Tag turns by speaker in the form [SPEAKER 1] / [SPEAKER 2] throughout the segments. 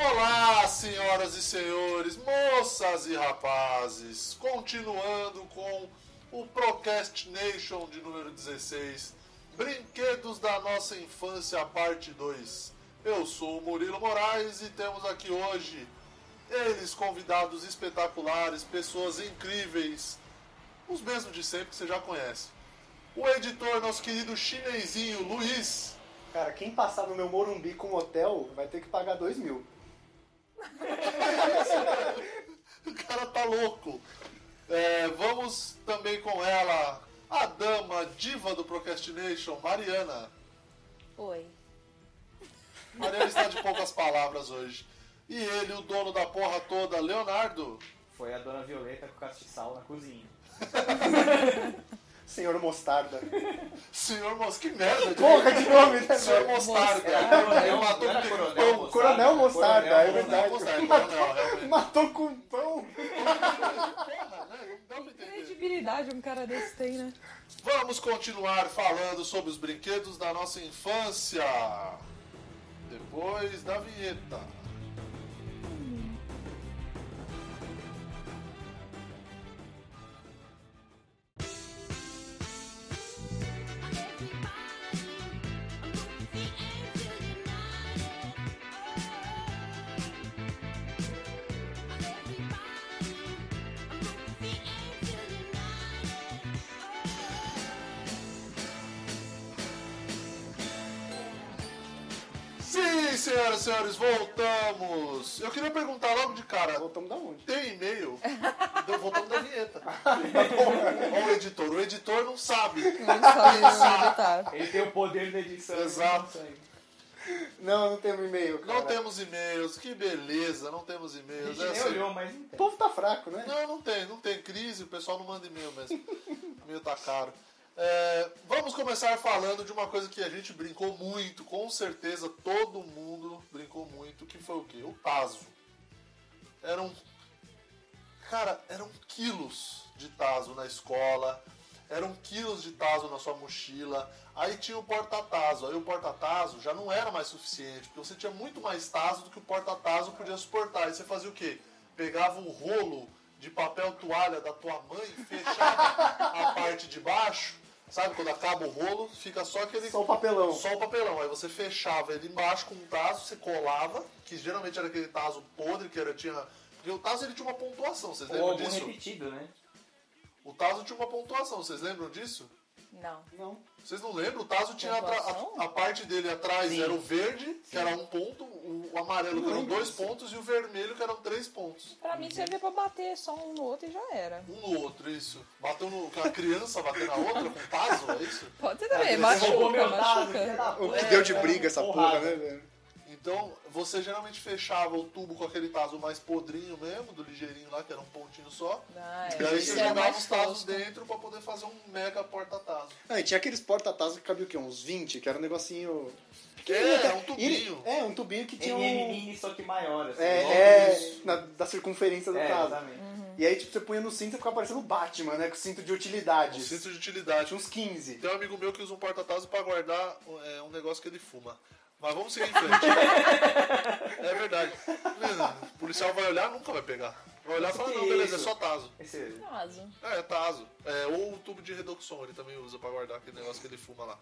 [SPEAKER 1] Olá, senhoras e senhores, moças e rapazes, continuando com o Procrastination de número 16, Brinquedos da Nossa Infância, parte 2. Eu sou o Murilo Moraes e temos aqui hoje eles, convidados espetaculares, pessoas incríveis, os mesmos de sempre que você já conhece. O editor, nosso querido chinesinho Luiz.
[SPEAKER 2] Cara, quem passar no meu Morumbi com um hotel vai ter que pagar dois mil.
[SPEAKER 1] O cara tá louco. É, vamos também com ela, a dama a diva do Procrastination, Mariana.
[SPEAKER 3] Oi.
[SPEAKER 1] Mariana está de poucas palavras hoje. E ele, o dono da porra toda, Leonardo.
[SPEAKER 4] Foi a dona Violeta com castiçal na cozinha.
[SPEAKER 2] Senhor Mostarda.
[SPEAKER 1] Senhor Mos... Que merda, gente.
[SPEAKER 2] Porra, É de nome, né,
[SPEAKER 1] Senhor
[SPEAKER 2] velho?
[SPEAKER 1] Mostarda. um Ele matou com
[SPEAKER 4] Não era
[SPEAKER 1] pimpão.
[SPEAKER 4] coronel
[SPEAKER 1] Coronel
[SPEAKER 2] Coronel Mostarda, é
[SPEAKER 4] Mostarda? Coronel
[SPEAKER 1] um
[SPEAKER 2] verdade.
[SPEAKER 1] Mostarda, coronel, realmente.
[SPEAKER 2] Matou com um pão.
[SPEAKER 1] Porra, né? Não dá pra entender.
[SPEAKER 3] Credibilidade um cara desse tem, né?
[SPEAKER 1] Vamos continuar falando sobre os brinquedos da nossa infância. Depois da vinheta. Sim, senhoras e senhores, voltamos. Eu queria perguntar logo de cara.
[SPEAKER 2] Voltamos da onde?
[SPEAKER 1] Tem e-mail. Então, voltando da vinheta. Olha o editor. O editor não sabe.
[SPEAKER 3] Ele sabe onde tá.
[SPEAKER 4] Ele tem o poder da edição. né?
[SPEAKER 1] Exato.
[SPEAKER 4] Ele
[SPEAKER 2] Não, não temos e-mail, cara.
[SPEAKER 1] Não temos e-mails. Que beleza, não temos
[SPEAKER 4] não
[SPEAKER 1] e-mails.
[SPEAKER 4] consegue. A gente nem
[SPEAKER 1] Essa-
[SPEAKER 4] olhou, mas então. não
[SPEAKER 2] O
[SPEAKER 4] tem.
[SPEAKER 2] povo tá fraco, né?
[SPEAKER 1] Não, não tem. Não tem crise. O pessoal não manda e-mail mesmo. E-mail tá caro. É, vamos começar falando de uma coisa que a gente brincou muito. Com certeza todo mundo brincou muito. Que foi o quê? O Tazo. eram. Cara, eram quilos de taso na escola, eram quilos de taso na sua mochila. Aí tinha o porta-taso. Aí o porta-taso já não era mais suficiente, porque você tinha muito mais taso do que o porta-taso podia suportar. Aí você fazia o quê? Pegava um rolo de papel toalha da tua mãe, fechava a parte de baixo. Sabe, quando acaba o rolo, fica só aquele
[SPEAKER 2] Só o papelão.
[SPEAKER 1] só o papelão. Aí você fechava ele embaixo com um taso, você colava, que geralmente era aquele taso podre, que era, tinha. Porque o taso ele tinha uma pontuação, vocês
[SPEAKER 4] Ou
[SPEAKER 1] lembram
[SPEAKER 4] algum
[SPEAKER 1] disso?
[SPEAKER 4] repetido, né?
[SPEAKER 1] O taso tinha uma pontuação, vocês lembram disso?
[SPEAKER 3] Não.
[SPEAKER 2] Não.
[SPEAKER 1] Vocês não lembram? O taso tinha atra-
[SPEAKER 3] Pontuação?
[SPEAKER 1] a, a parte dele atrás
[SPEAKER 4] Sim.
[SPEAKER 1] era o verde, que era um ponto, o o amarelo, que eram dois pontos, e o vermelho, que eram três pontos.
[SPEAKER 3] Pra mim servia pra bater só um no outro e já era.
[SPEAKER 1] Um no outro, isso. Bateu no. A criança bateu na outra com taso, é isso?
[SPEAKER 3] Pode ser também,
[SPEAKER 4] Ah, Você roubou
[SPEAKER 3] machuca,
[SPEAKER 4] meu dado, filha
[SPEAKER 3] machuca.
[SPEAKER 4] da
[SPEAKER 2] O
[SPEAKER 4] puta.
[SPEAKER 2] que deu de
[SPEAKER 4] É,
[SPEAKER 2] briga essa porra,
[SPEAKER 4] porrada.
[SPEAKER 2] né, velho?
[SPEAKER 1] Então, você geralmente fechava o tubo com aquele taso mais podrinho mesmo, do ligeirinho lá, que era um pontinho só.
[SPEAKER 3] Ah,
[SPEAKER 1] E aí você
[SPEAKER 3] isso
[SPEAKER 4] um
[SPEAKER 3] era
[SPEAKER 1] jogava os
[SPEAKER 3] mais né?
[SPEAKER 1] tazos
[SPEAKER 3] tosco.
[SPEAKER 1] um dentro pra poder fazer um mega porta-tazo.
[SPEAKER 2] Ah, e tinha aqueles porta-tazos que cabia o quê? Uns 20, que era um negocinho...
[SPEAKER 1] É, um
[SPEAKER 2] E ele-
[SPEAKER 1] tubinho.
[SPEAKER 2] É, um tubinho que tinha
[SPEAKER 4] MM
[SPEAKER 2] um...
[SPEAKER 4] mini, só que maior, assim.
[SPEAKER 2] É,
[SPEAKER 4] Logo
[SPEAKER 2] é
[SPEAKER 4] isso.
[SPEAKER 2] na- da circunferência do
[SPEAKER 4] É,
[SPEAKER 2] taso.
[SPEAKER 4] exatamente.
[SPEAKER 2] E aí, tipo, você punha no cinto e ficava parecendo o Batman, né? Com cinto de utilidade.
[SPEAKER 1] Um cinto de
[SPEAKER 2] Tinha
[SPEAKER 1] utilidade.
[SPEAKER 2] uns 15.
[SPEAKER 1] Tem um amigo meu que usa um porta-tazo pra guardar é, um negócio que ele fuma. Mas vamos seguir em frente. é verdade. Mano, O policial vai olhar, nunca vai pegar. Vai olhar e falar, não,
[SPEAKER 4] Que
[SPEAKER 1] beleza, é
[SPEAKER 4] isso?
[SPEAKER 1] só taso.
[SPEAKER 4] Esse-
[SPEAKER 3] Caso.
[SPEAKER 1] É, é taso. É, ou o tubo de redução ele também usa pra guardar aquele negócio que ele fuma lá.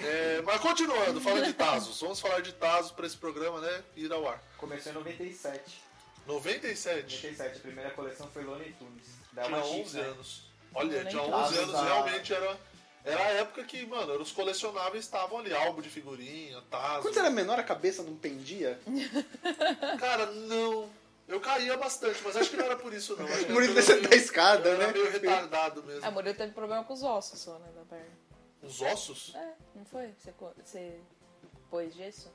[SPEAKER 1] É, mas continuando, falando de tazos. Vamos falar de tazos pra esse programa, né? Ir ao ar.
[SPEAKER 4] Começou em 97.
[SPEAKER 1] 97.
[SPEAKER 4] 97, a primeira coleção foi Looney Tunes. Da
[SPEAKER 1] Tinha
[SPEAKER 4] uma
[SPEAKER 1] 11 anos. né? Olha,
[SPEAKER 3] nem
[SPEAKER 1] tinha 11
[SPEAKER 3] tava
[SPEAKER 1] anos, tá.
[SPEAKER 4] usando.
[SPEAKER 1] realmente era, era a época que, mano, os colecionáveis estavam ali, álbum de figurinha, tazo.
[SPEAKER 2] Quando você era menor, a cabeça não pendia?
[SPEAKER 1] Cara, não. Eu caía bastante, mas acho que não era por isso, não. Acho que tá
[SPEAKER 2] O Murilo
[SPEAKER 1] era porque eu
[SPEAKER 2] descendo da
[SPEAKER 1] era meio-
[SPEAKER 2] escada,
[SPEAKER 1] eu era
[SPEAKER 2] né?
[SPEAKER 1] meio retardado mesmo.
[SPEAKER 3] A Murilo teve problema com os ossos só, né, da perna.
[SPEAKER 1] Os ossos?
[SPEAKER 3] É, não foi? Você, co- você pôs gesso?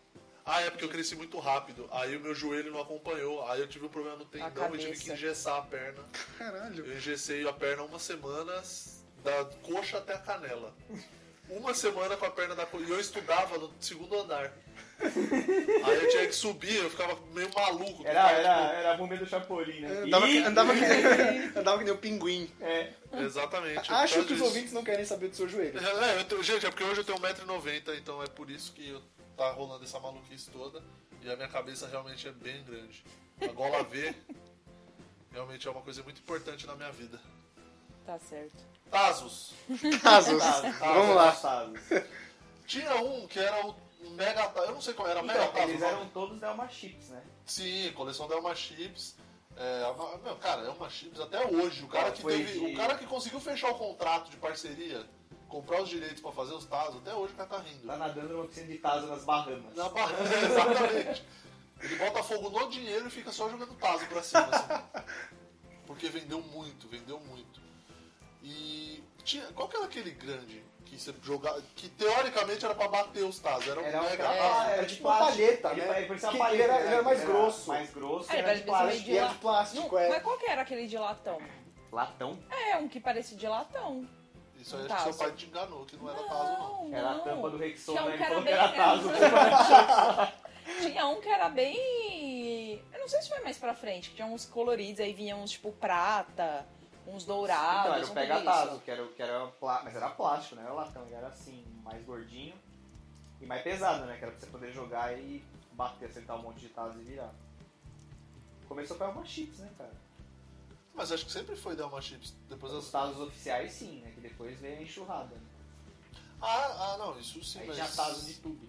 [SPEAKER 1] Ah, é porque eu cresci muito rápido. Aí o meu joelho não acompanhou. Aí eu tive um problema no tendão e tive
[SPEAKER 3] cabeça.
[SPEAKER 1] que engessar a perna.
[SPEAKER 2] Caralho.
[SPEAKER 1] Eu engessei a perna uma semana, da coxa até a canela. Uma semana com a perna da coxa. E eu estudava no segundo andar. Aí eu tinha que subir, eu ficava meio maluco.
[SPEAKER 4] Era, era, era a múmia do Chapolin, né?
[SPEAKER 2] Andava,
[SPEAKER 4] Ih,
[SPEAKER 2] andava, que, andava que nem o pinguim.
[SPEAKER 4] É,
[SPEAKER 1] tipo, Exatamente.
[SPEAKER 2] Acho
[SPEAKER 1] por
[SPEAKER 2] que
[SPEAKER 1] causa
[SPEAKER 2] os
[SPEAKER 1] disso.
[SPEAKER 2] ouvintes não querem saber do seu joelho.
[SPEAKER 1] um É, eu tenho- gente, é porque hoje eu tenho 1,90m, então é por isso que eu tá rolando essa maluquice toda e a minha cabeça realmente é bem grande. A gola V realmente é uma coisa muito importante na minha vida.
[SPEAKER 3] Tá certo.
[SPEAKER 1] Tazos.
[SPEAKER 2] Casos.
[SPEAKER 4] Tazos,
[SPEAKER 2] Vamos lá.
[SPEAKER 4] Tazos.
[SPEAKER 1] Tinha um que era o Mega. Eu não sei qual era, Mega
[SPEAKER 4] Então,
[SPEAKER 1] Tazos.
[SPEAKER 4] eles
[SPEAKER 1] não?
[SPEAKER 4] eram todos Delma Chips, né?
[SPEAKER 1] Sim, coleção da Elma Chips. É, a Ma- meu, cara, Elma Chips até hoje. O cara,
[SPEAKER 4] Cara,
[SPEAKER 1] que
[SPEAKER 4] foi
[SPEAKER 1] teve,
[SPEAKER 4] de-
[SPEAKER 1] o cara que conseguiu fechar o contrato de parceria, comprar os direitos pra fazer os Tazos, até hoje o cara tá rindo.
[SPEAKER 4] Tá nadando numa piscina de Tazos nas Bahamas.
[SPEAKER 1] Na barra, exatamente. Ele bota fogo no dinheiro e fica só jogando Tazo pra cima. assim. Porque vendeu muito, vendeu muito. E tinha, qual que era aquele grande que você jogava, que teoricamente era pra bater os Tazos? Era um
[SPEAKER 4] Era, um-
[SPEAKER 1] mega
[SPEAKER 4] era,
[SPEAKER 1] Tazo.
[SPEAKER 4] era,
[SPEAKER 2] Era
[SPEAKER 4] de
[SPEAKER 2] tipo uma
[SPEAKER 4] plástico.
[SPEAKER 2] palheta,
[SPEAKER 4] Ele
[SPEAKER 2] né?
[SPEAKER 4] pare- parecia uma
[SPEAKER 2] Que-
[SPEAKER 4] palheta,
[SPEAKER 2] ele era-
[SPEAKER 4] né?
[SPEAKER 2] ele era mais grosso.
[SPEAKER 4] Mais grosso. né?
[SPEAKER 3] Ah, ele
[SPEAKER 4] era
[SPEAKER 3] parece
[SPEAKER 4] de
[SPEAKER 3] meio
[SPEAKER 4] plástico.
[SPEAKER 3] de
[SPEAKER 2] E é
[SPEAKER 3] lá-
[SPEAKER 2] de plástico,
[SPEAKER 3] Não,
[SPEAKER 2] é.
[SPEAKER 3] Mas qual que era aquele de latão?
[SPEAKER 4] Latão?
[SPEAKER 3] É, um que parecia de latão.
[SPEAKER 4] um
[SPEAKER 1] Isso aí acho que seu
[SPEAKER 3] Tazo.
[SPEAKER 1] pai te enganou, que não era Tazo não.
[SPEAKER 3] Não,
[SPEAKER 4] Era a
[SPEAKER 3] não.
[SPEAKER 4] tampa do Rexona,
[SPEAKER 3] Tinha um
[SPEAKER 4] ele
[SPEAKER 3] que era um bem-
[SPEAKER 4] falou que era Tazo.
[SPEAKER 3] Tinha um que era bem. Eu não sei se foi mais pra frente, que tinha uns coloridos, aí vinha uns tipo prata, uns dourados.
[SPEAKER 4] Então, era o
[SPEAKER 3] um
[SPEAKER 4] pega
[SPEAKER 3] tudo isso.
[SPEAKER 4] tazo, que era, que era plá- mas era plástico, né? Era latão, ele era assim, mais gordinho e mais pesado, né? Que era pra você poder jogar e bater, acertar um monte de tazo e virar. Começou com uma chips, né, cara?
[SPEAKER 1] Mas acho que sempre foi Delma Chips. Depois das...
[SPEAKER 4] Os tazos oficiais sim, né? Que depois veio a enxurrada. Né?
[SPEAKER 1] Ah, ah, não, isso sim,
[SPEAKER 4] Aí
[SPEAKER 1] mas.
[SPEAKER 4] tinha tazo de tube.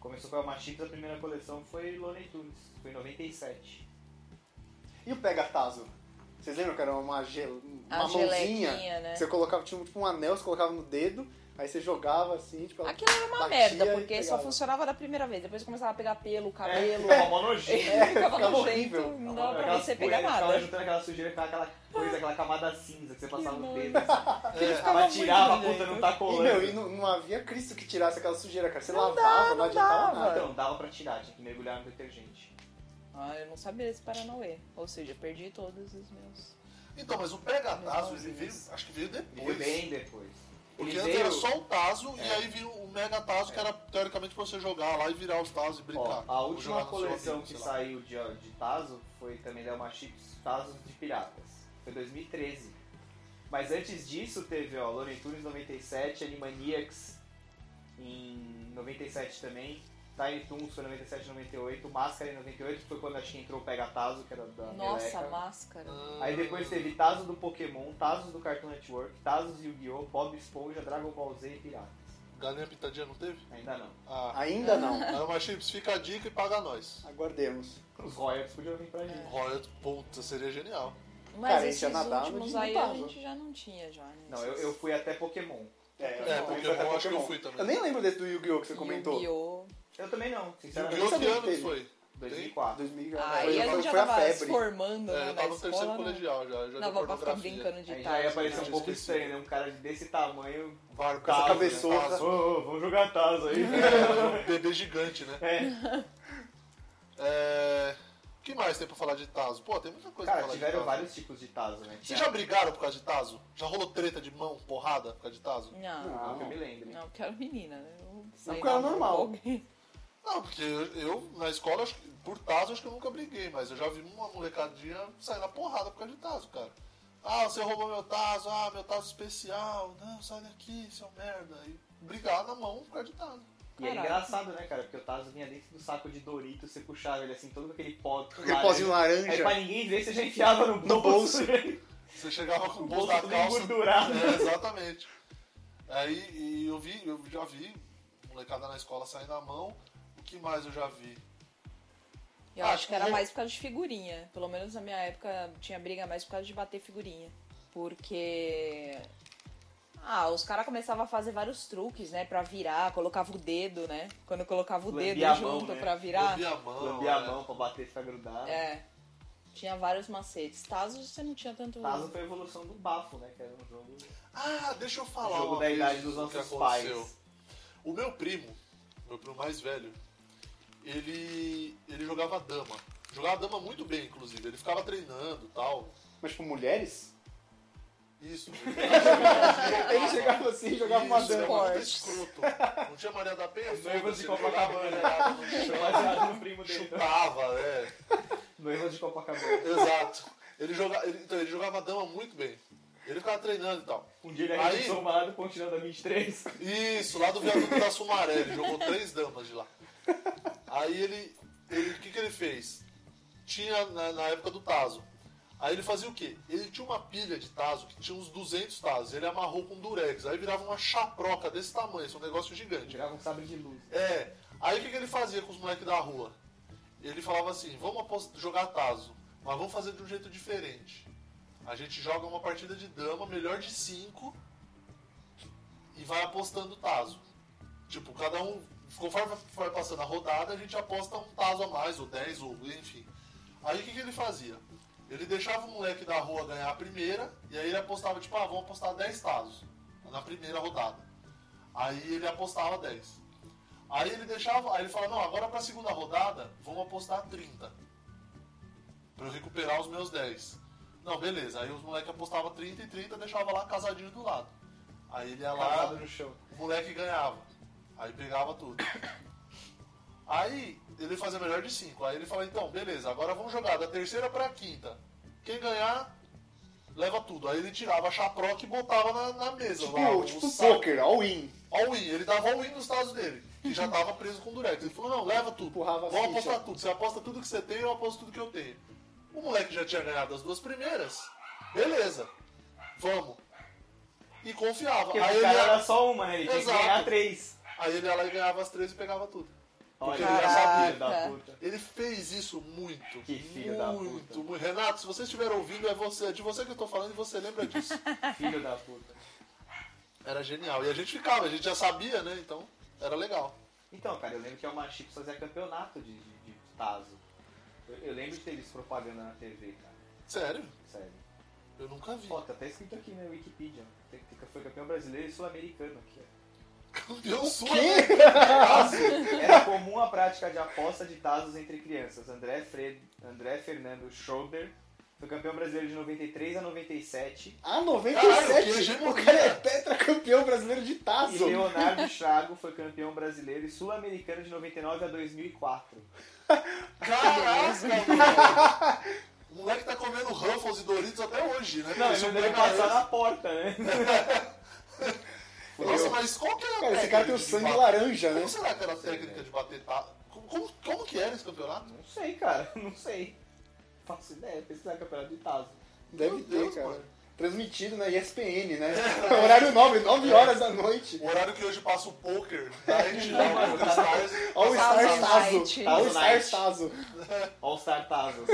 [SPEAKER 4] Começou com a chips, a primeira coleção foi Looney Tunes, foi em 97.
[SPEAKER 2] E o pegatazo? Vocês lembram que era uma, gel...
[SPEAKER 3] A
[SPEAKER 2] uma mãozinha?
[SPEAKER 3] gelequinha, né?
[SPEAKER 2] Você colocava, tinha um- tipo um anel, você colocava no dedo, aí você jogava assim, tipo, ela-
[SPEAKER 3] Aquilo era uma
[SPEAKER 2] Batia
[SPEAKER 3] merda,
[SPEAKER 2] e
[SPEAKER 3] porque só
[SPEAKER 2] pegava.
[SPEAKER 3] funcionava da primeira vez. Depois começava a pegar pelo, cabelo.
[SPEAKER 4] É, uma nojinha.
[SPEAKER 3] É, ficava
[SPEAKER 2] ficava
[SPEAKER 3] nojento,
[SPEAKER 2] horrível.
[SPEAKER 3] Tá não dava pra
[SPEAKER 4] Aquela
[SPEAKER 3] você
[SPEAKER 4] poeira,
[SPEAKER 3] pegar nada.
[SPEAKER 4] Ficava juntando aquela sujeira, ficava aquela coisa, aquela camada cinza que você passava no
[SPEAKER 3] nojo.
[SPEAKER 4] dedo. assim.
[SPEAKER 1] É,
[SPEAKER 3] ficava
[SPEAKER 4] Pra
[SPEAKER 3] muito
[SPEAKER 4] tirar, a
[SPEAKER 3] nojento.
[SPEAKER 4] puta não tá
[SPEAKER 2] E,
[SPEAKER 4] colando.
[SPEAKER 2] meu, e não, não havia Cristo que tirasse aquela sujeira, cara. Você
[SPEAKER 3] Não dá,
[SPEAKER 2] lavava, não,
[SPEAKER 3] não
[SPEAKER 2] adiantava
[SPEAKER 3] dava.
[SPEAKER 2] nada.
[SPEAKER 4] Então, dava pra tirar, tinha que mergulhar no detergente.
[SPEAKER 3] Ah, eu não sabia desse Paranauê. Ou seja, perdi todos os meus.
[SPEAKER 1] Então, mas o pega Tazo, ele
[SPEAKER 3] Meu
[SPEAKER 1] veio.
[SPEAKER 3] Deus.
[SPEAKER 1] Acho que veio
[SPEAKER 4] Ele veio
[SPEAKER 1] depois.
[SPEAKER 4] bem depois. Ele
[SPEAKER 1] Porque antes
[SPEAKER 4] veio...
[SPEAKER 1] era só o Tazo e
[SPEAKER 4] É.
[SPEAKER 1] aí veio o Mega Tazo, que era teoricamente pra você jogar lá e virar os Tazos e
[SPEAKER 4] ó,
[SPEAKER 1] brincar.
[SPEAKER 4] a
[SPEAKER 1] Ou jogar
[SPEAKER 4] última
[SPEAKER 1] no seu
[SPEAKER 4] coleção
[SPEAKER 1] amigo,
[SPEAKER 4] que
[SPEAKER 1] sei lá.
[SPEAKER 4] saiu de, de Tazo foi também da uma Chips Tazos de Piratas. Foi 2013. Mas antes disso teve, ó, Looney Tunes 97, Animaniacs em 97 também, Tiny Toons foi 97 98, Máscara em 98, que foi quando acho que entrou o Pega Tazo, que era da
[SPEAKER 3] Nossa,
[SPEAKER 4] Meleca.
[SPEAKER 3] máscara.
[SPEAKER 4] Aí depois teve Tazos do Pokémon, Tazos do Cartoon Network, Tazos Yu-Gi-Oh!, Bob Esponja, Dragon Ball Z e Piratas.
[SPEAKER 1] Galinha Pintadinha não teve?
[SPEAKER 4] Ainda não.
[SPEAKER 1] Ah.
[SPEAKER 2] Ainda não.
[SPEAKER 1] Arma Chips, fica a dica e paga nós.
[SPEAKER 2] Aguardemos.
[SPEAKER 4] Os royalties podiam vir pra gente.
[SPEAKER 1] Royalties, puta, seria genial.
[SPEAKER 3] Mas
[SPEAKER 2] Cara, a gente
[SPEAKER 3] esses
[SPEAKER 2] ia nadar no
[SPEAKER 3] últimos
[SPEAKER 2] dia do
[SPEAKER 3] aí a
[SPEAKER 2] Tazo.
[SPEAKER 3] gente já não tinha, já. né?
[SPEAKER 4] Não, eu, eu fui até Pokémon.
[SPEAKER 1] É,
[SPEAKER 3] Não,
[SPEAKER 1] Pokémon, acho que eu fui também.
[SPEAKER 2] Eu nem lembro desse do Yu-Gi-Oh! que você comentou.
[SPEAKER 3] Yu-Gi-Oh!
[SPEAKER 4] Eu também não,
[SPEAKER 1] E
[SPEAKER 4] sinceramente.
[SPEAKER 2] Yu-Gi-Oh!
[SPEAKER 1] que
[SPEAKER 2] sabia que
[SPEAKER 1] ano que
[SPEAKER 2] teve.
[SPEAKER 1] foi?
[SPEAKER 4] 2004.
[SPEAKER 2] 2000,
[SPEAKER 3] Aí Ah, a
[SPEAKER 2] né? foi,
[SPEAKER 3] gente já
[SPEAKER 2] foi a
[SPEAKER 3] tava se
[SPEAKER 2] febre.
[SPEAKER 3] formando,
[SPEAKER 1] É,
[SPEAKER 3] né?
[SPEAKER 1] eu
[SPEAKER 3] na
[SPEAKER 1] tava no terceiro
[SPEAKER 3] escola, né?
[SPEAKER 1] colegial já, já deu
[SPEAKER 3] Não, vou pra ficar
[SPEAKER 1] pornografia.
[SPEAKER 3] brincando de
[SPEAKER 4] Aí
[SPEAKER 3] Tazo.
[SPEAKER 4] já ia parecer
[SPEAKER 3] né?
[SPEAKER 4] um pouco
[SPEAKER 1] Esqueci.
[SPEAKER 4] estranho, né? Um cara desse tamanho.
[SPEAKER 1] Barco,
[SPEAKER 2] Com essa
[SPEAKER 1] Tazo,
[SPEAKER 2] cabeçona.
[SPEAKER 1] Tazo.
[SPEAKER 4] Ô, ô, vamos jogar Tazo aí.
[SPEAKER 1] É, um bebê gigante, né?
[SPEAKER 4] É.
[SPEAKER 1] É... O que mais tem pra falar de Tazo? Pô, tem muita coisa
[SPEAKER 4] Cara,
[SPEAKER 1] pra falar
[SPEAKER 4] tiveram
[SPEAKER 1] de Tazo.
[SPEAKER 4] vários tipos de Tazo, né?
[SPEAKER 1] Vocês já brigaram por causa de Tazo? Já rolou treta de mão, porrada por causa de
[SPEAKER 4] um
[SPEAKER 1] Tazo?
[SPEAKER 3] Não,
[SPEAKER 4] Não, que eu me lembro.
[SPEAKER 3] não, porque era menina, né? Eu saí
[SPEAKER 2] porque era
[SPEAKER 3] na mão
[SPEAKER 2] normal.
[SPEAKER 3] com alguém.
[SPEAKER 1] Não, porque eu, eu, na escola, acho que- por Tazo, acho que eu nunca briguei, mas eu já vi uma molecadinha sair na porrada por causa de Tazo, cara. Ah, você roubou meu Tazo, ah, meu Tazo especial, não, sai daqui, seu merda. E brigar na mão por causa de Tazo.
[SPEAKER 4] E era
[SPEAKER 3] Caralho.
[SPEAKER 4] engraçado, né, cara? Porque o Tazo vinha dentro do saco de Doritos, você puxava ele assim, todo com aquele pó.
[SPEAKER 2] Aquele pozinho laranja.
[SPEAKER 4] Aí
[SPEAKER 1] É
[SPEAKER 4] pra ninguém ver, você já enfiava no bolso. né?
[SPEAKER 2] No bolso.
[SPEAKER 1] Você chegava com
[SPEAKER 4] o
[SPEAKER 1] o
[SPEAKER 4] bolso
[SPEAKER 1] bolso da
[SPEAKER 4] todo
[SPEAKER 1] calça
[SPEAKER 4] engordurado.
[SPEAKER 1] É, exatamente. Aí e eu vi, eu já vi molecada na escola sair na mão. O que mais eu já vi?
[SPEAKER 3] Eu
[SPEAKER 1] Ah,
[SPEAKER 3] acho que era
[SPEAKER 1] eu-
[SPEAKER 3] mais por causa de figurinha. Pelo menos na minha época tinha briga mais por causa de bater figurinha. Porque. Ah, os caras começavam a fazer vários truques, né? Pra virar, colocava o dedo, né? Quando colocava o
[SPEAKER 4] Lambia
[SPEAKER 3] dedo
[SPEAKER 4] a mão,
[SPEAKER 3] junto
[SPEAKER 4] né?
[SPEAKER 3] pra virar.
[SPEAKER 1] Lambia a mão.
[SPEAKER 4] Lambia a
[SPEAKER 1] é.
[SPEAKER 4] mão pra bater, ficar grudado.
[SPEAKER 3] É. Tinha vários macetes. Tazo você não tinha tanto.
[SPEAKER 4] Tazo foi a evolução do bafo, né? Que era um jogo,
[SPEAKER 1] Ah, deixa eu falar.
[SPEAKER 4] jogo
[SPEAKER 1] uma
[SPEAKER 4] da
[SPEAKER 1] vez
[SPEAKER 4] idade dos
[SPEAKER 1] o que
[SPEAKER 4] nossos
[SPEAKER 1] aconteceu.
[SPEAKER 4] pais.
[SPEAKER 1] O meu primo, meu primo mais velho, ele ele jogava dama. Jogava dama muito bem, inclusive. Ele ficava treinando, tal.
[SPEAKER 2] Mas, tipo, mulheres?
[SPEAKER 1] Isso.
[SPEAKER 2] Ele chegava assim e jogava uma
[SPEAKER 1] Isso, era
[SPEAKER 2] dama.
[SPEAKER 1] muito
[SPEAKER 3] Esporte.
[SPEAKER 1] escroto. Não tinha Maria da Penha?
[SPEAKER 4] Noivas
[SPEAKER 1] foda-se,
[SPEAKER 4] de
[SPEAKER 1] ele jogava
[SPEAKER 4] Copacabana.
[SPEAKER 1] mulherada no chão,
[SPEAKER 4] Baseado no primo dele.
[SPEAKER 1] Chutava, é.
[SPEAKER 4] Noiva de Copacabana.
[SPEAKER 1] Exato. Ele joga, ele- então, ele jogava dama muito bem. Ele ficava treinando e tal.
[SPEAKER 4] Um dia ele
[SPEAKER 1] Aí-
[SPEAKER 4] arremessou uma lá do pontilhão da 23.
[SPEAKER 1] Isso, lá do viaduto da Sumaré, ele jogou três damas de lá. Aí ele. ele- O que, que ele fez? Tinha na, na época do Tazo. Aí ele fazia o quê? Ele tinha uma pilha de Tazo que tinha uns 200 Tazos. Ele amarrou com durex. Aí virava uma chaproca desse tamanho, isso é um negócio gigante.
[SPEAKER 4] Jogava um sabre de luz.
[SPEAKER 1] É. Aí o que, que ele fazia com os moleques da rua? Ele falava assim: vamos apos- jogar Tazo, mas vamos fazer de um jeito diferente. A gente joga uma partida de dama, melhor de cinco, e vai apostando Tazo. Tipo, cada um, conforme vai passando a rodada, a gente aposta um Tazo a mais, ou 10, ou enfim. Aí o que, que ele fazia? Ele deixava o moleque da rua ganhar a primeira, e aí ele apostava, tipo, ah, vamos apostar 10 Tazos na primeira rodada. Aí ele apostava 10. Aí ele deixava, aí ele falava, não, agora pra segunda rodada, vamos apostar 30. Pra eu recuperar os meus 10. Não, beleza. Aí os moleques apostavam 30 e 30 deixava lá casadinho do lado. Aí ele ia lá,
[SPEAKER 4] Casado no chão.
[SPEAKER 1] o moleque ganhava. Aí pegava tudo. Aí ele fazia melhor de 5. Aí ele fala, então, beleza, agora vamos jogar da terceira pra quinta. Quem ganhar, leva tudo. Aí ele tirava a chaproca e botava na, na mesa. lá,
[SPEAKER 2] Tipo,
[SPEAKER 1] o
[SPEAKER 2] tipo
[SPEAKER 1] saco.
[SPEAKER 2] poker, all-in.
[SPEAKER 1] All-in, ele dava all-in nos Estados dele, que já tava preso com durex. Ele falou, não, leva tudo,
[SPEAKER 2] Empurrava a
[SPEAKER 1] vamos
[SPEAKER 2] ficha.
[SPEAKER 1] apostar tudo. Você aposta tudo que você tem, eu aposto tudo que eu tenho. O moleque já tinha ganhado as duas primeiras, beleza, vamos. E confiava.
[SPEAKER 4] Porque
[SPEAKER 1] Aí
[SPEAKER 4] o
[SPEAKER 1] ele,
[SPEAKER 4] cara
[SPEAKER 1] ia,
[SPEAKER 4] era só uma, né? Ele tinha que
[SPEAKER 1] Exato.
[SPEAKER 4] ganhar três.
[SPEAKER 1] aí ele ia lá e ganhava as três e pegava tudo.
[SPEAKER 4] Olha,
[SPEAKER 1] ele já
[SPEAKER 3] sabia.
[SPEAKER 4] sabia da puta.
[SPEAKER 1] Ele fez isso muito.
[SPEAKER 4] Que filho da
[SPEAKER 1] muito,
[SPEAKER 4] puta.
[SPEAKER 1] muito. Renato, se você estiver ouvindo, é você, é de você que eu tô falando e você lembra disso.
[SPEAKER 4] Filho da puta.
[SPEAKER 1] Era genial. E a gente ficava, a gente já sabia, né? Então, era legal.
[SPEAKER 4] Então, cara, eu lembro que a Uma Chips fazia campeonato de, de, de Tazo. Eu, eu lembro de ter visto propaganda na TV, cara.
[SPEAKER 1] Sério,
[SPEAKER 4] Sério.
[SPEAKER 1] eu nunca vi.
[SPEAKER 4] Ó, tá até escrito aqui na Wikipedia. Tem- tem- Foi campeão brasileiro e sul-americano aqui, ó.
[SPEAKER 1] Campeão sul né?
[SPEAKER 4] Tazo. Era comum a prática de aposta de tazos entre crianças. André, Fred, André Fernando Schroeder foi campeão brasileiro de 93 a 97
[SPEAKER 2] Ah,
[SPEAKER 1] Caralho, que
[SPEAKER 2] 97?
[SPEAKER 1] hegemonia.
[SPEAKER 2] o cara é tetracampeão brasileiro de
[SPEAKER 4] e
[SPEAKER 2] tazo.
[SPEAKER 4] Leonardo Chago foi campeão brasileiro e sul-americano de 99 a 2004.
[SPEAKER 1] Caraca, mano. O moleque tá comendo Ruffles e Doritos até hoje, né?
[SPEAKER 4] Não,
[SPEAKER 1] Isso
[SPEAKER 4] ele é deve
[SPEAKER 1] pega
[SPEAKER 4] passar
[SPEAKER 1] ela.
[SPEAKER 4] na porta, né?
[SPEAKER 1] Nossa, mas qual que era a
[SPEAKER 2] Cara, esse
[SPEAKER 1] técnica
[SPEAKER 2] cara tem o
[SPEAKER 1] de
[SPEAKER 2] sangue
[SPEAKER 1] bater?
[SPEAKER 2] laranja, né?
[SPEAKER 1] Como será que era a técnica de bater ta... como, como, como que era esse campeonato?
[SPEAKER 4] Não sei, cara, não sei. Faço ideia, pesquisar campeonato de Tazo.
[SPEAKER 2] Deve
[SPEAKER 1] Meu
[SPEAKER 2] ter,
[SPEAKER 1] Deus,
[SPEAKER 2] cara.
[SPEAKER 1] mano.
[SPEAKER 2] Transmitido na ESPN, né? Horário nobre, 9 horas da noite.
[SPEAKER 1] O horário que hoje passa o poker da gente lá, o Poker Stars.
[SPEAKER 2] All Star
[SPEAKER 3] Tazo
[SPEAKER 2] Tazo.
[SPEAKER 3] Night.
[SPEAKER 2] All Star
[SPEAKER 4] Tazo
[SPEAKER 2] Tazo.
[SPEAKER 4] All-Star Tazos.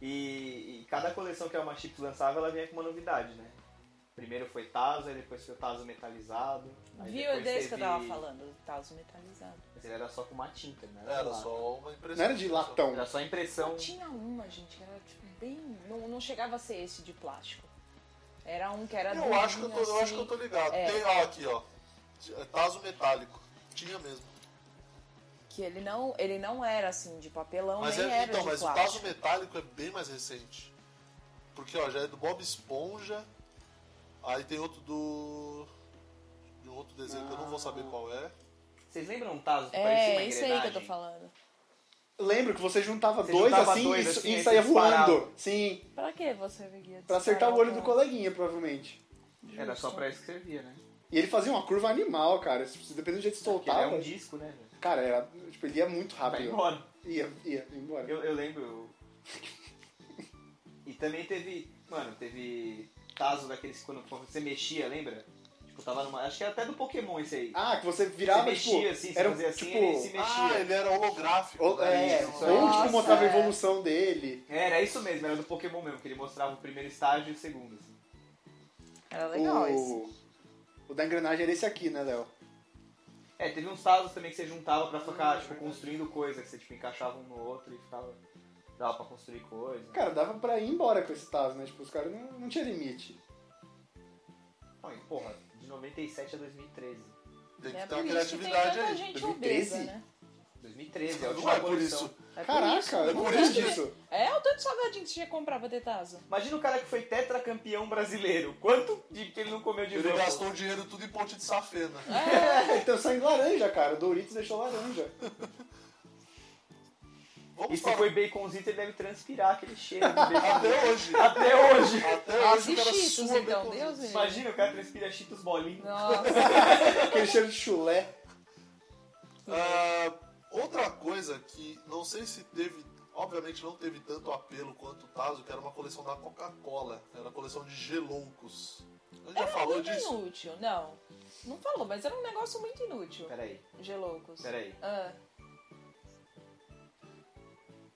[SPEAKER 4] e, e cada coleção que a Alma Chips lançava, ela vinha com uma novidade, né? Primeiro foi Tazo, aí depois foi o Tazo metalizado. aí
[SPEAKER 3] Viu? É
[SPEAKER 4] depois
[SPEAKER 3] desse que eu
[SPEAKER 4] teve-
[SPEAKER 3] tava falando, do Tazo metalizado.
[SPEAKER 4] Mas ele era só com uma tinta, né?
[SPEAKER 1] Era só uma impressão.
[SPEAKER 2] Não era de latão.
[SPEAKER 4] Era só
[SPEAKER 1] Então,
[SPEAKER 4] impressão.
[SPEAKER 3] Tinha uma, gente, que era tipo, bem. Não, não chegava a ser esse de plástico. Era um que era
[SPEAKER 1] Eu acho que eu tô,
[SPEAKER 3] durinho,
[SPEAKER 1] eu acho que eu
[SPEAKER 3] assim.
[SPEAKER 1] tô ligado.
[SPEAKER 3] É.
[SPEAKER 1] Tem, ó, aqui, ó. É Taso metálico. Tinha mesmo.
[SPEAKER 3] Que ele não, ele não era assim de papelão,
[SPEAKER 1] Mas
[SPEAKER 3] nem
[SPEAKER 1] é,
[SPEAKER 3] era
[SPEAKER 1] então,
[SPEAKER 3] de
[SPEAKER 1] mas o
[SPEAKER 3] plástico.
[SPEAKER 1] Taso metálico é bem mais recente. Porque ó, já é do Bob Esponja. Aí tem outro do. De um outro desenho que eu não vou
[SPEAKER 3] Ah.
[SPEAKER 1] saber qual é.
[SPEAKER 4] Vocês lembram um Tazo que parecia uma
[SPEAKER 3] É, isso aí que eu tô
[SPEAKER 4] engrenagem?
[SPEAKER 3] falando.
[SPEAKER 2] Lembro que você juntava
[SPEAKER 4] Você
[SPEAKER 2] dois
[SPEAKER 4] juntava
[SPEAKER 2] assim
[SPEAKER 4] dois,
[SPEAKER 2] e-
[SPEAKER 4] assim,
[SPEAKER 2] e
[SPEAKER 4] aí
[SPEAKER 2] saía
[SPEAKER 4] você disparava.
[SPEAKER 2] voando. Sim,
[SPEAKER 3] Pra que você guia?
[SPEAKER 2] pra acertar o
[SPEAKER 4] é.
[SPEAKER 2] olho do coleguinha, provavelmente.
[SPEAKER 4] Era só pra isso que servia, né?
[SPEAKER 2] E ele fazia uma curva animal, cara. Se- Dependendo do jeito que
[SPEAKER 4] Porque ele é
[SPEAKER 2] soltava.
[SPEAKER 4] um disco, né? velho?
[SPEAKER 2] Cara, era, tipo, ele ia muito
[SPEAKER 4] Vai
[SPEAKER 2] rápido.
[SPEAKER 4] embora.
[SPEAKER 2] Ia, ia, ia embora.
[SPEAKER 4] Eu, eu lembro. eu- E também teve. Mano, teve Tazo daqueles que quando você mexia, lembra? Tipo, tava numa. Acho que era até do Pokémon esse aí.
[SPEAKER 2] Ah, que você
[SPEAKER 4] Você
[SPEAKER 2] virava,
[SPEAKER 4] mexia
[SPEAKER 2] tipo.
[SPEAKER 4] assim, você
[SPEAKER 2] era um,
[SPEAKER 4] fazia assim,
[SPEAKER 2] tipo,
[SPEAKER 4] ele se mexia.
[SPEAKER 1] Ah, ele era holográfico.
[SPEAKER 2] Ou,
[SPEAKER 1] né?
[SPEAKER 2] é,
[SPEAKER 1] Isso,
[SPEAKER 4] isso
[SPEAKER 1] isso
[SPEAKER 4] aí.
[SPEAKER 2] ou
[SPEAKER 3] Nossa,
[SPEAKER 2] tipo, mostrava a
[SPEAKER 3] é.
[SPEAKER 2] evolução dele.
[SPEAKER 4] Era isso mesmo, era do Pokémon mesmo, que ele mostrava o primeiro estágio e o segundo. assim.
[SPEAKER 3] Era legal esse.
[SPEAKER 2] o, o da engrenagem era esse aqui, né, Léo?
[SPEAKER 4] É, teve uns Tazos também que você juntava pra
[SPEAKER 1] Ah,
[SPEAKER 4] ficar,
[SPEAKER 1] é
[SPEAKER 4] tipo, construindo coisa, que você tipo, encaixava um no outro e ficava. Dava pra construir coisa.
[SPEAKER 2] Cara, dava pra ir embora com esse Tazo, né? Tipo, os caras não, não tinha limite.
[SPEAKER 4] Não, e, porra, de 97 a 2013.
[SPEAKER 1] Tem que
[SPEAKER 3] É
[SPEAKER 1] ter
[SPEAKER 3] por
[SPEAKER 1] uma
[SPEAKER 3] isso que tem
[SPEAKER 1] criatividade
[SPEAKER 3] tanta
[SPEAKER 1] aí.
[SPEAKER 3] gente
[SPEAKER 2] 2013?
[SPEAKER 3] obesa, né?
[SPEAKER 4] 2013, é a
[SPEAKER 1] Não
[SPEAKER 4] última
[SPEAKER 1] é por
[SPEAKER 4] coleção.
[SPEAKER 1] isso.
[SPEAKER 3] É por isso.
[SPEAKER 2] Caraca, eu não
[SPEAKER 1] por
[SPEAKER 2] lembro
[SPEAKER 1] isso que-
[SPEAKER 2] disso.
[SPEAKER 3] É o tanto de salgadinho que você ia comprar pra ter Tazo.
[SPEAKER 4] Imagina o cara que foi tetracampeão brasileiro. Quanto de que ele não comeu de
[SPEAKER 1] Ele
[SPEAKER 4] novo?
[SPEAKER 1] gastou o dinheiro tudo em ponte de safena.
[SPEAKER 2] Então Ele tem o sangue laranja, cara. O Doritos deixou laranja.
[SPEAKER 1] Vamos
[SPEAKER 4] E se
[SPEAKER 1] falar.
[SPEAKER 4] foi baconzito, ele deve transpirar aquele cheiro de bacon.
[SPEAKER 1] Até hoje.
[SPEAKER 4] Até hoje.
[SPEAKER 1] Até
[SPEAKER 3] Ah,
[SPEAKER 1] hoje o
[SPEAKER 3] de
[SPEAKER 1] É, cara
[SPEAKER 3] Cheetos,
[SPEAKER 1] sua
[SPEAKER 3] então.
[SPEAKER 1] bem
[SPEAKER 3] Deus me livre.
[SPEAKER 4] Imagina, o cara transpira cheetos bolinhos.
[SPEAKER 3] Nossa.
[SPEAKER 2] Aquele cheiro de chulé.
[SPEAKER 1] Ah, outra coisa que não sei se teve, obviamente não teve tanto apelo quanto o Tazo, que era uma coleção da Coca-Cola, era a coleção de geloucos. A gente já
[SPEAKER 3] Era um
[SPEAKER 1] falou
[SPEAKER 3] muito
[SPEAKER 1] disso?
[SPEAKER 3] inútil. Não. Não falou, mas era um negócio muito inútil.
[SPEAKER 4] Peraí,
[SPEAKER 3] Geloucos.
[SPEAKER 4] peraí.
[SPEAKER 3] Ah.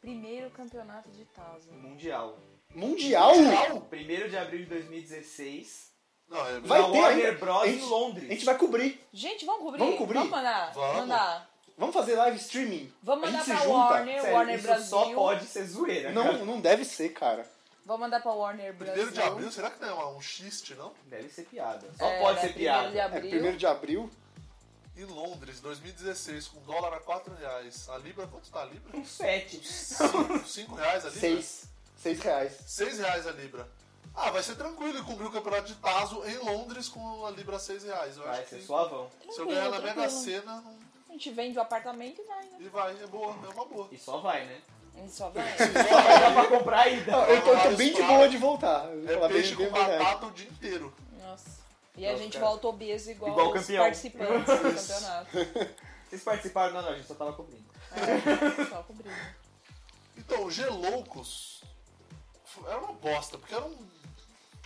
[SPEAKER 3] Primeiro campeonato de Tazo.
[SPEAKER 4] Mundial.
[SPEAKER 2] Mundial?
[SPEAKER 1] Não,
[SPEAKER 4] 1 de abril de 2016.
[SPEAKER 1] não é
[SPEAKER 2] Vai
[SPEAKER 4] na
[SPEAKER 2] ter
[SPEAKER 4] Warner
[SPEAKER 2] ainda.
[SPEAKER 4] Bros.
[SPEAKER 2] A
[SPEAKER 4] em
[SPEAKER 2] gente-
[SPEAKER 4] Londres.
[SPEAKER 2] A gente vai cobrir.
[SPEAKER 3] Gente, vamos cobrir?
[SPEAKER 2] Vamos cobrir?
[SPEAKER 3] mandar?
[SPEAKER 1] Vamos.
[SPEAKER 3] mandar.
[SPEAKER 2] Vamos fazer live streaming.
[SPEAKER 3] Vamos
[SPEAKER 2] A gente
[SPEAKER 3] mandar
[SPEAKER 2] se
[SPEAKER 3] pra
[SPEAKER 2] junta.
[SPEAKER 3] Warner,
[SPEAKER 4] Sério,
[SPEAKER 3] É, Warner
[SPEAKER 4] isso
[SPEAKER 3] Brasil.
[SPEAKER 4] só pode ser zoeira. cara.
[SPEAKER 2] Não, não deve ser, cara.
[SPEAKER 3] Vamos mandar pra Warner Brasil.
[SPEAKER 1] é, Primeiro de abril, será que não é um xiste, não?
[SPEAKER 4] Deve ser piada. Só
[SPEAKER 3] É,
[SPEAKER 4] pode
[SPEAKER 3] né,
[SPEAKER 4] ser
[SPEAKER 3] primeiro de
[SPEAKER 4] piada.
[SPEAKER 2] É
[SPEAKER 3] abril.
[SPEAKER 2] primeiro de abril.
[SPEAKER 1] Em Londres, 2016, com dólar a 4 reais. A Libra, quanto tá a Libra?
[SPEAKER 4] Um sete.
[SPEAKER 1] 5 reais a Libra?
[SPEAKER 2] Seis. Seis reais.
[SPEAKER 1] 6 reais a Libra. Ah, vai ser tranquilo e cobrir o campeonato de Tazo em Londres com a Libra 6 reais. Eu
[SPEAKER 4] Vai
[SPEAKER 1] acho
[SPEAKER 4] ser
[SPEAKER 1] que
[SPEAKER 4] suavão.
[SPEAKER 1] se eu ganhar na
[SPEAKER 3] Tranquilo,
[SPEAKER 1] Mega
[SPEAKER 3] tranquilo.
[SPEAKER 4] assim.
[SPEAKER 1] Sena, não-
[SPEAKER 3] A gente vende o apartamento e vai, né?
[SPEAKER 1] e vai, é boa, é uma boa. É
[SPEAKER 4] E só vai, né?
[SPEAKER 3] A gente só vai.
[SPEAKER 4] Vai dar pra comprar ainda.
[SPEAKER 2] Ah, Eu tô, eu tô
[SPEAKER 1] Vários
[SPEAKER 2] bem de
[SPEAKER 1] pratos.
[SPEAKER 2] boa de voltar. Eu vou
[SPEAKER 1] É
[SPEAKER 2] falar bem-
[SPEAKER 1] peixe
[SPEAKER 2] bem
[SPEAKER 1] com
[SPEAKER 2] a verdade.
[SPEAKER 1] batata o dia inteiro.
[SPEAKER 3] Nossa. E a
[SPEAKER 4] Nossa,
[SPEAKER 3] gente
[SPEAKER 4] cara.
[SPEAKER 3] volta obeso igual,
[SPEAKER 4] Igual
[SPEAKER 3] os
[SPEAKER 4] campeão.
[SPEAKER 3] participantes do campeonato.
[SPEAKER 4] Vocês participaram? Não, não, a gente só tava cobrindo.
[SPEAKER 3] É, só cobrindo.
[SPEAKER 1] Então, o Geloucos era uma bosta, porque era um.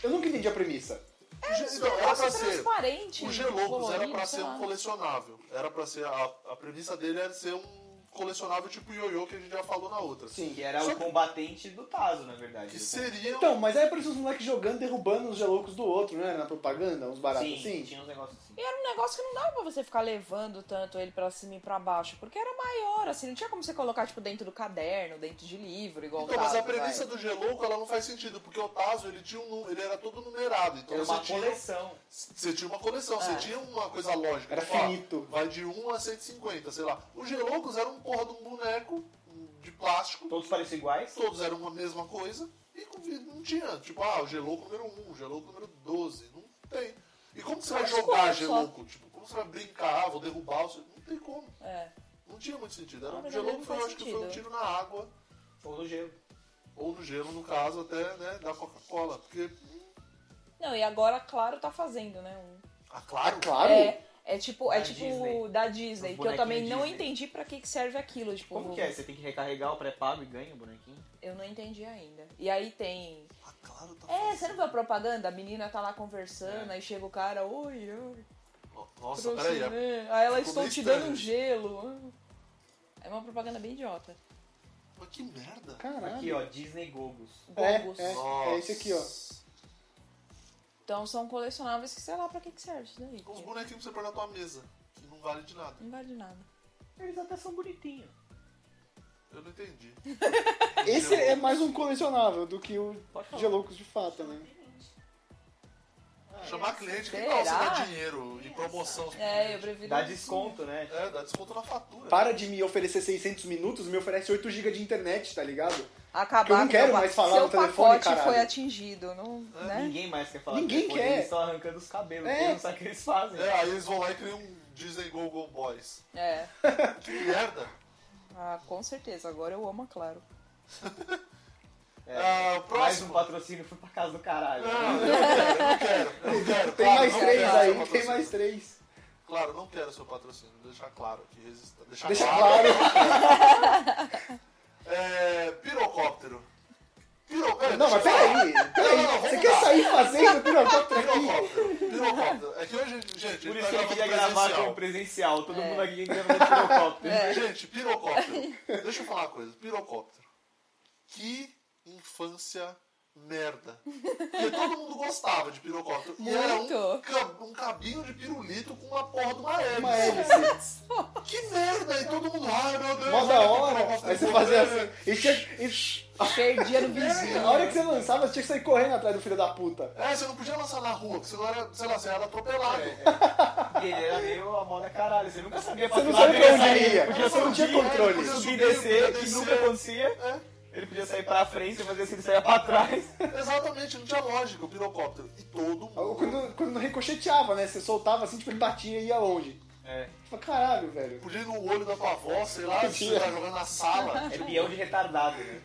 [SPEAKER 2] Eu nunca entendi a premissa.
[SPEAKER 3] É,
[SPEAKER 1] Então, era
[SPEAKER 3] Nossa,
[SPEAKER 1] pra ser.
[SPEAKER 3] transparente.
[SPEAKER 1] O Geloucos era
[SPEAKER 3] colorido,
[SPEAKER 1] pra
[SPEAKER 3] sei
[SPEAKER 1] ser
[SPEAKER 3] lá.
[SPEAKER 1] um colecionável. Era pra ser. A, a premissa dele era ser um colecionável tipo ioiô que a gente já falou na outra.
[SPEAKER 2] Sim.
[SPEAKER 4] Que era
[SPEAKER 1] Só
[SPEAKER 4] o
[SPEAKER 1] que-
[SPEAKER 4] combatente do Tazo, na verdade. né?
[SPEAKER 1] Que
[SPEAKER 4] Do-
[SPEAKER 1] seria.
[SPEAKER 2] Então, mas aí apareceu uns moleques jogando, derrubando os geloucos do outro, né? Na propaganda, uns baratos
[SPEAKER 4] Sim,
[SPEAKER 2] assim.
[SPEAKER 4] tinha uns negócios assim.
[SPEAKER 3] E era um negócio que não dava pra você ficar levando tanto ele pra cima e pra baixo, porque era maior, assim, não tinha como você colocar, tipo, dentro do caderno, dentro de livro, igual
[SPEAKER 1] Então,
[SPEAKER 3] o
[SPEAKER 1] mas a
[SPEAKER 3] Tazo,
[SPEAKER 1] premissa
[SPEAKER 3] vai.
[SPEAKER 1] do Gelouco ela não faz sentido, porque o Tazo ele tinha um, nu- ele era todo numerado. Então
[SPEAKER 4] Era
[SPEAKER 1] você,
[SPEAKER 4] uma
[SPEAKER 1] tinha,
[SPEAKER 4] coleção.
[SPEAKER 1] você tinha uma coleção, você
[SPEAKER 3] É.
[SPEAKER 1] tinha uma coisa lógica.
[SPEAKER 2] Era
[SPEAKER 1] tipo, ah,
[SPEAKER 2] finito.
[SPEAKER 1] Vai de 1 a 150, sei lá. O Geloucos era um porra de um boneco de plástico
[SPEAKER 4] Todos pareciam iguais.
[SPEAKER 1] todos eram a mesma coisa e com- e não tinha. Tipo, ah, o Gelouco número 1, o Gelouco número 12. Não tem. E como você vai
[SPEAKER 3] Mas
[SPEAKER 1] jogar
[SPEAKER 3] como só?
[SPEAKER 1] Gelouco? Tipo, como você vai brincar, ah, vou derrubar o seu... Não tem como.
[SPEAKER 3] É.
[SPEAKER 1] Não tinha muito sentido. Era
[SPEAKER 3] Na
[SPEAKER 1] um
[SPEAKER 3] verdade,
[SPEAKER 1] Gelouco,
[SPEAKER 3] não é
[SPEAKER 1] foi,
[SPEAKER 3] faz
[SPEAKER 1] eu acho que foi um
[SPEAKER 3] sentido.
[SPEAKER 1] tiro na água,
[SPEAKER 4] Ou no gelo.
[SPEAKER 1] ou no gelo, no caso, até, né, da Coca-Cola. Porque,
[SPEAKER 3] Não, e agora, claro, tá fazendo, né? um-
[SPEAKER 1] ah, claro,
[SPEAKER 2] Claro.
[SPEAKER 3] É, é tipo, é
[SPEAKER 4] Da
[SPEAKER 3] tipo
[SPEAKER 4] Disney.
[SPEAKER 3] da Disney,
[SPEAKER 4] Os
[SPEAKER 3] que eu também
[SPEAKER 4] bonequinhos
[SPEAKER 3] não
[SPEAKER 4] Disney.
[SPEAKER 3] entendi pra que que serve aquilo, tipo,
[SPEAKER 4] Como que é? Você tem que recarregar o pré-pago e ganha o bonequinho?
[SPEAKER 3] eu não entendi ainda. E aí tem
[SPEAKER 1] Ah, claro, tá
[SPEAKER 3] É, você
[SPEAKER 1] fazendo.
[SPEAKER 3] não viu a propaganda? A menina tá lá
[SPEAKER 4] É.
[SPEAKER 3] conversando, aí chega o cara, oi, oi.
[SPEAKER 1] No- Nossa,
[SPEAKER 3] trouxe,
[SPEAKER 1] peraí. é-
[SPEAKER 3] né?" Aí ela,
[SPEAKER 1] ficou
[SPEAKER 3] estou
[SPEAKER 1] meio
[SPEAKER 3] te
[SPEAKER 1] estranho
[SPEAKER 3] dando um
[SPEAKER 1] isso.
[SPEAKER 3] gelo. É uma propaganda bem idiota.
[SPEAKER 1] é, Mas que merda.
[SPEAKER 2] Caralho.
[SPEAKER 4] Aqui, ó, Disney Gogos.
[SPEAKER 3] Gogos.
[SPEAKER 2] É,
[SPEAKER 1] Nossa.
[SPEAKER 2] é esse aqui, ó.
[SPEAKER 3] Então são colecionáveis que sei lá pra que que serve isso daí.
[SPEAKER 1] Os
[SPEAKER 3] porque
[SPEAKER 1] bonequinhos que você põe na tua mesa, que não vale de nada.
[SPEAKER 3] Não vale de nada.
[SPEAKER 4] Eles até são bonitinhos.
[SPEAKER 1] Eu não entendi.
[SPEAKER 2] Esse é mais um colecionável do que o
[SPEAKER 4] Pode falar.
[SPEAKER 2] geloucos de fato, né?
[SPEAKER 1] Chamar cliente que
[SPEAKER 3] Será?
[SPEAKER 1] calça dá dinheiro e promoção.
[SPEAKER 3] É, eu prefiro.
[SPEAKER 4] Dá desconto, né?
[SPEAKER 1] É, dá desconto na fatura.
[SPEAKER 2] Para de me oferecer 600 minutos, me oferece 8 GB de internet, tá ligado?
[SPEAKER 3] Acabar
[SPEAKER 2] Eu não
[SPEAKER 3] com
[SPEAKER 2] quero
[SPEAKER 3] meu pa-
[SPEAKER 2] mais falar
[SPEAKER 3] Seu
[SPEAKER 2] no telefone,
[SPEAKER 3] pacote
[SPEAKER 2] caralho.
[SPEAKER 3] foi atingido, não, né?
[SPEAKER 4] Ninguém mais quer falar
[SPEAKER 2] Ninguém
[SPEAKER 4] telefone,
[SPEAKER 2] quer.
[SPEAKER 4] Eles estão arrancando os cabelos,
[SPEAKER 2] É.
[SPEAKER 4] todo mundo sabe o que eles fazem.
[SPEAKER 1] É, aí eles vão lá e criam um Disney Google Boys.
[SPEAKER 3] É.
[SPEAKER 1] Que merda!
[SPEAKER 3] Ah, com certeza. Agora eu amo a Claro.
[SPEAKER 4] É.
[SPEAKER 1] Ah, o
[SPEAKER 4] Mais um
[SPEAKER 1] próximo.
[SPEAKER 4] patrocínio foi pra casa do caralho.
[SPEAKER 1] Não, eu não quero, eu não quero, eu não quero.
[SPEAKER 2] Tem
[SPEAKER 1] Claro,
[SPEAKER 2] mais
[SPEAKER 1] não
[SPEAKER 2] três
[SPEAKER 1] quero seu
[SPEAKER 2] aí, tem
[SPEAKER 1] patrocínio.
[SPEAKER 2] mais três.
[SPEAKER 1] Claro, não quero seu patrocínio, vou deixar claro aqui. Resista. Deixar
[SPEAKER 2] Deixa
[SPEAKER 1] tá claro.
[SPEAKER 2] claro.
[SPEAKER 1] É, pirocóptero. Pirocóptero.
[SPEAKER 2] Não, mas peraí.
[SPEAKER 1] Não,
[SPEAKER 2] peraí.
[SPEAKER 1] não, vamos
[SPEAKER 2] Você quer
[SPEAKER 1] lá.
[SPEAKER 2] sair fazendo pirocóptero aqui?
[SPEAKER 1] Pirocóptero. Pirocóptero. É que hoje, gente,
[SPEAKER 4] Por
[SPEAKER 1] a gente
[SPEAKER 4] isso que
[SPEAKER 1] tá
[SPEAKER 4] eu queria
[SPEAKER 1] gravando
[SPEAKER 4] gravar
[SPEAKER 1] presencial.
[SPEAKER 4] com o presencial. Todo
[SPEAKER 3] É.
[SPEAKER 4] mundo aqui gravando no helicóptero.
[SPEAKER 3] É.
[SPEAKER 1] Gente, pirocóptero. Deixa eu falar uma coisa. Pirocóptero. Que infância merda. Porque todo mundo gostava de pirocóptero. E era um,
[SPEAKER 3] Muito.
[SPEAKER 1] ca- um cabinho de pirulito com uma porra de uma hélice.
[SPEAKER 2] Uma hélice.
[SPEAKER 1] Que merda! E todo mundo, ai meu Deus.
[SPEAKER 2] Mó
[SPEAKER 1] olha
[SPEAKER 2] da
[SPEAKER 1] que
[SPEAKER 2] hora.
[SPEAKER 1] pirocóptero
[SPEAKER 2] Aí você
[SPEAKER 1] bom,
[SPEAKER 2] fazia
[SPEAKER 1] né?
[SPEAKER 2] assim. E tinha, e,
[SPEAKER 3] Perdia no vizinho.
[SPEAKER 2] na hora que você lançava, você tinha que sair correndo atrás do filho da puta.
[SPEAKER 1] É, você não podia lançar na rua, porque senão era, sei lá, você era atropelado.
[SPEAKER 2] É.
[SPEAKER 4] E ele era meio a moda caralho. Você nunca sabia
[SPEAKER 2] Você não
[SPEAKER 4] lado,
[SPEAKER 2] sabia
[SPEAKER 4] ele
[SPEAKER 2] pra onde
[SPEAKER 4] sair,
[SPEAKER 2] ia.
[SPEAKER 4] Podia
[SPEAKER 2] Você não
[SPEAKER 4] subir,
[SPEAKER 2] tinha controle.
[SPEAKER 4] Podia subir e
[SPEAKER 1] Podia subir,
[SPEAKER 4] descer,
[SPEAKER 1] podia
[SPEAKER 4] que
[SPEAKER 1] descer.
[SPEAKER 4] nunca acontecia.
[SPEAKER 1] É.
[SPEAKER 4] Ele podia sair pra frente, fazer assim, ele saia pra trás.
[SPEAKER 1] Exatamente, não tinha lógica o pirocóptero. E todo mundo.
[SPEAKER 2] Quando, quando ricocheteava, né? Você soltava assim, tipo, ele batia e ia longe.
[SPEAKER 4] É,
[SPEAKER 2] Tipo, caralho, velho.
[SPEAKER 1] Podia ir no olho da tua avó, sei lá, se você tá jogando na sala.
[SPEAKER 4] é peão de retardado, né?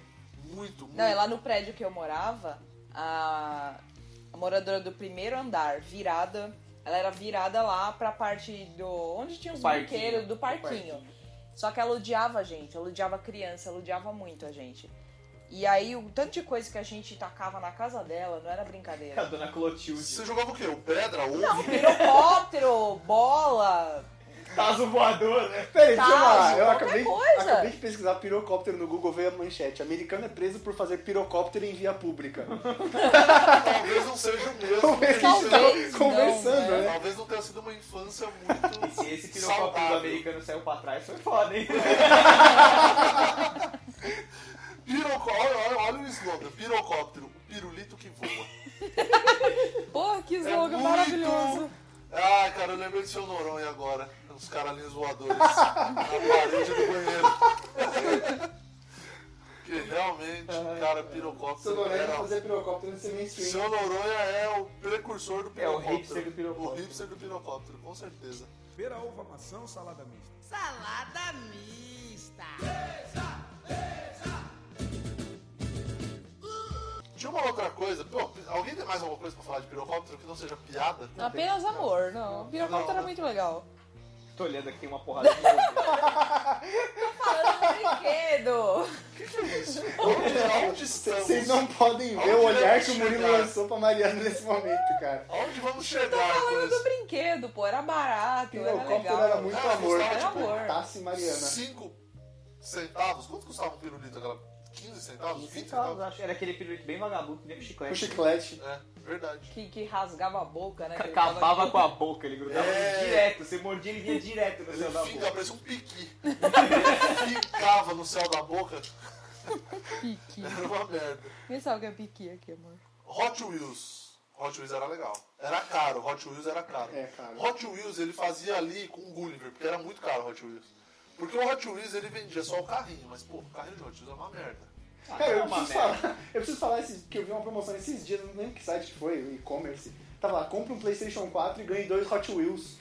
[SPEAKER 1] Muito, muito.
[SPEAKER 3] Não, é lá no prédio que eu morava, a, a moradora do primeiro andar, virada, ela era virada lá pra parte do. onde tinha os
[SPEAKER 4] parquinho.
[SPEAKER 3] brinquedos, do
[SPEAKER 4] O
[SPEAKER 3] parquinho. Só que ela odiava a gente, ela odiava criança, ela odiava muito a gente. E aí o tanto de coisa que a gente tacava na casa dela não era
[SPEAKER 4] A
[SPEAKER 3] brincadeira.
[SPEAKER 4] dona Clotilde.
[SPEAKER 1] Você jogava o quê? O pedra, ovo?
[SPEAKER 3] Não, pirocóptero, bola,
[SPEAKER 4] Taso voador, né?
[SPEAKER 2] Peraí, deixa eu lá.
[SPEAKER 3] Caso,
[SPEAKER 2] Eu
[SPEAKER 3] Tá, qualquer
[SPEAKER 2] acabei,
[SPEAKER 3] coisa.
[SPEAKER 2] acabei de pesquisar pirocóptero no Google, veio a manchete. Americano é preso por fazer pirocóptero em via pública.
[SPEAKER 1] Talvez não seja o mesmo.
[SPEAKER 2] Talvez
[SPEAKER 1] porque isso é-
[SPEAKER 3] Talvez não,
[SPEAKER 2] conversando,
[SPEAKER 3] né?
[SPEAKER 2] né?
[SPEAKER 1] Talvez não tenha sido uma infância
[SPEAKER 4] E se esse
[SPEAKER 1] muito
[SPEAKER 4] pirocópio do
[SPEAKER 1] saudável.
[SPEAKER 4] americano saiu pra trás, foi foda, hein?
[SPEAKER 1] Pirocó- Olha, olha, olha o slogan, pirocóptero, o pirulito que voa.
[SPEAKER 3] Pô, que
[SPEAKER 1] É
[SPEAKER 3] slogan
[SPEAKER 1] muito-
[SPEAKER 3] maravilhoso.
[SPEAKER 1] Ai, cara, eu lembrei do seu Noronha agora. Os caralhinhos voadores na parede do banheiro. que realmente, cara,
[SPEAKER 2] Seu
[SPEAKER 1] pirocóptero
[SPEAKER 2] Noronha
[SPEAKER 1] era...
[SPEAKER 2] vai fazer pirocóptero no seu mainstream.
[SPEAKER 1] Seu Noronha é o precursor do
[SPEAKER 4] É, o
[SPEAKER 1] pirocóptero.
[SPEAKER 4] hipster do pirocóptero.
[SPEAKER 1] O hipster do pirocóptero, com certeza.
[SPEAKER 5] Pera, uva, maçã, salada mista.
[SPEAKER 6] Salada mista.
[SPEAKER 1] Tinha uma outra coisa. Pô, alguém tem mais alguma coisa pra falar de pirocóptero que não seja piada?
[SPEAKER 3] Apenas amor, não. Pirocóptero era muito legal.
[SPEAKER 4] Tô olhando aqui uma porrada de novo.
[SPEAKER 3] Falando do brinquedo.
[SPEAKER 1] Onde, onde estamos?
[SPEAKER 2] Vocês não podem ver
[SPEAKER 1] Aonde
[SPEAKER 2] o olhar
[SPEAKER 1] vamos
[SPEAKER 2] que o Murilo
[SPEAKER 1] chegar?
[SPEAKER 2] lançou pra Mariana nesse momento, cara.
[SPEAKER 1] Onde vamos chegar com
[SPEAKER 3] tá Falando do
[SPEAKER 1] isso?
[SPEAKER 3] brinquedo, pô, era barato, era
[SPEAKER 2] Pirocóptero
[SPEAKER 3] legal.
[SPEAKER 2] era muito
[SPEAKER 1] Ah,
[SPEAKER 2] amor.
[SPEAKER 1] gostava,
[SPEAKER 3] Era amor.
[SPEAKER 2] Tassi Mariana.
[SPEAKER 1] 5 centavos? Quanto custava um pirulito? Aquela 15 centavos? 20
[SPEAKER 4] Centavos,
[SPEAKER 1] centavos?
[SPEAKER 4] acho. Era aquele pirulito bem vagabundo, que nem
[SPEAKER 2] tá. O
[SPEAKER 4] chiclete.
[SPEAKER 2] chiclete.
[SPEAKER 1] É, verdade.
[SPEAKER 3] Que, que rasgava a boca, né? que ele tava
[SPEAKER 4] Acabava
[SPEAKER 3] aqui.
[SPEAKER 4] com a boca, ele grudava
[SPEAKER 1] É.
[SPEAKER 4] direto. Você mordia, ele vinha direto no
[SPEAKER 1] Ele
[SPEAKER 4] céu da
[SPEAKER 1] fica,
[SPEAKER 4] boca.
[SPEAKER 1] parecia um piqui. Ele ficava no céu da boca.
[SPEAKER 3] Piqui.
[SPEAKER 1] Era uma merda.
[SPEAKER 3] Quem sabe o que é piqui aqui, amor?
[SPEAKER 1] Hot Wheels. Hot Wheels era legal. Era caro, Hot Wheels era caro.
[SPEAKER 2] É, cara.
[SPEAKER 1] Hot Wheels ele fazia ali com o Gulliver, porque era muito caro o Hot Wheels. Porque o Hot Wheels ele vendia só o carrinho, mas pô, o carrinho de Hot Wheels é uma merda.
[SPEAKER 4] Ah,
[SPEAKER 2] Cara,
[SPEAKER 4] é
[SPEAKER 2] eu
[SPEAKER 4] uma
[SPEAKER 2] preciso,
[SPEAKER 4] merda.
[SPEAKER 2] falar, eu preciso falar esses- que eu vi uma promoção esses dias, não lembro que site que foi, o e-commerce. Tava lá, compre um PlayStation 4 e ganhe dois Hot Wheels.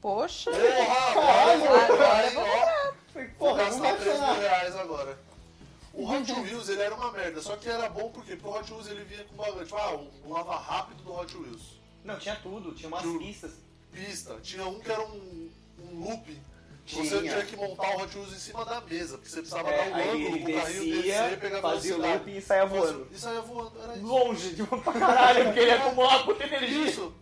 [SPEAKER 3] Poxa.
[SPEAKER 1] Porra,
[SPEAKER 2] Caralho!
[SPEAKER 1] agora, agora, ó,
[SPEAKER 2] Falei,
[SPEAKER 1] Vou
[SPEAKER 2] porra, não
[SPEAKER 1] gastar
[SPEAKER 2] vai
[SPEAKER 1] 3 mil
[SPEAKER 2] funcionar.
[SPEAKER 1] reais agora. O Hot Wheels ele era uma merda, só que era bom por quê? Porque o Hot Wheels ele vinha com uma, tipo, ah, um lava rápido do Hot Wheels.
[SPEAKER 4] Não, tinha tudo. Tinha umas
[SPEAKER 1] Tudo.
[SPEAKER 4] pistas.
[SPEAKER 1] Pista, tinha um que era um, um loop. Você
[SPEAKER 2] Tinha.
[SPEAKER 1] tinha que montar o Hot Wheels em cima da mesa, porque você precisava
[SPEAKER 4] É,
[SPEAKER 1] dar um
[SPEAKER 4] aí
[SPEAKER 1] ângulo
[SPEAKER 4] ele
[SPEAKER 1] pro carrinho descer e pegar
[SPEAKER 4] descia, fazia o loop
[SPEAKER 1] velocidade.
[SPEAKER 4] e saia voando.
[SPEAKER 1] Isso aí ia voando, era isso.
[SPEAKER 4] Longe de uma pra caralho, porque ele acumulava muita energia.
[SPEAKER 1] Isso,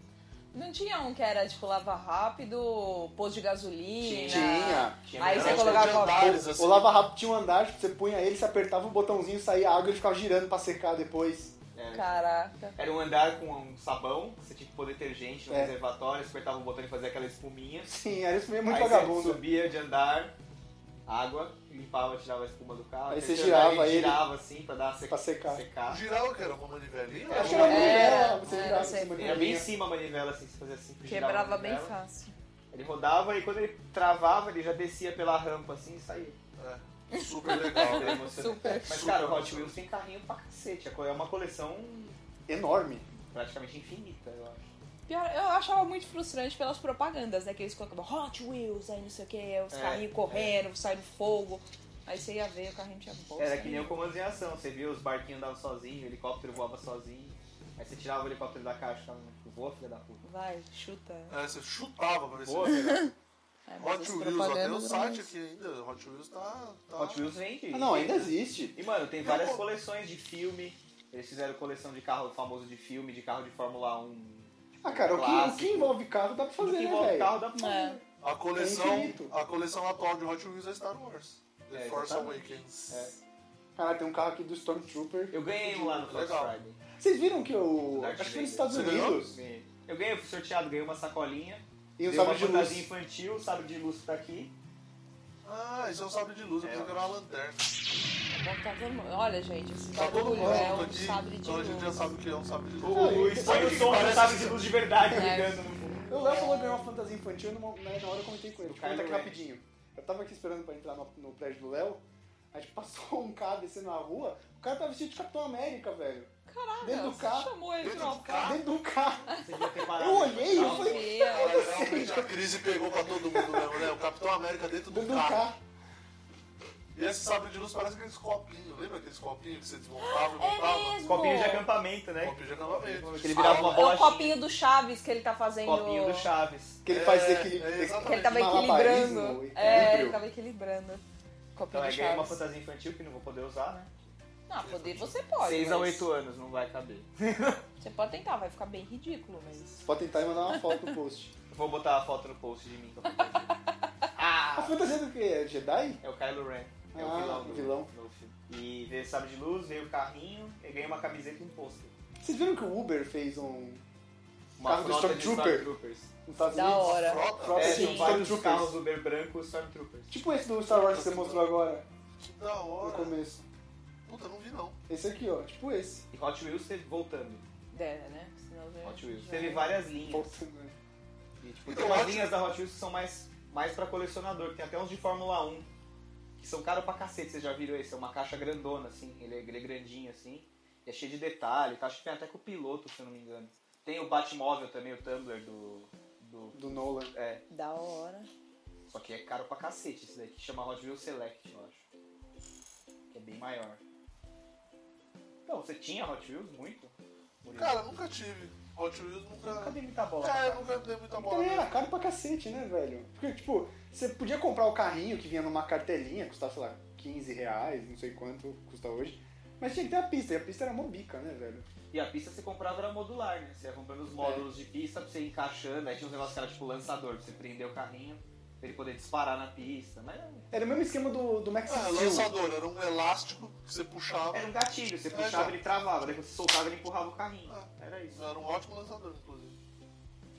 [SPEAKER 3] Não tinha um que era tipo lava rápido, posto de gasolina.
[SPEAKER 2] Tinha.
[SPEAKER 4] Tinha
[SPEAKER 1] era
[SPEAKER 3] Aí
[SPEAKER 4] mesmo.
[SPEAKER 3] você
[SPEAKER 1] tipo
[SPEAKER 3] colocava
[SPEAKER 1] de
[SPEAKER 3] uma
[SPEAKER 1] andares,
[SPEAKER 2] O
[SPEAKER 1] assim.
[SPEAKER 2] Lava Rápido tinha um andar, tipo, você punha ele, você apertava o botãozinho, saía água e ele ficava girando pra secar depois.
[SPEAKER 4] É.
[SPEAKER 3] Caraca.
[SPEAKER 4] Era um andar com um sabão, que você tinha que pôr detergente no
[SPEAKER 2] É.
[SPEAKER 4] reservatório, você apertava o botão e fazia aquela espuminha.
[SPEAKER 2] Sim, era isso mesmo, muito
[SPEAKER 4] aí
[SPEAKER 2] vagabundo.
[SPEAKER 4] Você subia de andar, água, limpava, tirava a espuma do carro.
[SPEAKER 2] Aí
[SPEAKER 4] você
[SPEAKER 2] você girava
[SPEAKER 4] andava e
[SPEAKER 2] ele
[SPEAKER 4] girava assim pra dar uma seca,
[SPEAKER 2] pra secar.
[SPEAKER 1] Girava que era uma manivelinha.
[SPEAKER 2] Acho
[SPEAKER 4] é,
[SPEAKER 2] que era muito
[SPEAKER 3] Era,
[SPEAKER 2] legal, né? você
[SPEAKER 3] era,
[SPEAKER 2] girava em
[SPEAKER 3] sei.
[SPEAKER 2] cima de
[SPEAKER 4] Era É bem em
[SPEAKER 2] bolinha.
[SPEAKER 4] cima a manivela, assim, você fazia assim. girava a
[SPEAKER 3] Quebrava bem
[SPEAKER 4] manivela.
[SPEAKER 3] fácil.
[SPEAKER 4] Ele rodava e quando ele travava, ele já descia pela rampa assim e saía.
[SPEAKER 1] É, super legal.
[SPEAKER 4] Era emocionante.
[SPEAKER 3] Super.
[SPEAKER 4] Mas cara, o Hot Wheels tem carrinho pra cacete. É uma coleção
[SPEAKER 2] Enorme.
[SPEAKER 4] praticamente infinita, eu acho.
[SPEAKER 3] Pior, eu achava muito frustrante pelas propagandas, né? Que eles colocavam Hot Wheels, aí não sei o que, os
[SPEAKER 4] É,
[SPEAKER 3] carrinhos correndo, saindo fogo. Aí você ia ver, o carrinho tinha bosta.
[SPEAKER 4] Era que nem o comando em ação, você via os barquinhos andavam sozinho, o helicóptero voava sozinho. Aí você tirava o helicóptero da caixa e ficava tipo, voa, filha da puta.
[SPEAKER 3] Vai, chuta.
[SPEAKER 1] É, você chutava pra ver se-
[SPEAKER 4] Voa, filha da puta.
[SPEAKER 3] Aí, mas as
[SPEAKER 1] Hot Wheels, ó, tem um
[SPEAKER 3] propagandas eram
[SPEAKER 1] site aqui ainda. Hot Wheels tá. tá...
[SPEAKER 4] Hot Wheels vende.
[SPEAKER 2] Ah, não, ainda existe.
[SPEAKER 4] E mano, tem várias coleções de filme. Eles fizeram coleção de carro famoso de filme, de carro de Fórmula 1.
[SPEAKER 2] Ah, cara, o que, o que
[SPEAKER 4] Clássico.
[SPEAKER 2] envolve carro dá pra
[SPEAKER 4] Tudo
[SPEAKER 2] fazer,
[SPEAKER 4] que
[SPEAKER 2] né,
[SPEAKER 4] envolve
[SPEAKER 2] velho?
[SPEAKER 4] carro dá pra
[SPEAKER 3] É.
[SPEAKER 4] fazer.
[SPEAKER 1] A coleção,
[SPEAKER 2] É infinito.
[SPEAKER 1] a coleção atual de Hot Wheels é Star Wars. The
[SPEAKER 4] É,
[SPEAKER 1] Force
[SPEAKER 4] exatamente.
[SPEAKER 1] Awakens.
[SPEAKER 4] É.
[SPEAKER 2] Caralho, tem um carro aqui do Stormtrooper.
[SPEAKER 4] Eu ganhei um lá no Black
[SPEAKER 1] Legal.
[SPEAKER 4] Friday.
[SPEAKER 2] Vocês viram que o.
[SPEAKER 4] Darth
[SPEAKER 2] Acho que foi
[SPEAKER 4] Vader.
[SPEAKER 2] nos Estados
[SPEAKER 1] Você ganhou?
[SPEAKER 2] Unidos.
[SPEAKER 4] Ganhei. Eu ganhei, eu fui sorteado, ganhei uma sacolinha.
[SPEAKER 2] E um
[SPEAKER 4] ganhei
[SPEAKER 2] sabre
[SPEAKER 4] uma
[SPEAKER 2] de
[SPEAKER 4] fantasia
[SPEAKER 2] luz.
[SPEAKER 4] infantil, o sabre de luz tá aqui.
[SPEAKER 1] Ah, isso é um sabre de luz, eu
[SPEAKER 4] É.
[SPEAKER 1] pensei que era uma lanterna.
[SPEAKER 3] Bom, tá todo mundo- Olha, gente, esse
[SPEAKER 1] Tá todo
[SPEAKER 3] bagulho
[SPEAKER 1] mundo
[SPEAKER 3] é um
[SPEAKER 1] aqui,
[SPEAKER 3] sabre de
[SPEAKER 1] então a gente já
[SPEAKER 3] luz.
[SPEAKER 1] sabe o que é um sabre de luz.
[SPEAKER 2] Não,
[SPEAKER 4] O
[SPEAKER 2] Ui,
[SPEAKER 4] Espolho
[SPEAKER 1] que
[SPEAKER 4] som do
[SPEAKER 1] parece-
[SPEAKER 4] sabre de luz de verdade né?
[SPEAKER 3] É.
[SPEAKER 4] ligando tá no fundo.
[SPEAKER 2] O Léo falou que ganhou uma fantasia infantil e numa- na na hora eu comentei com ele.
[SPEAKER 4] O
[SPEAKER 2] Tipo, conta aqui
[SPEAKER 4] Kylo Ren.
[SPEAKER 2] rapidinho. Eu tava aqui esperando pra entrar no, no prédio do Léo. Aí tipo, passou um cara descendo na rua. O cara tava vestido de Capitão América, velho.
[SPEAKER 3] Caraca,
[SPEAKER 2] dentro do
[SPEAKER 3] você
[SPEAKER 2] carro.
[SPEAKER 3] chamou ele
[SPEAKER 1] Dentro
[SPEAKER 3] pra
[SPEAKER 1] do
[SPEAKER 3] uma
[SPEAKER 1] carro.
[SPEAKER 2] Dentro do carro.
[SPEAKER 4] Você devia ter parado.
[SPEAKER 2] Eu olhei e
[SPEAKER 3] Meu
[SPEAKER 2] falei.
[SPEAKER 3] Deus.
[SPEAKER 1] Cara, realmente a crise pegou pra todo mundo mesmo, né? O Capitão América dentro do
[SPEAKER 4] Tá.
[SPEAKER 2] Dentro do
[SPEAKER 1] carro.
[SPEAKER 2] carro.
[SPEAKER 1] E esse sabre de luz parece aqueles copinhos, lembra aqueles copinhos que você desmontava e montava?
[SPEAKER 3] É mesmo!
[SPEAKER 4] Copinho de acampamento, né?
[SPEAKER 1] Copinho de Ah, acampamento.
[SPEAKER 4] Que ele virava uma
[SPEAKER 3] É
[SPEAKER 4] bola
[SPEAKER 3] o copinho do Chaves que ele tá fazendo.
[SPEAKER 4] Copinho do Chaves.
[SPEAKER 2] Que ele faz
[SPEAKER 1] É,
[SPEAKER 2] aquele.
[SPEAKER 1] é, exatamente.
[SPEAKER 3] Que ele tava
[SPEAKER 2] malabarismo,
[SPEAKER 3] equilibrando.
[SPEAKER 2] equilíbrio.
[SPEAKER 3] É, ele tava equilibrando. Copinho
[SPEAKER 4] Então
[SPEAKER 3] do
[SPEAKER 4] aí ganhei uma
[SPEAKER 3] Chaves.
[SPEAKER 4] fantasia infantil que não vou poder usar. né?
[SPEAKER 3] Não, poder você pode.
[SPEAKER 4] 6 a
[SPEAKER 3] mas
[SPEAKER 4] 8 anos, não vai caber.
[SPEAKER 3] Você pode tentar, vai ficar bem ridículo, mas.
[SPEAKER 2] Pode tentar e mandar uma foto no post.
[SPEAKER 4] Vou botar a foto no post de mim. que eu fantasia.
[SPEAKER 2] A
[SPEAKER 4] ah!
[SPEAKER 2] fantasia do que? É Jedi?
[SPEAKER 4] É o Kylo Ren. É
[SPEAKER 2] Ah,
[SPEAKER 4] o vilão
[SPEAKER 2] o
[SPEAKER 4] do
[SPEAKER 2] vilão.
[SPEAKER 4] do filme. E veio sabe de luz, veio o carrinho, eu ganhei uma camiseta e um pôster.
[SPEAKER 2] Vocês viram que o Uber fez um.
[SPEAKER 4] Uma
[SPEAKER 2] Carro do
[SPEAKER 4] frota de
[SPEAKER 2] Stormtrooper.
[SPEAKER 4] Stormtroopers.
[SPEAKER 2] Nos Estados
[SPEAKER 3] Da
[SPEAKER 2] Unidos?
[SPEAKER 3] hora.
[SPEAKER 1] Frota?
[SPEAKER 2] Frota
[SPEAKER 4] É,
[SPEAKER 2] de
[SPEAKER 4] são vários
[SPEAKER 2] Stormtroopers.
[SPEAKER 4] carros Uber branco Stormtroopers.
[SPEAKER 2] Tipo esse do Star Wars que você mostrou agora,
[SPEAKER 1] Que da
[SPEAKER 2] no
[SPEAKER 1] hora.
[SPEAKER 2] começo.
[SPEAKER 1] Puta, não vi não.
[SPEAKER 2] Esse aqui, ó. Tipo esse.
[SPEAKER 4] E Hot Wheels teve voltando.
[SPEAKER 3] É, né? Senão já-
[SPEAKER 4] Hot Wheels.
[SPEAKER 3] já-
[SPEAKER 4] Teve várias linhas.
[SPEAKER 2] Volta, né?
[SPEAKER 4] E, tipo,
[SPEAKER 1] Então,
[SPEAKER 4] tem umas
[SPEAKER 1] Hot-
[SPEAKER 4] linhas da Hot Wheels que são mais, mais pra colecionador. que Tem até uns de Fórmula 1. Que são caros pra cacete, vocês já viram esse? É uma caixa grandona, assim. Ele é, ele é grandinho, assim. E é cheio de detalhe. Tá? Acho que tem até com o piloto, se eu não me engano. Tem o Batmóvel também, o Tumblr do... do
[SPEAKER 2] Do Nolan.
[SPEAKER 4] é,
[SPEAKER 3] Da hora.
[SPEAKER 4] só que é caro pra cacete esse daqui. Chama Hot Wheels Select, eu acho. Que é bem maior. Então, você tinha Hot Wheels? Muito? Murilo?
[SPEAKER 1] Cara, nunca tive. Hot Wheels
[SPEAKER 4] nunca
[SPEAKER 1] nunca.
[SPEAKER 4] dei muita bola. pra
[SPEAKER 1] Cara, eu
[SPEAKER 4] carro.
[SPEAKER 1] nunca dei muita bola.
[SPEAKER 2] Também
[SPEAKER 1] né?
[SPEAKER 2] era caro pra cacete, né, velho? Porque, tipo, você podia comprar o carrinho que vinha numa cartelinha, custava, sei lá, 15 reais, não sei quanto custa hoje. Mas tinha que ter a pista, e a pista era mobica, né, velho?
[SPEAKER 4] E a pista você comprava era modular, né? Você ia comprando os módulos
[SPEAKER 2] É.
[SPEAKER 4] de pista pra você ir encaixando. Aí tinha uns negócios que era tipo lançador, pra você prender o carrinho pra ele poder disparar na pista. Mas um,
[SPEAKER 2] Era o mesmo esquema do, do Max
[SPEAKER 1] Ah,
[SPEAKER 2] Steel.
[SPEAKER 1] lançador, era um elástico que você puxava.
[SPEAKER 4] era um gatilho, você
[SPEAKER 1] É,
[SPEAKER 4] puxava
[SPEAKER 1] já.
[SPEAKER 4] ele travava. Daí quando você soltava ele empurrava o carrinho.
[SPEAKER 2] É.
[SPEAKER 4] Era isso.
[SPEAKER 1] Era um ótimo lançador, inclusive.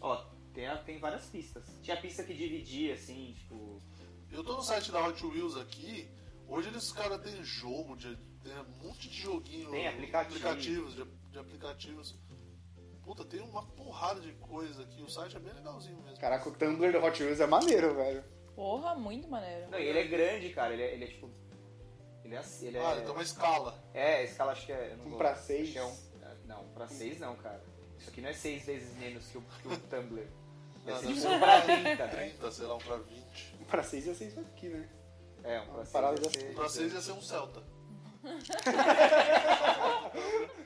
[SPEAKER 4] Ó, tem, a- tem várias pistas. Tinha a pista que dividia, assim, tipo.
[SPEAKER 1] Eu tô no site da Hot Wheels aqui. Hoje eles, cara, tem jogo, de, tem um monte de joguinho.
[SPEAKER 4] Tem aplicativo.
[SPEAKER 1] aplicativos. De, de aplicativos. Puta, tem uma porrada de coisa aqui. O site é bem legalzinho mesmo.
[SPEAKER 2] Caraca, o Tumblr do Hot Wheels é maneiro, velho.
[SPEAKER 3] Porra, muito maneiro.
[SPEAKER 4] Não, e ele é grande, cara. Ele é, ele é tipo. Ele é assim. Ele é,
[SPEAKER 1] Ah, ele tem uma escala.
[SPEAKER 4] é, a escala acho que é. eu não
[SPEAKER 2] Um
[SPEAKER 4] vou-
[SPEAKER 2] pra
[SPEAKER 4] acho
[SPEAKER 2] seis.
[SPEAKER 4] que é um- é, não, pra seis não, cara. Isso aqui não é seis vezes menos que o, que o Tumblr. Deve
[SPEAKER 1] Ah, deve
[SPEAKER 4] ser tipo
[SPEAKER 1] ser
[SPEAKER 4] um pra 30, né?
[SPEAKER 1] 30, sei lá, um pra 20.
[SPEAKER 2] Um pra 6 e a 6 aqui, né?
[SPEAKER 4] É, um pra
[SPEAKER 2] Uma
[SPEAKER 4] seis né?
[SPEAKER 2] parada
[SPEAKER 4] ia
[SPEAKER 2] dessa.
[SPEAKER 4] ser-
[SPEAKER 1] Um pra 6 ia ser um Celta.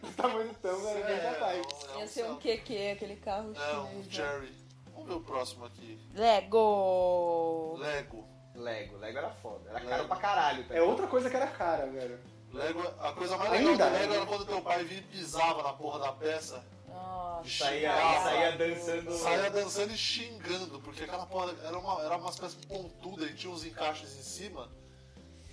[SPEAKER 2] O tamanho do
[SPEAKER 4] um
[SPEAKER 2] Tumblr era bem capaz.
[SPEAKER 1] é
[SPEAKER 3] Ia ser um
[SPEAKER 1] Celta.
[SPEAKER 3] QQ, aquele carro
[SPEAKER 1] É, um
[SPEAKER 3] chinês. né?
[SPEAKER 1] Jerry. Vamos ver o próximo aqui.
[SPEAKER 3] Lego!
[SPEAKER 1] Lego.
[SPEAKER 4] Lego, Lego era foda. Era
[SPEAKER 1] Lego.
[SPEAKER 4] caro pra caralho tá também.
[SPEAKER 2] É outra coisa que era cara, velho.
[SPEAKER 1] Lego, é a coisa mais legal
[SPEAKER 2] Ainda,
[SPEAKER 1] do Lego
[SPEAKER 2] né?
[SPEAKER 1] era quando teu pai vinha e pisava na porra da peça.
[SPEAKER 3] Nossa.
[SPEAKER 4] Saía,
[SPEAKER 1] Xingava.
[SPEAKER 4] saía dançando.
[SPEAKER 1] Saía dançando e xingando, porque aquela porra era, uma, era umas peças pontudas e tinha uns encaixes em cima.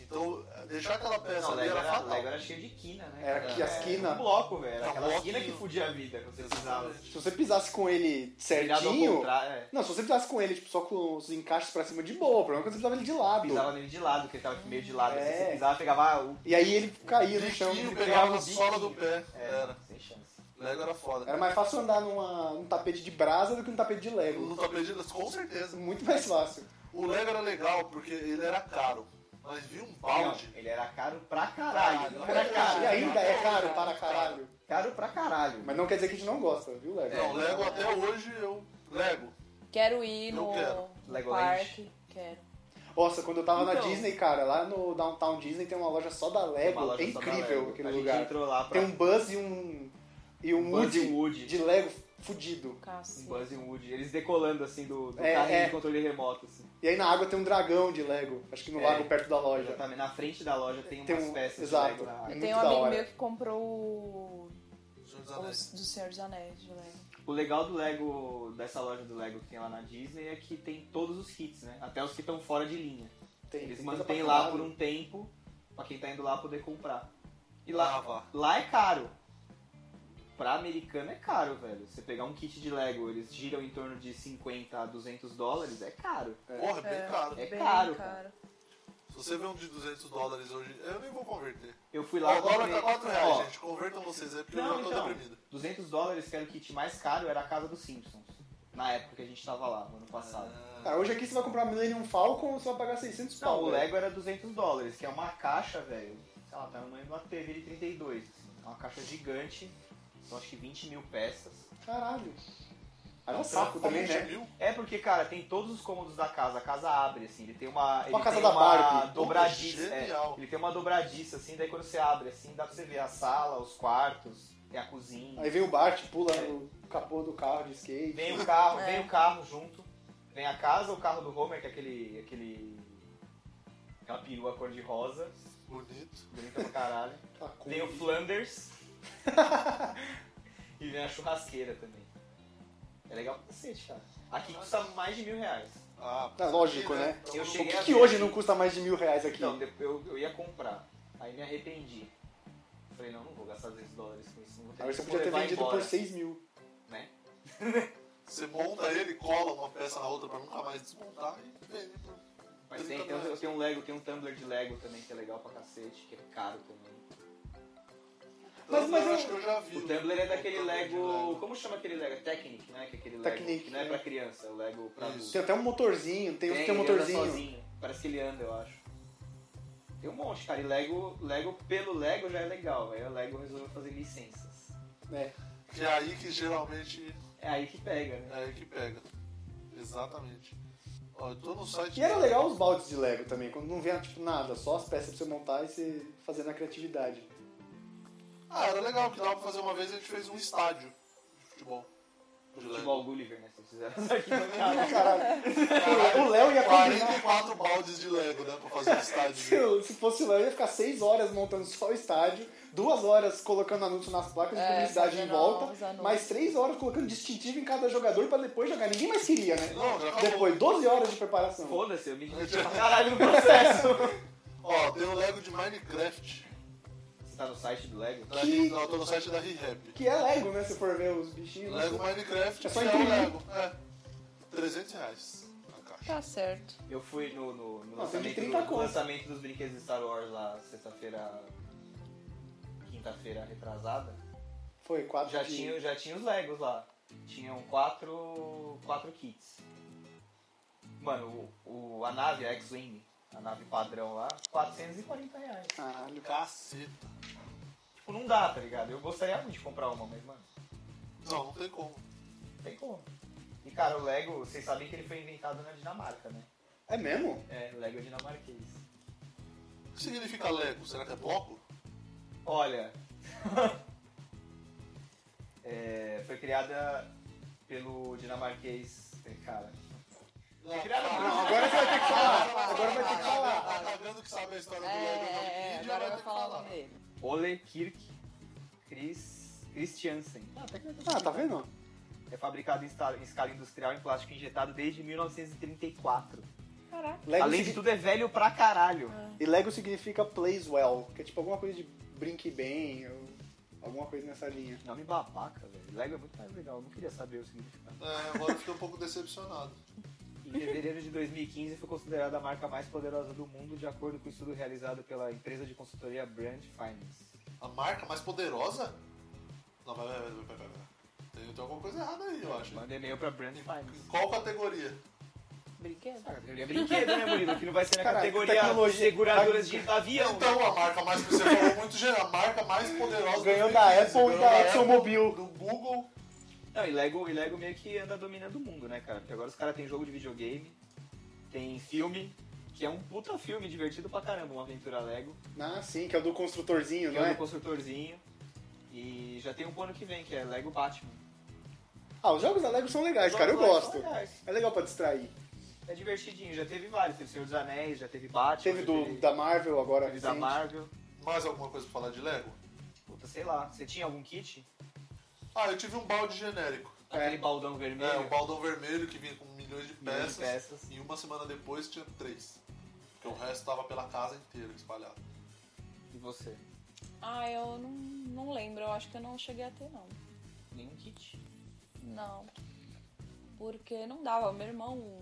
[SPEAKER 1] Então, deixar aquela peça
[SPEAKER 4] Não,
[SPEAKER 1] ali
[SPEAKER 4] Lego
[SPEAKER 1] era,
[SPEAKER 4] era,
[SPEAKER 1] fatal.
[SPEAKER 4] Lego era cheio de quina, né?
[SPEAKER 2] Era
[SPEAKER 4] cara?
[SPEAKER 2] que as quina-
[SPEAKER 4] Era Um bloco, velho.
[SPEAKER 1] Era
[SPEAKER 4] Era
[SPEAKER 1] um
[SPEAKER 4] aquela
[SPEAKER 1] bloquinho.
[SPEAKER 4] quina que fudia a vida quando você precisava.
[SPEAKER 1] Exatamente.
[SPEAKER 2] Se você pisasse com ele
[SPEAKER 4] Virado ao
[SPEAKER 2] certinho.
[SPEAKER 4] contrário, é.
[SPEAKER 2] Não, se você pisasse com ele, tipo, só com os encaixes pra cima de boa, o problema é quando você pisava ele de lado.
[SPEAKER 4] Pisava nele de lado, porque ele tava meio de lado. assim,
[SPEAKER 2] É.
[SPEAKER 4] Você pisava, pegava o.
[SPEAKER 2] E aí ele caía no chão.
[SPEAKER 1] Biquinho
[SPEAKER 4] e
[SPEAKER 1] pegava
[SPEAKER 4] pegava
[SPEAKER 1] na
[SPEAKER 4] o
[SPEAKER 1] sola do
[SPEAKER 4] biquinho.
[SPEAKER 1] pé.
[SPEAKER 4] É,
[SPEAKER 1] Era.
[SPEAKER 4] sem chance.
[SPEAKER 1] Lego era foda.
[SPEAKER 2] Era mais fácil andar numa- num tapete de brasa do que num tapete de Lego.
[SPEAKER 1] Não tá perdido, com certeza.
[SPEAKER 2] Muito mais fácil.
[SPEAKER 1] O Lego era legal porque ele era caro, mas vinha um balde.
[SPEAKER 4] Não, ele era caro pra caralho.
[SPEAKER 1] Caralho.
[SPEAKER 4] Não era caro.
[SPEAKER 2] E ainda é caro para caralho.
[SPEAKER 4] Caro pra caralho.
[SPEAKER 2] Mas não quer dizer que a gente não gosta, viu, Lego?
[SPEAKER 4] É.
[SPEAKER 1] Não, Lego até hoje eu. Lego.
[SPEAKER 3] Quero ir
[SPEAKER 1] Eu
[SPEAKER 3] no
[SPEAKER 1] quero.
[SPEAKER 4] Legoland.
[SPEAKER 3] parque. Quero.
[SPEAKER 2] Nossa, quando eu tava na
[SPEAKER 4] Então.
[SPEAKER 2] Disney, cara, lá no Downtown Disney tem uma loja só da
[SPEAKER 4] Uma
[SPEAKER 2] Lego.
[SPEAKER 4] loja
[SPEAKER 2] É
[SPEAKER 4] só da
[SPEAKER 2] incrível
[SPEAKER 4] Lego.
[SPEAKER 2] aquele
[SPEAKER 4] a
[SPEAKER 2] lugar.
[SPEAKER 4] Gente entrou lá pra...
[SPEAKER 2] Tem um Buzz e um. E um
[SPEAKER 4] Buzz e
[SPEAKER 2] Woody,
[SPEAKER 4] Woody.
[SPEAKER 2] de Lego fudido.
[SPEAKER 4] Um
[SPEAKER 3] Cacete.
[SPEAKER 4] Buzz e um Woody. Eles decolando assim do, do
[SPEAKER 2] É,
[SPEAKER 4] carrinho
[SPEAKER 2] é.
[SPEAKER 4] de controle remoto. Assim.
[SPEAKER 2] E aí na água tem um dragão de Lego. Acho que no
[SPEAKER 4] É.
[SPEAKER 2] lago perto da loja.
[SPEAKER 4] Exatamente. Na frente da loja tem umas
[SPEAKER 2] Tem um-
[SPEAKER 4] peças
[SPEAKER 2] exato.
[SPEAKER 4] de Lego na área.
[SPEAKER 3] Eu
[SPEAKER 2] Muito
[SPEAKER 3] tenho um
[SPEAKER 2] da
[SPEAKER 3] amigo
[SPEAKER 2] hora.
[SPEAKER 3] meu que comprou o.
[SPEAKER 1] Senhor dos Anéis.
[SPEAKER 3] Os, do Senhor dos Anéis de Lego.
[SPEAKER 4] O legal do Lego, dessa loja do Lego que tem lá na Disney, é que tem todos os kits, né? Até os que estão fora de linha.
[SPEAKER 2] Tem,
[SPEAKER 4] Eles
[SPEAKER 2] tem coisa
[SPEAKER 4] mantêm
[SPEAKER 2] pra
[SPEAKER 4] lá
[SPEAKER 2] caralho.
[SPEAKER 4] por um tempo, pra quem tá indo lá poder comprar. E
[SPEAKER 1] Ah,
[SPEAKER 4] lá,
[SPEAKER 1] vá.
[SPEAKER 4] lá é caro. Pra americano é caro, velho. Você pegar um kit de Lego, eles giram em torno de 50 a 200 dólares, é caro.
[SPEAKER 1] Porra, é bem caro.
[SPEAKER 4] É
[SPEAKER 3] Bem
[SPEAKER 4] caro,
[SPEAKER 3] caro.
[SPEAKER 1] Se você vê um de 200 dólares hoje, eu nem vou converter.
[SPEAKER 4] Eu fui lá...
[SPEAKER 1] Ó, o dólar
[SPEAKER 4] comprei-
[SPEAKER 1] tá 4
[SPEAKER 4] Ó,
[SPEAKER 1] reais, gente. Convertam vocês aí, porque eu
[SPEAKER 4] Não,
[SPEAKER 1] já tô
[SPEAKER 4] então.
[SPEAKER 1] deprimido.
[SPEAKER 4] 200 dólares, que era o kit mais caro, era a casa dos Simpsons. Na época que a gente tava lá, no ano passado.
[SPEAKER 1] Ah.
[SPEAKER 2] Cara, Ah, hoje aqui você vai comprar Millennium Falcon você vai pagar 600
[SPEAKER 4] Não,
[SPEAKER 2] pau. né?
[SPEAKER 4] o
[SPEAKER 2] velho.
[SPEAKER 4] Lego era 200 dólares, que é uma caixa, velho. Sei lá, tá no tamanho de uma TV de 32. Assim. É uma caixa gigante, são acho que 20 mil peças.
[SPEAKER 2] Caralho. Era um saco também, né?
[SPEAKER 1] Então, Mil.
[SPEAKER 4] É porque, cara, tem todos os cômodos da casa. A casa abre, assim. Ele tem uma. Ele
[SPEAKER 2] casa
[SPEAKER 4] tem
[SPEAKER 2] da
[SPEAKER 4] uma
[SPEAKER 2] Barbie.
[SPEAKER 4] dobradiça.
[SPEAKER 1] Puta,
[SPEAKER 4] é.
[SPEAKER 1] genial.
[SPEAKER 4] ele tem uma dobradiça, assim. Daí quando você abre, assim, dá pra você ver a sala, os quartos, tem a cozinha.
[SPEAKER 2] Aí vem o Bart, pula no capô do carro de skate.
[SPEAKER 4] Vem o carro,
[SPEAKER 3] É.
[SPEAKER 4] vem o carro junto. Vem a casa, o carro do Homer, que é aquele. aquele. aquela perua cor de rosa.
[SPEAKER 1] Bonito.
[SPEAKER 4] Bonita pra caralho.
[SPEAKER 2] Aquela cor.
[SPEAKER 4] Vem o Flanders. e vem a churrasqueira também. É legal pra cacete, cara. Aqui custa mais de mil reais.
[SPEAKER 1] Ah,
[SPEAKER 2] É lógico, né?
[SPEAKER 4] Eu
[SPEAKER 2] O
[SPEAKER 4] cheguei
[SPEAKER 2] que,
[SPEAKER 4] a
[SPEAKER 2] que
[SPEAKER 4] ver
[SPEAKER 2] hoje
[SPEAKER 4] aqui.
[SPEAKER 2] não custa mais de mil reais aqui?
[SPEAKER 4] Então, de- eu, eu ia comprar. Aí me arrependi. Falei, não, não vou gastar 200 dólares com isso. Não vou ter
[SPEAKER 2] Aí você
[SPEAKER 4] vou
[SPEAKER 2] podia ter
[SPEAKER 4] levar
[SPEAKER 2] vendido
[SPEAKER 4] embora,
[SPEAKER 2] por 6 mil.
[SPEAKER 4] Né?
[SPEAKER 1] Você monta ele, cola uma peça na outra pra nunca mais desmontar e vende. pro-
[SPEAKER 4] Mas tem, tem, um- eu tenho um Lego, tem um Tumblr de Lego também que é legal pra cacete, que é caro também.
[SPEAKER 2] Mas- mas
[SPEAKER 1] eu
[SPEAKER 2] eu-
[SPEAKER 1] acho que eu já vi. né?
[SPEAKER 4] O Tumblr é daquele
[SPEAKER 1] o Tumblr de
[SPEAKER 4] Lego. Como chama aquele Lego? É Technic, né? Que é aquele Lego
[SPEAKER 2] Technic,
[SPEAKER 4] que não é
[SPEAKER 2] né?
[SPEAKER 4] pra criança, é o Lego pra
[SPEAKER 1] Isso.
[SPEAKER 4] adulto.
[SPEAKER 2] Tem até um motorzinho, tem, tem, um
[SPEAKER 4] ele anda
[SPEAKER 2] motorzinho.
[SPEAKER 4] sozinho. Parece que ele anda, eu acho. Tem um monte, cara. E Lego, Lego pelo Lego já é legal. Aí o Lego resolveu fazer licenças.
[SPEAKER 2] É.
[SPEAKER 1] Que é aí que geralmente
[SPEAKER 4] É aí que pega, né?
[SPEAKER 1] é aí que pega. Exatamente. Ó, eu tô no site.
[SPEAKER 2] E era legal os baldes de Lego também, quando não vinha tipo nada, só as peças pra você montar e você fazer na criatividade.
[SPEAKER 1] Ah, era legal, que dava pra fazer uma vez a gente fez um estádio de futebol. De Lego.
[SPEAKER 4] Futebol Gulliver, né? Se fizeram as arquibancadas.
[SPEAKER 2] Caralho,
[SPEAKER 1] Caralho,
[SPEAKER 2] o é Léo ia combinar.
[SPEAKER 1] 44 baldes de Lego, né? Pra fazer um
[SPEAKER 2] Se,
[SPEAKER 1] estádio.
[SPEAKER 2] eu- se fosse lá, eu ia ficar 6 horas montando só o estádio, 2 horas colocando anúncio nas placas de
[SPEAKER 3] É,
[SPEAKER 2] publicidade em
[SPEAKER 3] fazendo os
[SPEAKER 2] volta,
[SPEAKER 3] anúncios.
[SPEAKER 2] mais 3 horas colocando distintivo em cada jogador pra depois jogar. Ninguém mais queria, né?
[SPEAKER 1] Não, já acabou.
[SPEAKER 2] Depois, 12 horas de preparação.
[SPEAKER 4] Foda-se, eu me diverti pra caralho no processo.
[SPEAKER 1] Ó, tem o Lego de Minecraft.
[SPEAKER 4] Você tá no site do Lego?
[SPEAKER 1] Da,
[SPEAKER 2] Que-
[SPEAKER 1] Não, eu tô no site da Rehab.
[SPEAKER 2] Que é Lego, né? Se for ver os bichinhos.
[SPEAKER 1] Lego Minecraft,
[SPEAKER 2] É só
[SPEAKER 1] que é o
[SPEAKER 2] imprimir.
[SPEAKER 1] Lego. É. 300 reais na caixa.
[SPEAKER 3] Tá certo.
[SPEAKER 4] Eu fui no,
[SPEAKER 2] Não,
[SPEAKER 4] no, no
[SPEAKER 2] tem de
[SPEAKER 4] lançamento,
[SPEAKER 2] 30
[SPEAKER 4] do,
[SPEAKER 2] conto.
[SPEAKER 4] lançamento dos brinquedos de Star Wars lá, sexta-feira, quinta-feira retrasada.
[SPEAKER 2] Foi, 4
[SPEAKER 4] Já tinha, já tinha os Legos lá. Tinham quatro, quatro kits. Mano, o, o- a nave, a X-Wing, a nave padrão lá, 440 reais.
[SPEAKER 2] Caralho,
[SPEAKER 1] Caceta.
[SPEAKER 4] Tipo, não dá, tá ligado? Eu gostaria muito de comprar uma, mas, mano,
[SPEAKER 1] Não, não tem como.
[SPEAKER 4] não tem como. E, cara, o Lego, vocês sabem que ele foi inventado na Dinamarca, né?
[SPEAKER 2] É mesmo?
[SPEAKER 4] É, o Lego é dinamarquês.
[SPEAKER 1] O que significa Lego? Será que é bloco?
[SPEAKER 4] Olha. É, foi criada pelo dinamarquês. Cara.
[SPEAKER 1] Não,
[SPEAKER 4] Criada por-
[SPEAKER 2] Não, É, agora você vai ter que falar. Agora vai ter que falar.
[SPEAKER 1] Tá cagando que sabe a história do Lego na
[SPEAKER 3] É, é,
[SPEAKER 1] Wikipedia,
[SPEAKER 3] agora
[SPEAKER 1] vai
[SPEAKER 3] eu vou
[SPEAKER 1] ter que falar.
[SPEAKER 3] falar o nome dele.
[SPEAKER 4] Ole Kirk Chris, Christiansen.
[SPEAKER 2] Ah, tá vendo?
[SPEAKER 4] É fabricado em, esta- em escala industrial em plástico injetado desde 1934.
[SPEAKER 3] Caraca.
[SPEAKER 2] Lego
[SPEAKER 4] Além de
[SPEAKER 2] signi-
[SPEAKER 4] tudo, é velho pra caralho.
[SPEAKER 2] E Lego significa plays well, que é tipo alguma coisa de brinque bem, ou alguma coisa nessa linha.
[SPEAKER 4] Nome babaca, velho. Lego é muito mais legal. Eu não queria saber o significado.
[SPEAKER 1] É, agora eu fiquei um pouco decepcionado.
[SPEAKER 4] Em fevereiro de 2015, foi considerada a marca mais poderosa do mundo, de acordo com o estudo realizado pela empresa de consultoria Brand Finance.
[SPEAKER 1] A marca mais poderosa? Não, vai, vai, vai, vai, vai, vai. Tem, tem alguma coisa errada aí, eu acho.
[SPEAKER 4] Manda e-mail pra Brand
[SPEAKER 1] Em qual categoria?
[SPEAKER 3] Brinquedo?
[SPEAKER 4] Categoria brinquedo, né, Murilo? Que não vai ser na
[SPEAKER 2] Cara,
[SPEAKER 4] categoria
[SPEAKER 2] tecnologia.
[SPEAKER 4] seguradoras de avião. né?
[SPEAKER 1] Então, a marca mais. Você falou muito geral. A marca mais poderosa
[SPEAKER 2] Ganhou
[SPEAKER 1] do
[SPEAKER 2] da
[SPEAKER 1] 2015,
[SPEAKER 2] Apple
[SPEAKER 1] ganhou
[SPEAKER 2] e da ExxonMobil.
[SPEAKER 1] do Google.
[SPEAKER 4] Não, e Lego, e Lego meio que anda dominando o mundo, né, cara? Porque agora os caras têm jogo de videogame, tem filme, que é um puta filme divertido pra caramba, uma aventura Lego,
[SPEAKER 2] Ah, sim, que é o do construtorzinho,
[SPEAKER 4] que
[SPEAKER 2] não
[SPEAKER 4] é o do
[SPEAKER 2] é?
[SPEAKER 4] construtorzinho. E já tem um pro ano que vem, que é Lego Batman.
[SPEAKER 2] Ah, os jogos da Lego são legais, cara, eu
[SPEAKER 4] Os jogos
[SPEAKER 2] gosto.
[SPEAKER 4] lá são legais.
[SPEAKER 2] É legal pra distrair.
[SPEAKER 4] É divertidinho, já teve vários, teve Senhor dos Anéis, já teve Batman.
[SPEAKER 2] Teve
[SPEAKER 4] já
[SPEAKER 2] do da Marvel agora
[SPEAKER 4] teve da
[SPEAKER 2] recente.
[SPEAKER 4] Marvel.
[SPEAKER 1] Mais alguma coisa pra falar de Lego?
[SPEAKER 4] Puta, sei lá. Você tinha algum kit?
[SPEAKER 1] Ah, eu tive um balde genérico.
[SPEAKER 4] Aquele baldão vermelho?
[SPEAKER 1] É, um baldão vermelho que vinha com milhões de
[SPEAKER 4] milhão de
[SPEAKER 1] peças.
[SPEAKER 4] peças.
[SPEAKER 1] E uma semana depois tinha três. Porque o resto tava pela casa inteira espalhado.
[SPEAKER 4] E você?
[SPEAKER 3] Ah, eu não, não lembro. Eu acho que eu não cheguei a ter, não.
[SPEAKER 4] Nenhum kit.
[SPEAKER 3] Não. Porque não dava. Meu irmão,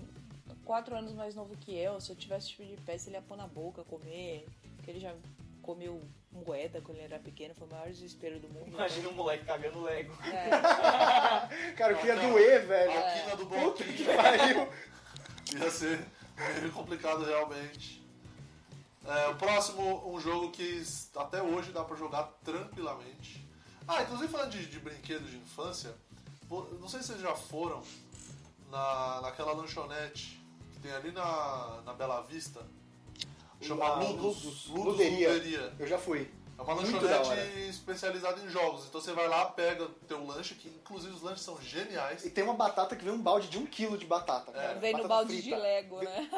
[SPEAKER 3] quatro anos mais novo que eu, se eu tivesse tipo de peça, ele ia pôr na boca, comer. Porque ele já comeu moeda quando ele era pequeno. Foi o maior desespero do mundo.
[SPEAKER 4] Imagina um moleque cagando Lego.
[SPEAKER 3] É,
[SPEAKER 2] Cara, eu queria
[SPEAKER 1] Não, não.
[SPEAKER 2] doer,
[SPEAKER 1] A
[SPEAKER 3] Ah,
[SPEAKER 2] velho.
[SPEAKER 1] quina do
[SPEAKER 2] É. Puta
[SPEAKER 1] bloquinho
[SPEAKER 2] que pariu.
[SPEAKER 1] ia ser meio complicado realmente. É, o próximo, um jogo que s- até hoje dá pra jogar tranquilamente. Ah, inclusive falando de, de brinquedos de infância, vo- Não sei se vocês já foram na, naquela lanchonete que tem ali na, na Bela Vista. Chama
[SPEAKER 2] Lá,
[SPEAKER 1] Ludus.
[SPEAKER 2] Ludus.
[SPEAKER 1] Ludus
[SPEAKER 2] Luderia.
[SPEAKER 1] Luderia.
[SPEAKER 2] Eu já fui.
[SPEAKER 1] É uma
[SPEAKER 2] Muito da hora.
[SPEAKER 1] lanchonete especializada em jogos. Então você vai lá, pega teu lanche, que inclusive os lanches são geniais.
[SPEAKER 2] E tem uma batata que vem um balde de um quilo de batata. cara.
[SPEAKER 3] É. Vem no
[SPEAKER 2] Batata
[SPEAKER 3] balde
[SPEAKER 2] frita.
[SPEAKER 3] de Lego, né?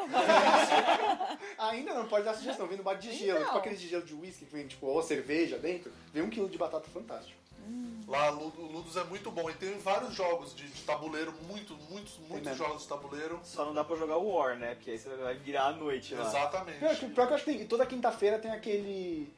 [SPEAKER 2] Ainda não, pode dar sugestão. Vem no balde de gelo.
[SPEAKER 3] Então.
[SPEAKER 2] Tipo aquele de gelo de uísque que vem, tipo, ou cerveja dentro. Vem um quilo de batata fantástico.
[SPEAKER 1] Lá Lu- o Ludus é muito bom. E tem vários jogos de, de tabuleiro, muito, muitos, muitos
[SPEAKER 2] mesmo.
[SPEAKER 1] jogos de tabuleiro.
[SPEAKER 4] Só não dá pra jogar o War, né? Porque aí você vai virar à noite lá.
[SPEAKER 1] Exatamente.
[SPEAKER 2] Pior, que- pior que eu acho que tem, toda quinta-feira tem aquele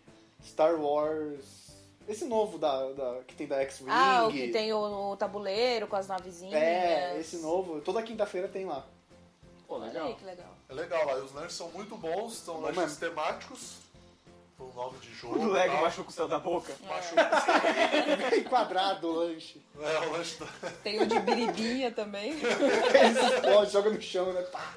[SPEAKER 2] Star Wars... Esse novo da, da- que tem da X-Wing.
[SPEAKER 3] Ah, o que tem o, o tabuleiro com as navezinhas.
[SPEAKER 2] É, esse novo. Toda quinta-feira tem lá.
[SPEAKER 4] Pô,
[SPEAKER 3] Olha
[SPEAKER 4] legal.
[SPEAKER 3] aí que legal.
[SPEAKER 1] É legal lá. E os lanches são muito bons, são
[SPEAKER 2] Bom
[SPEAKER 1] lanches
[SPEAKER 2] mesmo.
[SPEAKER 1] temáticos. Com nome de jogo.
[SPEAKER 4] O Lego
[SPEAKER 1] tal.
[SPEAKER 4] machuca o céu da boca.
[SPEAKER 1] Machuca.
[SPEAKER 2] Bem quadrado o lanche.
[SPEAKER 1] É, o lanche da...
[SPEAKER 3] Tem o de biribinha também.
[SPEAKER 2] Ele explode, joga no chão, né? Pá.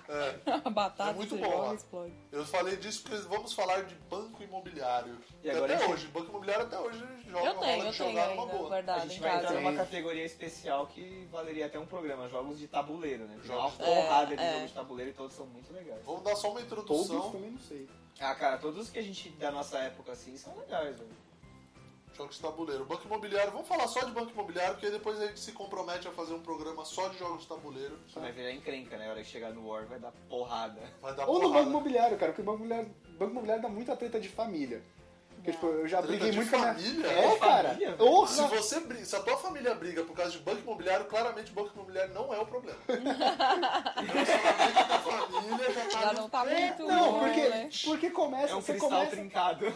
[SPEAKER 3] A batata
[SPEAKER 1] É muito
[SPEAKER 3] você
[SPEAKER 1] bom
[SPEAKER 3] joga
[SPEAKER 1] lá.
[SPEAKER 3] e explode.
[SPEAKER 1] Eu falei disso porque vamos falar de banco imobiliário.
[SPEAKER 4] E
[SPEAKER 1] até
[SPEAKER 4] agora a gente-
[SPEAKER 1] hoje, banco imobiliário até hoje joga
[SPEAKER 3] Eu tenho,
[SPEAKER 1] rola
[SPEAKER 3] eu
[SPEAKER 1] de
[SPEAKER 3] tenho
[SPEAKER 1] jogar numa
[SPEAKER 3] ainda
[SPEAKER 1] boa.
[SPEAKER 4] A
[SPEAKER 3] guardado
[SPEAKER 4] gente
[SPEAKER 3] É, em
[SPEAKER 4] vai
[SPEAKER 3] casa.
[SPEAKER 4] entrar
[SPEAKER 2] Sim.
[SPEAKER 4] numa categoria especial que valeria até um programa, jogos de tabuleiro, né? Tem uma
[SPEAKER 1] Jogos de
[SPEAKER 4] porrada
[SPEAKER 3] tabuleiro.
[SPEAKER 4] de
[SPEAKER 3] É,
[SPEAKER 4] jogos
[SPEAKER 3] é.
[SPEAKER 4] de tabuleiro e todos são muito legais.
[SPEAKER 1] Vamos dar só uma
[SPEAKER 2] Todos
[SPEAKER 1] introdução.
[SPEAKER 2] também não sei.
[SPEAKER 4] Ah, cara, todos que a gente da nossa época assim são legais, velho.
[SPEAKER 1] Jogos de tabuleiro. Banco imobiliário, vamos falar só de banco imobiliário, porque depois a gente se compromete a fazer um programa só de jogos de tabuleiro.
[SPEAKER 4] Isso vai virar encrenca, né? A hora que chegar no War vai dar porrada.
[SPEAKER 1] Vai dar
[SPEAKER 2] Ou no
[SPEAKER 1] porrada.
[SPEAKER 2] Banco Imobiliário, cara, porque o Banco Imobiliário, Banco Imobiliário dá muita treta de família. Porque,
[SPEAKER 3] Não.
[SPEAKER 2] tipo, eu já
[SPEAKER 1] Treta
[SPEAKER 2] briguei
[SPEAKER 1] tá de
[SPEAKER 2] muito com a
[SPEAKER 1] família?
[SPEAKER 2] minha... É,
[SPEAKER 4] De
[SPEAKER 2] cara.
[SPEAKER 4] família, velho?
[SPEAKER 2] Porra!
[SPEAKER 1] Se você briga, se a tua família briga por causa de banco imobiliário, claramente banco imobiliário não é o problema. o relacionamento da família já tá
[SPEAKER 3] Já
[SPEAKER 1] ali.
[SPEAKER 3] não tá muito
[SPEAKER 2] É, Não,
[SPEAKER 3] bom,
[SPEAKER 2] porque,
[SPEAKER 3] né?
[SPEAKER 2] porque começa,
[SPEAKER 4] É um
[SPEAKER 2] você
[SPEAKER 4] cristal
[SPEAKER 2] começa,
[SPEAKER 4] trincado.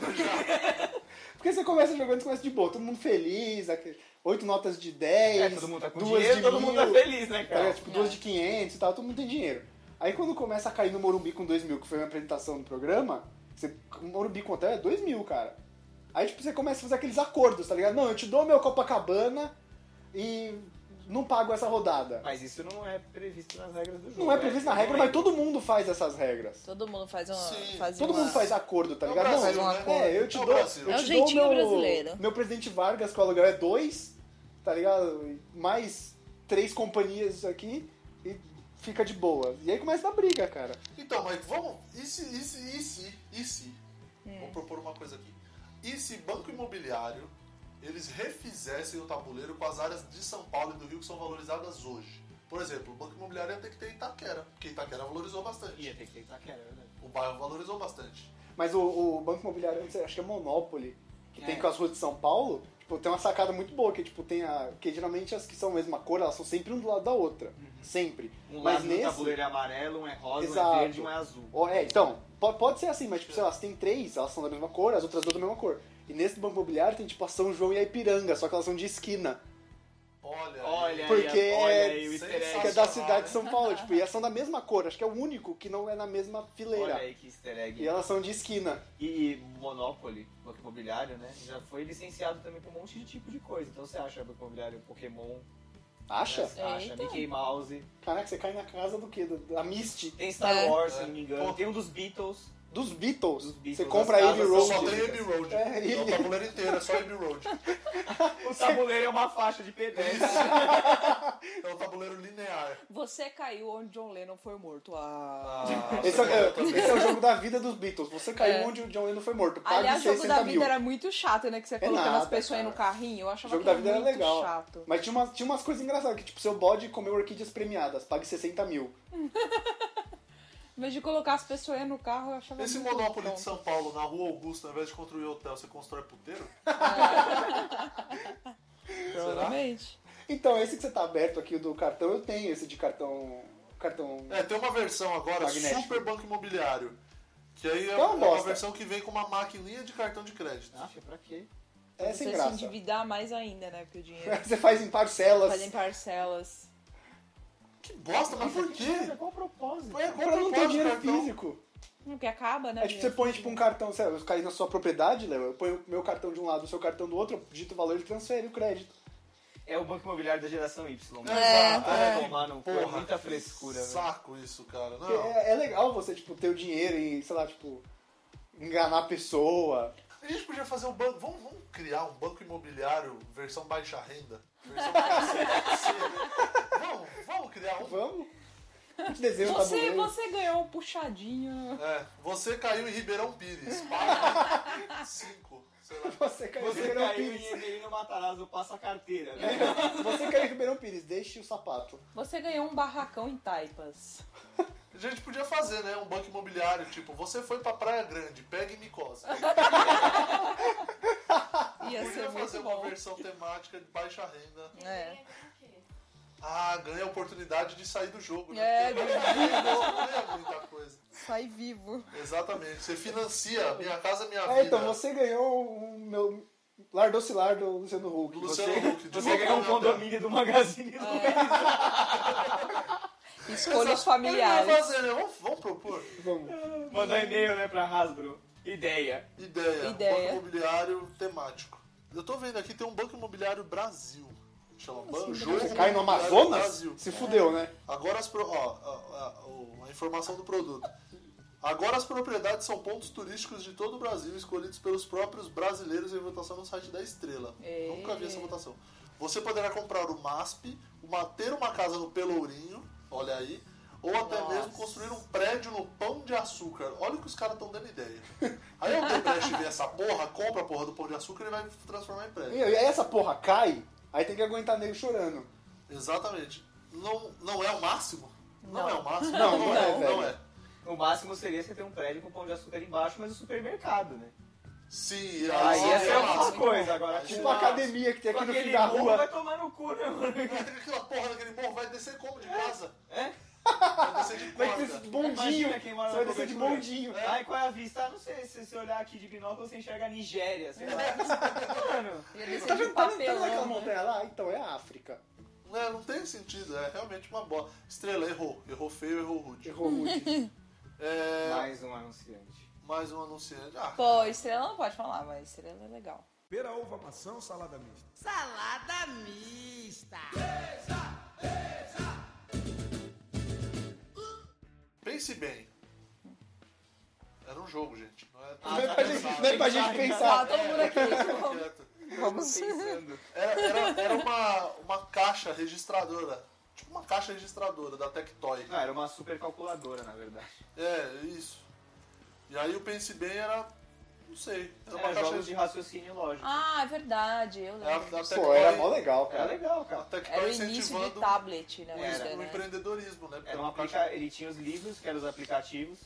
[SPEAKER 2] porque você começa jogando, você começa de boa, todo mundo feliz, aquele- oito notas de 10,
[SPEAKER 4] É, todo mundo tá com
[SPEAKER 2] duas
[SPEAKER 4] dinheiro,
[SPEAKER 2] de
[SPEAKER 4] todo
[SPEAKER 2] mil,
[SPEAKER 4] mundo tá feliz, né,
[SPEAKER 2] tá ligado?
[SPEAKER 4] cara?
[SPEAKER 2] tipo, duas de 500 e tal, todo mundo tem dinheiro. Aí quando começa a cair no Morumbi com 2 mil, que foi a minha apresentação do programa, você, o Morumbi com hotel é 2 mil, cara. Aí tipo, você começa a fazer aqueles acordos, tá ligado? Não, eu te dou meu Copacabana e não pago essa rodada.
[SPEAKER 4] Mas isso não é previsto nas regras do jogo.
[SPEAKER 2] Não é
[SPEAKER 4] né?
[SPEAKER 2] previsto na regra, mas todo mundo faz essas regras.
[SPEAKER 3] Todo mundo faz uma.
[SPEAKER 1] Sim.
[SPEAKER 3] Faz
[SPEAKER 2] Todo
[SPEAKER 3] uma-
[SPEAKER 2] mundo faz acordo, tá
[SPEAKER 1] É o
[SPEAKER 2] ligado?
[SPEAKER 1] Brasil,
[SPEAKER 2] não,
[SPEAKER 1] né?
[SPEAKER 2] é, eu te
[SPEAKER 1] É o
[SPEAKER 2] dou.
[SPEAKER 1] Brasil.
[SPEAKER 2] eu
[SPEAKER 3] É o
[SPEAKER 2] te
[SPEAKER 3] jeitinho
[SPEAKER 2] dou meu,
[SPEAKER 3] brasileiro.
[SPEAKER 2] Meu presidente Vargas, que o aluguel é dois, tá ligado? E Mais três companhias aqui e fica de boa. E aí começa a briga, cara.
[SPEAKER 1] Então, mas vamos. E se, e se, e se, e se?
[SPEAKER 3] É.
[SPEAKER 1] Vou propor uma coisa aqui. E se banco imobiliário eles refizessem o tabuleiro com as áreas de São Paulo e do Rio que são valorizadas hoje? Por exemplo, o banco imobiliário ia ter que ter Itaquera, porque Itaquera valorizou bastante.
[SPEAKER 4] Ia ter que ter taquera, é verdade.
[SPEAKER 1] O bairro valorizou bastante.
[SPEAKER 2] Mas o, o Banco Imobiliário, eu acho que é Monopoly, que tem
[SPEAKER 4] É.
[SPEAKER 2] com as ruas de São Paulo, tipo, tem uma sacada muito boa, que tipo, tem a. Que geralmente as que são a mesma cor, elas são sempre um do lado da outra.
[SPEAKER 1] Uhum.
[SPEAKER 2] Sempre.
[SPEAKER 4] Um
[SPEAKER 2] Mas
[SPEAKER 4] lado
[SPEAKER 2] nesse-
[SPEAKER 4] do tabuleiro é amarelo, um é rosa, um
[SPEAKER 2] Exato.
[SPEAKER 4] é verde, um é azul.
[SPEAKER 2] Ó, É, então, po- pode ser assim, mas tipo, sei lá, se tem três, elas são da mesma cor, as outras duas da mesma cor. E nesse banco imobiliário tem tipo a São João e a Ipiranga, só que elas são de esquina.
[SPEAKER 1] Olha, aí.
[SPEAKER 4] Olha aí,
[SPEAKER 2] Porque
[SPEAKER 4] olha aí o
[SPEAKER 1] é
[SPEAKER 4] easter egg.
[SPEAKER 2] Que é da
[SPEAKER 1] Sensacional,
[SPEAKER 2] cidade
[SPEAKER 1] né?
[SPEAKER 2] de São Paulo, tipo, e elas são da mesma cor, acho que é o único que não é na mesma
[SPEAKER 4] Olha
[SPEAKER 2] fileira.
[SPEAKER 4] aí que easter egg.
[SPEAKER 2] E elas são de esquina.
[SPEAKER 4] E Monopoly, Banco Imobiliário, né? Já foi licenciado também pra um monte de tipo de coisa. Então você acha Banco Imobiliário Pokémon,
[SPEAKER 2] Acha?
[SPEAKER 4] né? acha
[SPEAKER 1] É,
[SPEAKER 3] Eita.
[SPEAKER 1] então.
[SPEAKER 4] Mickey Mouse,
[SPEAKER 2] Caraca, você cai na casa do quê? Do- Da Misty?
[SPEAKER 4] tem Star
[SPEAKER 3] É.
[SPEAKER 4] Wars,
[SPEAKER 1] É.
[SPEAKER 4] se não me engano,
[SPEAKER 1] Pô.
[SPEAKER 4] tem um dos Beatles.
[SPEAKER 2] Dos Beatles.
[SPEAKER 4] Dos Beatles,
[SPEAKER 2] você compra
[SPEAKER 4] as
[SPEAKER 2] ele
[SPEAKER 4] casas
[SPEAKER 1] Só
[SPEAKER 4] são
[SPEAKER 2] Road.
[SPEAKER 1] tem Abbey Road.
[SPEAKER 2] É,
[SPEAKER 1] É, o
[SPEAKER 2] ele-
[SPEAKER 1] tabuleiro inteiro, é só Abbey Road.
[SPEAKER 4] O tabuleiro é uma faixa de pedestre.
[SPEAKER 1] É um tabuleiro linear.
[SPEAKER 3] Você caiu onde John Lennon foi morto. Ah.
[SPEAKER 2] Esse
[SPEAKER 1] Eu
[SPEAKER 2] é,
[SPEAKER 1] também.
[SPEAKER 2] esse é o jogo da vida dos Beatles. Você caiu
[SPEAKER 3] É.
[SPEAKER 2] onde o John Lennon foi morto. Pague
[SPEAKER 3] Aliás, o jogo
[SPEAKER 2] 60
[SPEAKER 3] da
[SPEAKER 2] tá, mil. É
[SPEAKER 3] vida era muito chato, né? Que você colocando
[SPEAKER 2] nada,
[SPEAKER 3] as pessoas aí
[SPEAKER 2] cara.
[SPEAKER 3] no carrinho. Eu achava
[SPEAKER 2] O jogo
[SPEAKER 3] que
[SPEAKER 2] da vida era
[SPEAKER 3] muito
[SPEAKER 2] legal.
[SPEAKER 3] chato.
[SPEAKER 2] Mas tinha umas, tinha umas coisas engraçadas, que tipo, seu bode comeu orquídeas premiadas, pague 60 mil.
[SPEAKER 3] Em vez de colocar as pessoas aí no carro, eu achava
[SPEAKER 1] Esse
[SPEAKER 3] muito
[SPEAKER 1] Monopoly de
[SPEAKER 3] tonto.
[SPEAKER 1] São Paulo, na Rua Augusta, ao invés de construir hotel, você constrói puteiro? Será?
[SPEAKER 3] Provavelmente.
[SPEAKER 2] Então, esse que você tá aberto aqui, o do cartão, eu tenho esse de cartão. Cartão.
[SPEAKER 1] É, tem uma versão agora,
[SPEAKER 2] Magnético.
[SPEAKER 1] Super Banco Imobiliário. Que aí é,
[SPEAKER 2] Que é uma
[SPEAKER 1] é uma
[SPEAKER 2] bosta. Ah.
[SPEAKER 1] versão que vem com uma maquininha de cartão de crédito.
[SPEAKER 4] Acha pra quê?
[SPEAKER 2] É
[SPEAKER 3] você
[SPEAKER 2] sem
[SPEAKER 3] se
[SPEAKER 2] graça.
[SPEAKER 3] endividar mais ainda, né? Porque o dinheiro
[SPEAKER 2] Você faz em parcelas. É
[SPEAKER 3] fazem parcelas.
[SPEAKER 1] Que bosta, mas por quê?
[SPEAKER 4] Qual o propósito?
[SPEAKER 1] Põe a
[SPEAKER 2] É Pra
[SPEAKER 1] compra
[SPEAKER 2] não ter
[SPEAKER 1] pode,
[SPEAKER 2] dinheiro
[SPEAKER 1] cartão.
[SPEAKER 2] físico.
[SPEAKER 3] Porque acaba, né?
[SPEAKER 2] É tipo, você põe tipo um cartão, sei lá, eu caí na sua propriedade, Léo, eu ponho o meu cartão de um lado, o seu cartão do outro, eu digito o valor e transfere o crédito.
[SPEAKER 4] É o Banco Imobiliário da geração Y. né?
[SPEAKER 1] É,
[SPEAKER 4] Vai
[SPEAKER 1] é.
[SPEAKER 4] tomar no cu, é
[SPEAKER 1] Porra,
[SPEAKER 4] muita frescura, velho.
[SPEAKER 1] Saco isso, cara. Não.
[SPEAKER 4] Ah.
[SPEAKER 2] é Porque É, é legal você, tipo, ter o dinheiro e, sei lá, tipo, enganar a pessoa.
[SPEAKER 1] A gente podia fazer um banco. Vamos, vamos criar um banco imobiliário versão baixa renda. Versão baixa renda. vamos, vamos criar um.
[SPEAKER 2] Vamos? A gente desenha um
[SPEAKER 3] Você,
[SPEAKER 2] tabuleiro.
[SPEAKER 3] você ganhou um puxadinho.
[SPEAKER 1] É, você caiu em Ribeirão Pires. Paga cinco. Sei lá.
[SPEAKER 2] Você caiu em
[SPEAKER 4] Você
[SPEAKER 2] Ribeirão
[SPEAKER 4] caiu
[SPEAKER 2] Pires.
[SPEAKER 4] em Evelino Matarazzo, passa a carteira, né?
[SPEAKER 2] Você caiu em Ribeirão Pires, deixe o sapato.
[SPEAKER 3] Você ganhou um barracão em Taipas.
[SPEAKER 1] A gente podia fazer, né? Um banco imobiliário, tipo, você foi pra Praia Grande, pegue micose.
[SPEAKER 2] Ah,
[SPEAKER 3] Ia ser
[SPEAKER 1] Podia fazer
[SPEAKER 3] muito
[SPEAKER 1] uma
[SPEAKER 3] bom.
[SPEAKER 1] versão temática de baixa renda.
[SPEAKER 3] É.
[SPEAKER 1] Ah, ganha a oportunidade de sair do jogo, né?
[SPEAKER 3] É,
[SPEAKER 1] Porque
[SPEAKER 3] do
[SPEAKER 1] não ganha muita coisa.
[SPEAKER 3] Sai vivo.
[SPEAKER 1] Exatamente. Você financia Minha Casa Minha Vida.
[SPEAKER 2] É, então você ganhou o meu Lardocilar do Luciano
[SPEAKER 1] do
[SPEAKER 2] Huck.
[SPEAKER 1] Luciano Huck. de
[SPEAKER 4] Você ganhou um
[SPEAKER 1] Volta ao Hotel.
[SPEAKER 4] condomínio do Magazine do Luiza.
[SPEAKER 3] É. Escolhas
[SPEAKER 1] Ele vai
[SPEAKER 3] familiares.
[SPEAKER 1] fazer, né? Vamos, vamos propor.
[SPEAKER 2] Vamos.
[SPEAKER 4] Mandou e-mail, né, pra Hasbro. Ideia.
[SPEAKER 1] Ideia.
[SPEAKER 3] Ideia.
[SPEAKER 1] Banco imobiliário temático. Eu tô vendo aqui, tem um Banco Imobiliário Brasil. Chama Banco Jogo
[SPEAKER 2] Você assim, cai no
[SPEAKER 1] Imobiliário
[SPEAKER 2] Amazonas?
[SPEAKER 1] Brasil.
[SPEAKER 2] Se fudeu, né?
[SPEAKER 1] Agora as... Pro... Ó, a, a informação do produto. Agora as propriedades são pontos turísticos de todo o Brasil, escolhidos pelos próprios brasileiros em votação no site da Estrela.
[SPEAKER 3] Ei.
[SPEAKER 1] Nunca vi essa votação. Você poderá comprar o MASP, uma, ter uma casa no Pelourinho, olha aí, ou até
[SPEAKER 3] Nossa.
[SPEAKER 1] mesmo construir um prédio no Pão de Açúcar. Olha o que os caras estão dando ideia. Aí o Debrecht vê essa porra, compra a porra do Pão de Açúcar e vai transformar em prédio.
[SPEAKER 2] E aí essa porra cai, aí tem que aguentar nego chorando.
[SPEAKER 1] Exatamente. Não, não é o máximo? Não,
[SPEAKER 3] Não.
[SPEAKER 1] é o máximo.
[SPEAKER 2] Não, não é,
[SPEAKER 1] não,
[SPEAKER 2] velho.
[SPEAKER 1] é.
[SPEAKER 4] O máximo seria você ter um prédio com pão de açúcar embaixo, mas o supermercado, né?
[SPEAKER 1] Sim,
[SPEAKER 4] Aí
[SPEAKER 1] sim,
[SPEAKER 3] ia
[SPEAKER 4] essa
[SPEAKER 3] ser
[SPEAKER 4] é
[SPEAKER 1] o
[SPEAKER 3] uma
[SPEAKER 4] uma
[SPEAKER 1] máximo.
[SPEAKER 4] coisa. Agora,
[SPEAKER 1] Tipo
[SPEAKER 2] Tipo
[SPEAKER 4] com
[SPEAKER 2] a
[SPEAKER 4] a-
[SPEAKER 2] academia que tem
[SPEAKER 4] com
[SPEAKER 2] aqui no
[SPEAKER 4] aquele
[SPEAKER 2] fim da
[SPEAKER 4] morro,
[SPEAKER 2] rua.
[SPEAKER 4] Vai tomar no cu, né, mano?
[SPEAKER 1] Aquela porra daquele morro vai descer como de casa?
[SPEAKER 4] É?
[SPEAKER 1] Vai descer de
[SPEAKER 2] Vai descer
[SPEAKER 1] corda.
[SPEAKER 2] de bondinho.
[SPEAKER 4] Imagina quem mora
[SPEAKER 2] Você
[SPEAKER 4] na
[SPEAKER 2] vai descer de
[SPEAKER 4] cobertura.
[SPEAKER 2] bondinho.
[SPEAKER 4] Ai, qual é a vista? Ah, não sei, se você olhar aqui de binóculo, você enxerga a Nigéria, sei lá. Mano,
[SPEAKER 3] Ia descer
[SPEAKER 2] Tá
[SPEAKER 3] de
[SPEAKER 2] vendo, tá vendo tá vendo aquela
[SPEAKER 3] papelão. né?
[SPEAKER 2] montanha lá? Então é a África.
[SPEAKER 1] Não, não tem sentido, é realmente uma bola. Estrela, errou. Errou feio, errou rude.
[SPEAKER 2] Errou muito.
[SPEAKER 1] É,
[SPEAKER 4] mais um anunciante.
[SPEAKER 1] mais um anunciante. Ah,
[SPEAKER 3] Pô, estrela não pode falar, mas estrela é legal.
[SPEAKER 5] Pera, uva, maçã, salada mista.
[SPEAKER 6] Salada mista.
[SPEAKER 1] pense bem. Era um jogo, gente. Não
[SPEAKER 4] Ah,
[SPEAKER 1] é...
[SPEAKER 2] Não é pra gente, não é pra gente
[SPEAKER 3] Tá,
[SPEAKER 2] pensar.
[SPEAKER 3] todo mundo aqui.
[SPEAKER 1] Quieto.
[SPEAKER 3] Vamos.
[SPEAKER 4] Pensando.
[SPEAKER 1] Era, era, era uma, uma caixa registradora. Tipo uma caixa registradora da Tectoy.
[SPEAKER 4] Ah, era uma super calculadora, na verdade.
[SPEAKER 1] É, isso. E aí o Pense Bem era. Não sei. Era uma
[SPEAKER 4] Era
[SPEAKER 1] caixa
[SPEAKER 4] É, jogos de raciocínio lógico.
[SPEAKER 3] Ah, é verdade, eu
[SPEAKER 1] É a, a
[SPEAKER 3] lembro.
[SPEAKER 1] Tectoy,
[SPEAKER 2] Pô, era mó legal,
[SPEAKER 4] Era
[SPEAKER 2] cara.
[SPEAKER 4] legal,
[SPEAKER 1] a
[SPEAKER 4] cara.
[SPEAKER 1] Tectoy
[SPEAKER 3] Era o início de
[SPEAKER 1] incentivando
[SPEAKER 3] tablet, na
[SPEAKER 1] o,
[SPEAKER 4] Era,
[SPEAKER 3] verdade,
[SPEAKER 1] o
[SPEAKER 3] né?
[SPEAKER 1] empreendedorismo, né? Porque
[SPEAKER 4] Era uma aplica... Ele tinha os livros, que eram os aplicativos.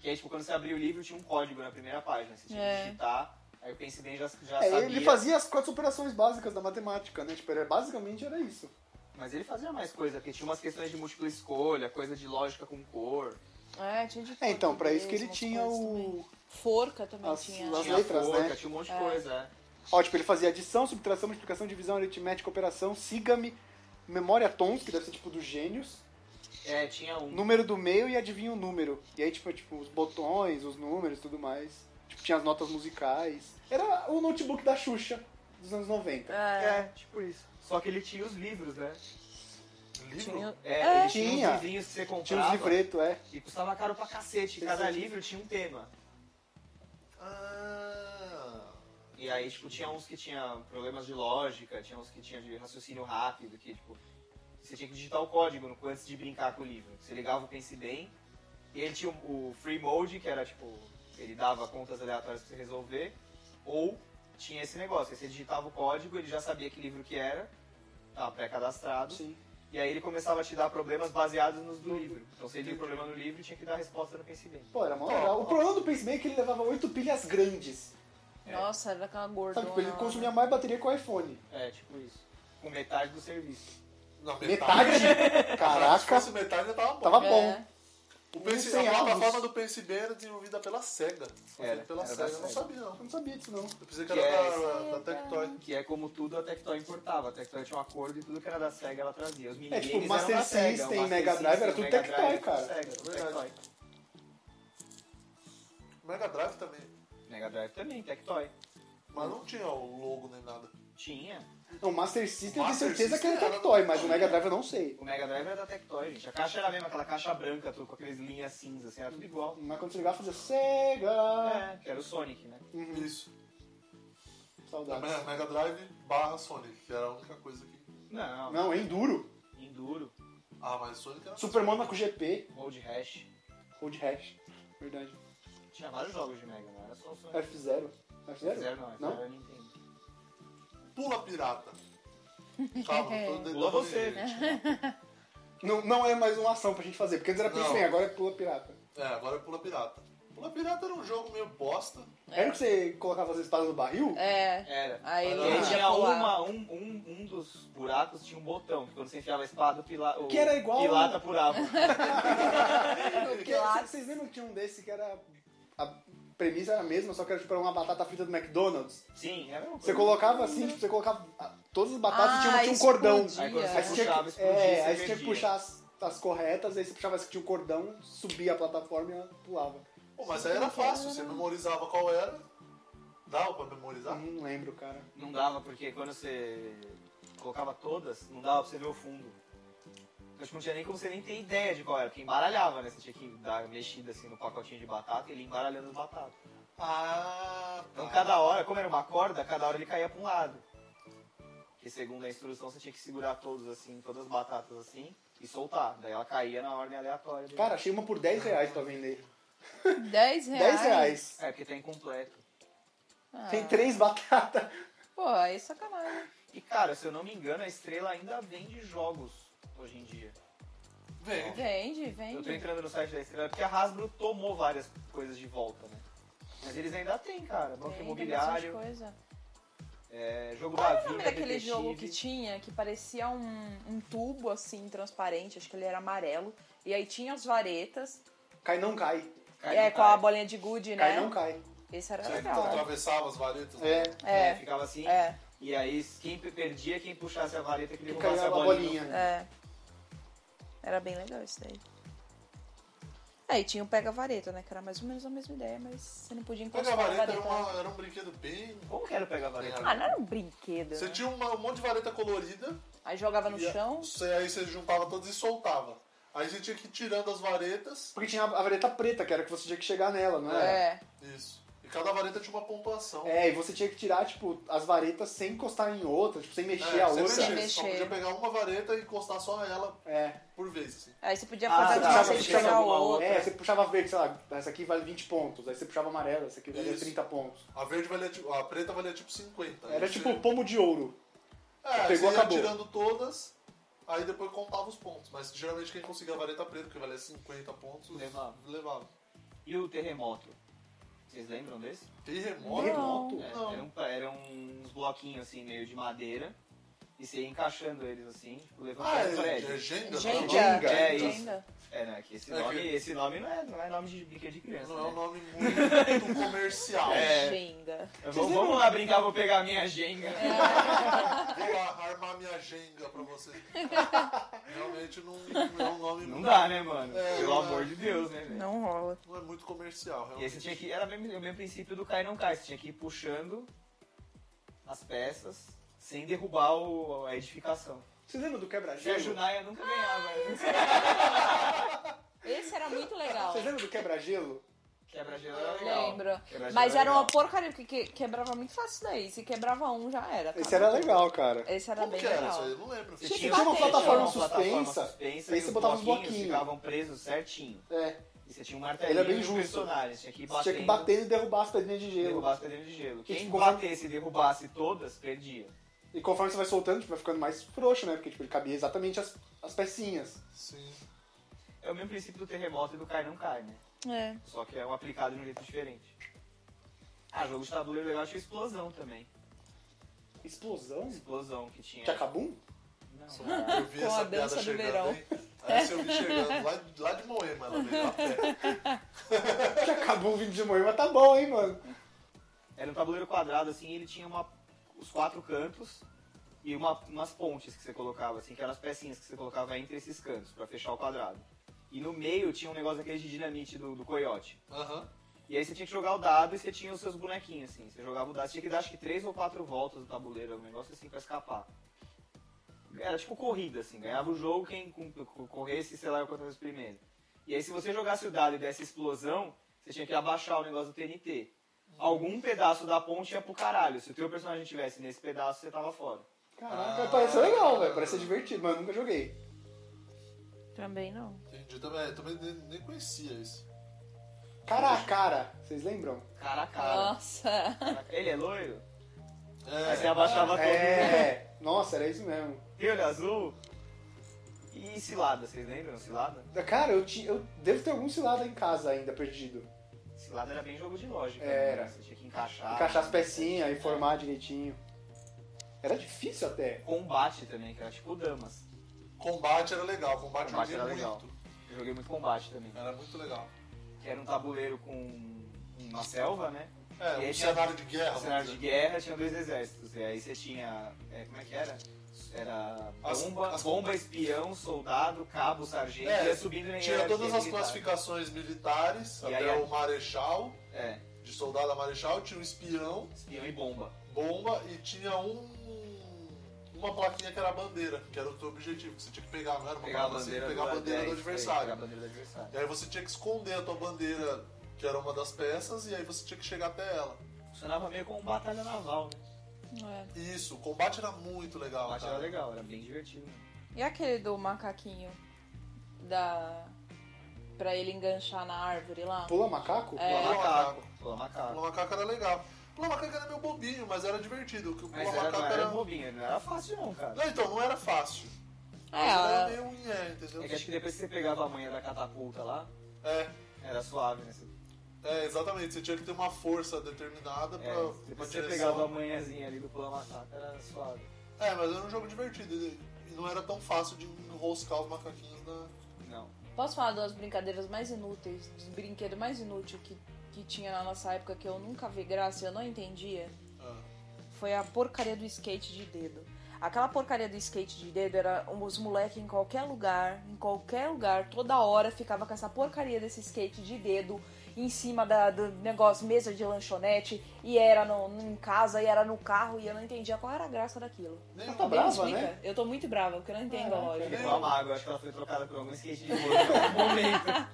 [SPEAKER 4] Que aí, tipo, quando você abria o livro, tinha um código na primeira página. Você tinha
[SPEAKER 3] É.
[SPEAKER 4] que digitar. Aí o Pense Bem já, já
[SPEAKER 2] É,
[SPEAKER 4] sabia.
[SPEAKER 2] ele fazia as quatro operações básicas da matemática, né? Tipo, era, basicamente era isso.
[SPEAKER 4] Mas ele fazia mais coisa, porque tinha umas questões de múltipla escolha, coisa de lógica com cor.
[SPEAKER 3] É, tinha de
[SPEAKER 2] É, então,
[SPEAKER 3] tudo
[SPEAKER 2] pra isso que
[SPEAKER 3] mesmo,
[SPEAKER 2] ele
[SPEAKER 3] as
[SPEAKER 2] tinha
[SPEAKER 3] coisas
[SPEAKER 2] o.
[SPEAKER 3] também. Forca também
[SPEAKER 2] As-
[SPEAKER 3] tinha.
[SPEAKER 2] as-
[SPEAKER 4] Tinha
[SPEAKER 2] letras,
[SPEAKER 4] forca,
[SPEAKER 2] né?
[SPEAKER 4] tinha um monte de
[SPEAKER 3] É.
[SPEAKER 4] coisa. é.
[SPEAKER 2] Ó, tipo, ele fazia adição, subtração, multiplicação, divisão, aritmética, operação, siga-me, memória tons, que deve ser tipo dos gênios,
[SPEAKER 4] É, tinha um.
[SPEAKER 2] número do meio e adivinha o número. E aí, tipo, tipo os botões, os números e tudo mais. Tipo, tinha as notas musicais. Era o notebook da Xuxa dos anos 90.
[SPEAKER 3] É,
[SPEAKER 4] tipo isso. Só que ele tinha os livros, né?
[SPEAKER 1] Livro?
[SPEAKER 3] tinha...
[SPEAKER 4] É,
[SPEAKER 3] É.
[SPEAKER 4] ele tinha,
[SPEAKER 2] Tinha.
[SPEAKER 4] os livrinhos que você
[SPEAKER 2] Tinha os
[SPEAKER 4] comprava.
[SPEAKER 2] livretos, é.
[SPEAKER 4] e custava caro pra cacete. Cada livro tinha um tema.
[SPEAKER 1] Ah.
[SPEAKER 4] E aí, tipo, tinha uns que tinha problemas de lógica, tinha uns que tinha de raciocínio rápido, que, tipo, você tinha que digitar o código no- antes de brincar com o livro. Você ligava o Pense Bem, e ele tinha o o Free Mode, que era, tipo, ele dava contas aleatórias pra você resolver, ou tinha esse negócio, aí você digitava o código, ele já sabia que livro que era, tava pré-cadastrado,
[SPEAKER 2] Sim.
[SPEAKER 4] e aí ele começava a te dar problemas baseados nos do livro. Então, você via o problema no livro, tinha que dar a resposta no Pense Bem.
[SPEAKER 2] Pô, era mó legal. O problema do Paceman é que ele levava oito pilhas grandes.
[SPEAKER 3] Nossa, era aquela gordona.
[SPEAKER 2] Sabe, tipo, ele
[SPEAKER 3] lá.
[SPEAKER 2] consumia mais bateria que o iPhone.
[SPEAKER 4] É, tipo isso. Com metade do serviço.
[SPEAKER 1] Não,
[SPEAKER 2] Metade?
[SPEAKER 1] Caraca. Se
[SPEAKER 2] Caraca,
[SPEAKER 1] fosse metade, já tava bom.
[SPEAKER 2] tava
[SPEAKER 3] É.
[SPEAKER 2] bom.
[SPEAKER 1] O Pense,
[SPEAKER 2] Sem
[SPEAKER 1] a plataforma
[SPEAKER 2] alvos.
[SPEAKER 1] do Pense Bem era desenvolvida pela SEGA. Foi
[SPEAKER 4] Era,
[SPEAKER 1] feita pela
[SPEAKER 4] era da
[SPEAKER 1] SEGA. Eu não
[SPEAKER 4] Sega.
[SPEAKER 1] sabia, não.
[SPEAKER 2] Eu não sabia disso, não.
[SPEAKER 1] Eu pensei que
[SPEAKER 4] Que
[SPEAKER 1] era
[SPEAKER 4] é
[SPEAKER 1] da, da Tectoy.
[SPEAKER 4] Que é como tudo a Tectoy importava. A Tectoy tinha um acordo e tudo que era da SEGA ela trazia. Os
[SPEAKER 2] É,
[SPEAKER 4] minigames
[SPEAKER 2] tipo,
[SPEAKER 4] eram
[SPEAKER 2] Master
[SPEAKER 4] da Sega,
[SPEAKER 2] System,
[SPEAKER 4] o Master
[SPEAKER 2] Mega Drive, era
[SPEAKER 4] System,
[SPEAKER 2] tudo
[SPEAKER 4] Mega Drive,
[SPEAKER 2] Tectoy,
[SPEAKER 4] tudo
[SPEAKER 2] cara.
[SPEAKER 4] Sega, tudo Tectoy. é
[SPEAKER 1] Mega Drive também.
[SPEAKER 4] Mega Drive também, Tectoy.
[SPEAKER 1] Mas não tinha o logo nem nada.
[SPEAKER 4] Tinha.
[SPEAKER 2] Não, o Master System eu tenho
[SPEAKER 1] Master
[SPEAKER 2] certeza que era
[SPEAKER 1] System era
[SPEAKER 2] Tectoy,
[SPEAKER 1] uma
[SPEAKER 2] mas o
[SPEAKER 1] porcaria.
[SPEAKER 2] Mega Drive eu não sei.
[SPEAKER 4] O Mega Drive era da Tectoy, gente. A caixa era a mesma, aquela caixa branca, tudo, com aquelas linhas cinzas, assim, era tudo igual.
[SPEAKER 2] Mas quando você ligava, fazia Sega.
[SPEAKER 4] É, que era o Sonic, né?
[SPEAKER 1] Isso. Da
[SPEAKER 2] Saudades.
[SPEAKER 1] Me- Mega Drive barra Sonic, que era a única coisa que.
[SPEAKER 4] Não,
[SPEAKER 2] Não, é Enduro.
[SPEAKER 4] Enduro,
[SPEAKER 1] Ah, mas Sonic era.
[SPEAKER 2] Super Monaco GP.
[SPEAKER 4] Gold Rash.
[SPEAKER 2] Road Rash. Verdade.
[SPEAKER 4] Tinha vários jogos de Mega, não era só o Sonic.
[SPEAKER 2] F0. F0?
[SPEAKER 4] Zero é. não, F0
[SPEAKER 2] É, Não?
[SPEAKER 4] era Nintendo.
[SPEAKER 1] Pula pirata. Calma, não tô dedando
[SPEAKER 4] Pula
[SPEAKER 2] então
[SPEAKER 4] você.
[SPEAKER 1] ninguém.
[SPEAKER 2] Não, não é mais uma ação pra gente fazer, porque antes era
[SPEAKER 1] Não.
[SPEAKER 2] Pixel, agora é Pula Pirata.
[SPEAKER 1] É, agora é Pula Pirata. Pula Pirata era um jogo meio bosta.
[SPEAKER 2] Era que você colocava as espadas no barril?
[SPEAKER 3] É.
[SPEAKER 4] Era.
[SPEAKER 3] Aí ele
[SPEAKER 4] E aí
[SPEAKER 1] Ah.
[SPEAKER 3] podia
[SPEAKER 4] tinha
[SPEAKER 3] pular.
[SPEAKER 4] uma, um, um, um dos buracos tinha um botão, que quando você enfiava a espada, o pila, o
[SPEAKER 2] Que era igual-
[SPEAKER 4] pilata furava.
[SPEAKER 2] Porque
[SPEAKER 3] Claro.
[SPEAKER 2] vocês lembram que tinha um desse que era. A premissa era a mesma, só que era tipo era uma batata frita do McDonald's.
[SPEAKER 4] Sim, era uma
[SPEAKER 2] Você
[SPEAKER 4] coisa.
[SPEAKER 2] colocava assim, tipo, você colocava ah, todas as batatas
[SPEAKER 3] Uhum. Ah,
[SPEAKER 2] e tinha, tinha um cordão.
[SPEAKER 3] explodia.
[SPEAKER 4] assim. Aí quando
[SPEAKER 2] Aí
[SPEAKER 4] você
[SPEAKER 2] você tinha
[SPEAKER 4] puxava,
[SPEAKER 2] que,
[SPEAKER 4] explodia,
[SPEAKER 2] é, aí
[SPEAKER 4] você
[SPEAKER 2] você tinha que
[SPEAKER 4] perdia.
[SPEAKER 2] puxar as, as corretas, aí você puxava as que tinha um cordão, subia a plataforma e ela pulava.
[SPEAKER 1] Pô, mas aí era fácil, você memorizava qual era. Dava pra memorizar?
[SPEAKER 2] Não lembro, cara.
[SPEAKER 4] Não dava, porque quando você colocava todas, não dava pra você ver o fundo. Então, tipo, não tinha nem como você nem ter ideia de qual era, porque embaralhava, né? Você tinha que dar uma mexida assim no pacotinho de batata e ele ia embaralhando as batatas.
[SPEAKER 1] Ah, tá.
[SPEAKER 4] Então cada hora, como era uma corda, cada hora ele caía pra um lado. Porque segundo a instrução você tinha que segurar todos assim, todas as batatas assim e soltar. Daí ela caía na ordem aleatória. dele.
[SPEAKER 2] Cara, achei uma por 10 reais pra vender.
[SPEAKER 3] 10 reais.
[SPEAKER 2] 10 reais.
[SPEAKER 4] É porque tá incompleto.
[SPEAKER 3] Ah,
[SPEAKER 2] Tem três batatas.
[SPEAKER 3] Pô, aí é sacanagem.
[SPEAKER 4] E cara, se eu não me engano, a estrela ainda vende jogos hoje em dia.
[SPEAKER 1] Vem.
[SPEAKER 3] Vende,
[SPEAKER 4] Eu tô
[SPEAKER 3] vende.
[SPEAKER 4] entrando no site da Estrela porque a Hasbro tomou várias coisas de volta, né? Mas eles ainda têm, cara. Banco
[SPEAKER 3] Tem, tem bastante
[SPEAKER 4] imobiliário,
[SPEAKER 3] coisa.
[SPEAKER 4] é, jogo
[SPEAKER 3] Qual
[SPEAKER 4] da
[SPEAKER 3] era o
[SPEAKER 4] vida,
[SPEAKER 3] nome daquele
[SPEAKER 4] detetive.
[SPEAKER 3] jogo que tinha, que parecia um, um tubo, assim, transparente, acho que ele era amarelo, e aí tinha as varetas,
[SPEAKER 2] Cai não cai.
[SPEAKER 4] Cai
[SPEAKER 3] é,
[SPEAKER 4] no
[SPEAKER 3] com a
[SPEAKER 4] cara.
[SPEAKER 3] bolinha de gude,
[SPEAKER 2] Cai
[SPEAKER 3] né?
[SPEAKER 2] não cai.
[SPEAKER 3] Esse era
[SPEAKER 1] Você
[SPEAKER 3] é legal.
[SPEAKER 1] atravessava as varetas. né?
[SPEAKER 2] É.
[SPEAKER 4] É,
[SPEAKER 3] É,
[SPEAKER 4] ficava assim.
[SPEAKER 3] é,
[SPEAKER 4] E aí quem perdia, quem puxasse a vareta, que
[SPEAKER 2] Que
[SPEAKER 4] derrubasse
[SPEAKER 2] caiu
[SPEAKER 4] a
[SPEAKER 2] a
[SPEAKER 4] bolinha.
[SPEAKER 2] bolinha.
[SPEAKER 3] é. Era bem legal isso daí. Aí tinha o pega-vareta, né? Que era mais ou menos a mesma ideia, mas você não podia
[SPEAKER 1] Pega a
[SPEAKER 3] encostar na
[SPEAKER 1] vareta era,
[SPEAKER 3] vareta. né?
[SPEAKER 1] uma- era um brinquedo bem.
[SPEAKER 4] Como que era pegar a vareta?
[SPEAKER 3] Ah, não era um brinquedo,
[SPEAKER 1] Você
[SPEAKER 3] né?
[SPEAKER 1] tinha uma- um monte de vareta colorida,
[SPEAKER 3] Aí jogava no
[SPEAKER 1] e a-
[SPEAKER 3] chão,
[SPEAKER 1] você- aí você juntava todas e soltava. Aí você tinha que ir tirando as varetas.
[SPEAKER 2] Porque tinha a vareta preta, que era que você tinha que chegar nela, não era?
[SPEAKER 3] é,
[SPEAKER 1] Isso. E cada vareta tinha uma pontuação.
[SPEAKER 2] É, e você tinha que tirar, tipo, as varetas sem encostar em outra, tipo, sem mexer
[SPEAKER 1] É,
[SPEAKER 2] a
[SPEAKER 1] você
[SPEAKER 2] outra.
[SPEAKER 1] mexia,
[SPEAKER 3] Sem
[SPEAKER 1] você só
[SPEAKER 3] mexer.
[SPEAKER 1] podia pegar uma vareta e encostar só ela
[SPEAKER 2] É.
[SPEAKER 1] por vez. assim.
[SPEAKER 3] aí você podia
[SPEAKER 4] Ah,
[SPEAKER 3] fazer
[SPEAKER 2] tá,
[SPEAKER 3] ah,
[SPEAKER 2] você
[SPEAKER 3] você de
[SPEAKER 2] tinha
[SPEAKER 3] pegar
[SPEAKER 4] alguma
[SPEAKER 3] outro.
[SPEAKER 2] É, você puxava verde, sei lá, essa aqui vale 20 pontos, aí você puxava amarela, essa aqui valia
[SPEAKER 1] Isso.
[SPEAKER 2] 30 pontos.
[SPEAKER 1] A verde valia tipo. A preta valia tipo 50.
[SPEAKER 4] Tá
[SPEAKER 1] Aí
[SPEAKER 2] Era
[SPEAKER 1] você-
[SPEAKER 2] tipo pomo de ouro.
[SPEAKER 1] É,
[SPEAKER 2] pegou,
[SPEAKER 1] você ia
[SPEAKER 2] acabou.
[SPEAKER 1] tirando todas, aí depois contava os pontos. Mas geralmente quem conseguia a vareta preta, que valia 50 pontos,
[SPEAKER 4] Levava.
[SPEAKER 1] levava.
[SPEAKER 4] E o terremoto? Vocês lembram desse?
[SPEAKER 1] Terremoto?
[SPEAKER 2] Terremoto?
[SPEAKER 4] É,
[SPEAKER 1] Não.
[SPEAKER 4] Eram, pa- eram uns bloquinhos assim, meio de madeira. E você ia encaixando eles assim, tipo,
[SPEAKER 1] Ah,
[SPEAKER 4] levantando o
[SPEAKER 1] é,
[SPEAKER 4] prédio.
[SPEAKER 1] é Jenga? não?
[SPEAKER 3] Jenga,
[SPEAKER 2] Jenga,
[SPEAKER 4] é isso.
[SPEAKER 3] Jenga.
[SPEAKER 4] É, né? Que esse,
[SPEAKER 1] É
[SPEAKER 4] nome,
[SPEAKER 1] que-
[SPEAKER 4] esse nome não é, não é nome de brinquedo de criança.
[SPEAKER 1] Não é um
[SPEAKER 4] né?
[SPEAKER 1] nome muito comercial.
[SPEAKER 4] É.
[SPEAKER 3] Jenga.
[SPEAKER 4] Eu vou- vamos lá brincar, vou pegar a minha jenga.
[SPEAKER 1] É. Vou lá armar minha jenga pra você. Realmente não, não é um nome
[SPEAKER 4] Não
[SPEAKER 1] muito-
[SPEAKER 4] dá, né, mano?
[SPEAKER 1] É,
[SPEAKER 4] Pelo
[SPEAKER 1] não
[SPEAKER 4] amor
[SPEAKER 1] dá.
[SPEAKER 4] de Deus, né, velho?
[SPEAKER 3] Não rola.
[SPEAKER 1] não é muito comercial,
[SPEAKER 4] E aí você
[SPEAKER 1] realmente.
[SPEAKER 4] tinha que. Era o mesmo, o mesmo princípio do cai não cai. Você tinha que ir puxando as peças sem derrubar o- a edificação.
[SPEAKER 2] Vocês lembram do
[SPEAKER 4] E a
[SPEAKER 2] quebra-gelo?
[SPEAKER 4] Junaia nunca ganhava. né?
[SPEAKER 3] Esse era muito legal.
[SPEAKER 2] Vocês lembram do quebra-gelo?
[SPEAKER 4] Quebra-gelo
[SPEAKER 2] é
[SPEAKER 4] era legal.
[SPEAKER 3] Lembro.
[SPEAKER 4] Quebra-gelo
[SPEAKER 3] Mas era uma
[SPEAKER 4] legal.
[SPEAKER 3] porcaria, porque que- quebrava muito fácil daí. Se quebrava um, já era.
[SPEAKER 2] Esse
[SPEAKER 3] cara.
[SPEAKER 2] era legal, cara.
[SPEAKER 3] Esse era
[SPEAKER 1] Como
[SPEAKER 3] bem
[SPEAKER 1] que era isso
[SPEAKER 3] legal.
[SPEAKER 1] aí? Eu não lembro.
[SPEAKER 4] Você
[SPEAKER 3] Tinha que
[SPEAKER 4] tinha
[SPEAKER 3] bater,
[SPEAKER 4] uma plataforma
[SPEAKER 2] tinha uma plataforma suspensa,
[SPEAKER 4] suspensa
[SPEAKER 2] aí
[SPEAKER 4] e
[SPEAKER 2] você
[SPEAKER 4] os
[SPEAKER 2] botava os
[SPEAKER 4] bloquinhos
[SPEAKER 2] bloquinhos.
[SPEAKER 4] ficavam presos certinho.
[SPEAKER 2] É.
[SPEAKER 4] E você tinha um martelinho
[SPEAKER 2] Ele é bem
[SPEAKER 4] dos
[SPEAKER 2] justo.
[SPEAKER 4] personagens. Tinha que ir
[SPEAKER 2] Você
[SPEAKER 4] batendo,
[SPEAKER 2] tinha que bater e derrubar as pedrinhas de
[SPEAKER 4] e
[SPEAKER 2] gelo.
[SPEAKER 4] derrubar as pedrinhas de gelo.
[SPEAKER 2] Que
[SPEAKER 4] Quem
[SPEAKER 2] tipo,
[SPEAKER 4] batesse e derrubasse todas, perdia.
[SPEAKER 2] E conforme você vai soltando, tipo, vai ficando mais frouxo, né? Porque tipo, ele cabia exatamente as, as pecinhas.
[SPEAKER 1] Sim.
[SPEAKER 4] É o mesmo princípio do terremoto e do cai não cai, né?
[SPEAKER 3] É.
[SPEAKER 4] Só que é um aplicado de um jeito diferente. Ah, jogo de tabuleiro legal tinha explosão também.
[SPEAKER 2] Explosão?
[SPEAKER 4] Explosão que tinha.
[SPEAKER 2] Tchacabum?
[SPEAKER 4] Não, cara.
[SPEAKER 1] Eu vi
[SPEAKER 3] Com a
[SPEAKER 1] essa
[SPEAKER 3] dança
[SPEAKER 1] piada
[SPEAKER 3] do
[SPEAKER 1] chegando,
[SPEAKER 3] verão. É.
[SPEAKER 1] hein? Essa eu vi chegando lá, de- lá de Moema, ela veio a pé.
[SPEAKER 2] Tchacabum vindo de Moema tá bom, hein, mano?
[SPEAKER 4] Era um tabuleiro quadrado assim, e ele tinha uma, os quatro cantos e uma- umas pontes que você colocava, assim, que eram as pecinhas que você colocava entre esses cantos pra fechar o quadrado. E no meio tinha um negócio daquele de dinamite do, do coiote.
[SPEAKER 1] Aham.
[SPEAKER 4] E aí você tinha que jogar o dado e você tinha os seus bonequinhos, assim. Você jogava o dado, você tinha que dar acho que três ou quatro voltas do tabuleiro, um negócio assim pra escapar. Era tipo corrida, assim. Ganhava o jogo quem com- com- corresse, sei lá, quantas vezes primeiro. E aí se você jogasse o dado e desse explosão, você tinha que abaixar o negócio do TNT. algum pedaço da ponte ia pro caralho. Se o teu personagem tivesse nesse pedaço, você tava fora.
[SPEAKER 2] Caraca,
[SPEAKER 4] Ah.
[SPEAKER 2] parece legal, velho. Parece ser divertido, mas eu nunca joguei.
[SPEAKER 3] Também não.
[SPEAKER 1] Entendi, também, é, também nem, nem conhecia isso.
[SPEAKER 2] Cara a cara, vocês lembram?
[SPEAKER 4] Cara a cara.
[SPEAKER 3] Nossa.
[SPEAKER 4] Ele é loiro? Aí você
[SPEAKER 1] É,
[SPEAKER 4] abaixava todo mundo.
[SPEAKER 2] É. Nossa, era isso mesmo.
[SPEAKER 4] Tem olho azul. E cilada, vocês lembram? Cilada?
[SPEAKER 2] Cara, eu, ti, eu devo ter algum cilada em casa ainda, perdido.
[SPEAKER 4] Cilada era bem jogo de lógica.
[SPEAKER 2] Era.
[SPEAKER 4] Né? Você tinha que encaixar.
[SPEAKER 2] Encaixar as pecinhas e formar direitinho. Era difícil até.
[SPEAKER 4] Combate também, que era tipo damas.
[SPEAKER 1] combate era legal, combate,
[SPEAKER 4] Combate
[SPEAKER 1] eu
[SPEAKER 4] era
[SPEAKER 1] joguei
[SPEAKER 4] legal.
[SPEAKER 1] muito.
[SPEAKER 4] Eu joguei muito combate também.
[SPEAKER 1] Era muito legal.
[SPEAKER 4] Que era um tabuleiro com uma selva, né? E
[SPEAKER 1] É,
[SPEAKER 4] aí
[SPEAKER 1] um
[SPEAKER 4] tinha-
[SPEAKER 1] cenário de guerra.
[SPEAKER 4] Um cenário de
[SPEAKER 1] vamos dizer.
[SPEAKER 4] guerra tinha dois exércitos. E aí você tinha. é, como é que era? Era
[SPEAKER 1] As-
[SPEAKER 4] bomba,
[SPEAKER 1] as-
[SPEAKER 4] bomba, espião, soldado, cabo, sargento,
[SPEAKER 1] É,
[SPEAKER 4] ia subindo na
[SPEAKER 1] Tinha
[SPEAKER 4] hierarquia
[SPEAKER 1] todas as
[SPEAKER 4] militar.
[SPEAKER 1] classificações militares,
[SPEAKER 4] E
[SPEAKER 1] até
[SPEAKER 4] aí-
[SPEAKER 1] o marechal,
[SPEAKER 4] É,
[SPEAKER 1] de soldado a marechal, tinha um espião,
[SPEAKER 4] espião e bomba.
[SPEAKER 1] bomba e tinha um uma plaquinha que era a bandeira, que era o teu objetivo, que você tinha que pegar, não era uma
[SPEAKER 4] Pegar a
[SPEAKER 1] parada assim,
[SPEAKER 4] bandeira,
[SPEAKER 1] pegar a bandeira do
[SPEAKER 4] é, isso aí,
[SPEAKER 1] adversário.
[SPEAKER 4] Pegar a bandeira do adversário.
[SPEAKER 1] E aí você tinha que esconder a tua bandeira, que era uma das peças, e aí você tinha que chegar até ela.
[SPEAKER 4] Funcionava meio como batalha naval, né?
[SPEAKER 3] É.
[SPEAKER 1] Isso, o combate era muito
[SPEAKER 4] O
[SPEAKER 1] legal,
[SPEAKER 4] combate
[SPEAKER 1] cara.
[SPEAKER 4] era legal, era bem divertido. né?
[SPEAKER 3] E aquele do macaquinho da. Pra ele enganchar na árvore lá?
[SPEAKER 2] Pula macaco?
[SPEAKER 3] É.
[SPEAKER 4] Pula macaco.
[SPEAKER 1] macaco.
[SPEAKER 4] Pula
[SPEAKER 1] O
[SPEAKER 4] macaco.
[SPEAKER 1] Pula Macaco era legal. O Pula Macaco era meio bobinho, mas era divertido. que O Pula
[SPEAKER 4] Mas era,
[SPEAKER 1] Macaco
[SPEAKER 4] não
[SPEAKER 1] era...
[SPEAKER 4] era bobinha, não era fácil não, cara.
[SPEAKER 1] Não, então, não era fácil.
[SPEAKER 3] É,
[SPEAKER 1] Mas era
[SPEAKER 3] a-
[SPEAKER 1] meio unhé, entendeu?
[SPEAKER 4] É que acho que depois que você pegava a manha da catapulta lá,
[SPEAKER 1] É,
[SPEAKER 4] era suave, né? Você-
[SPEAKER 1] é, exatamente. Você tinha que ter uma força determinada pra,
[SPEAKER 4] É,
[SPEAKER 1] pra
[SPEAKER 4] depois que você
[SPEAKER 1] direção.
[SPEAKER 4] pegava a manhãzinha ali do pula macaco, era suave.
[SPEAKER 1] É, mas era um jogo divertido. E e não era tão fácil de enroscar os macaquinhos na...
[SPEAKER 4] Não.
[SPEAKER 3] Posso falar das brincadeiras mais inúteis, dos brinquedos mais inúteis que, que tinha na nossa época que eu nunca vi graça e eu não entendia?
[SPEAKER 1] Ah.
[SPEAKER 3] Foi a porcaria do skate de dedo. Aquela porcaria do skate de dedo era os moleques em qualquer lugar, em qualquer lugar, toda hora ficava com essa porcaria desse skate de dedo em cima da, do negócio, mesa de lanchonete, e era no, em casa, e era no carro, e eu não entendia qual era a graça daquilo.
[SPEAKER 1] Nem
[SPEAKER 2] Ela tá
[SPEAKER 3] Alguém
[SPEAKER 2] brava,
[SPEAKER 3] explica?
[SPEAKER 2] né?
[SPEAKER 3] Eu tô muito brava, porque eu não entendo a
[SPEAKER 2] Caraca. né?
[SPEAKER 3] lógica.
[SPEAKER 4] Ficou amargo, acho que ela foi trocada por algum skate de bolo em algum momento.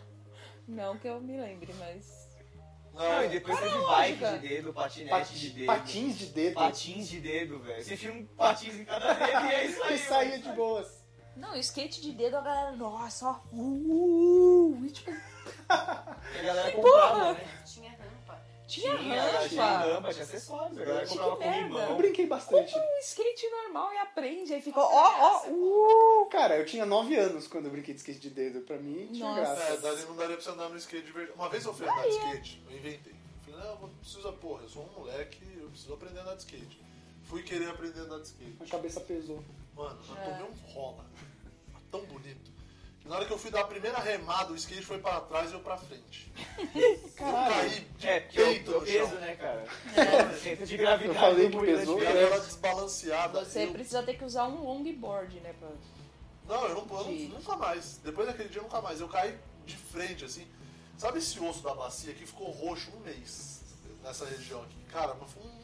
[SPEAKER 3] Não que eu me lembre, mas.
[SPEAKER 4] Não,
[SPEAKER 1] Não,
[SPEAKER 4] e depois teve
[SPEAKER 3] lógica?
[SPEAKER 4] bike de dedo, patinete de
[SPEAKER 2] Pati-
[SPEAKER 4] dedo.
[SPEAKER 2] patins de dedo.
[SPEAKER 4] Patins de dedo, velho. Você enfia um patins em cada dedo e é isso aí.
[SPEAKER 2] Que saía de boas.
[SPEAKER 3] Não, skate de dedo, a galera, nossa, ó. Uh, uh, e, tipo,
[SPEAKER 4] E a galera comprava, né?
[SPEAKER 7] Tinha rampa.
[SPEAKER 3] tinha
[SPEAKER 4] galera Tinha
[SPEAKER 3] rampa.
[SPEAKER 4] rampa, tinha um acessórios. A galera
[SPEAKER 3] Que
[SPEAKER 4] comprava com
[SPEAKER 3] merda.
[SPEAKER 2] Eu
[SPEAKER 4] limão.
[SPEAKER 2] brinquei bastante.
[SPEAKER 3] Um skate normal e aprende. Aí ficou, ó, ó, uh.
[SPEAKER 2] Cara, eu tinha 9 anos quando eu brinquei de skate de dedo. Pra mim, tinha
[SPEAKER 3] Nossa.
[SPEAKER 1] é,
[SPEAKER 2] graça.
[SPEAKER 1] dali não daria pra você andar no skate divertido. Uma vez eu fui andar de skate, eu inventei. Falei, não, eu preciso, porra, eu sou um moleque, eu preciso aprender a andar de skate. Fui querer aprender a andar de skate.
[SPEAKER 2] A cabeça pesou.
[SPEAKER 1] Mano, eu tomei um rola. Tá Tão bonito. Que na hora que eu fui dar a primeira remada, o skate foi pra trás e eu pra frente. Eu
[SPEAKER 2] Caralho.
[SPEAKER 1] caí de
[SPEAKER 4] É, porque
[SPEAKER 1] peito
[SPEAKER 4] eu, eu
[SPEAKER 1] no chão.
[SPEAKER 4] peso, né, cara? É. Centro de gravidade.
[SPEAKER 2] Eu falei que
[SPEAKER 4] muito grande.
[SPEAKER 2] pesou. né?
[SPEAKER 1] E aí ela desbalanceada.
[SPEAKER 3] Você
[SPEAKER 1] eu-
[SPEAKER 3] precisa ter que usar um longboard, né? Pra...
[SPEAKER 1] Não, eu, não, eu não-
[SPEAKER 3] Gente.
[SPEAKER 1] nunca mais. Depois daquele dia, nunca mais. Eu caí de frente, assim. Sabe esse osso da bacia que ficou roxo um mês nessa região aqui? Cara, mas foi um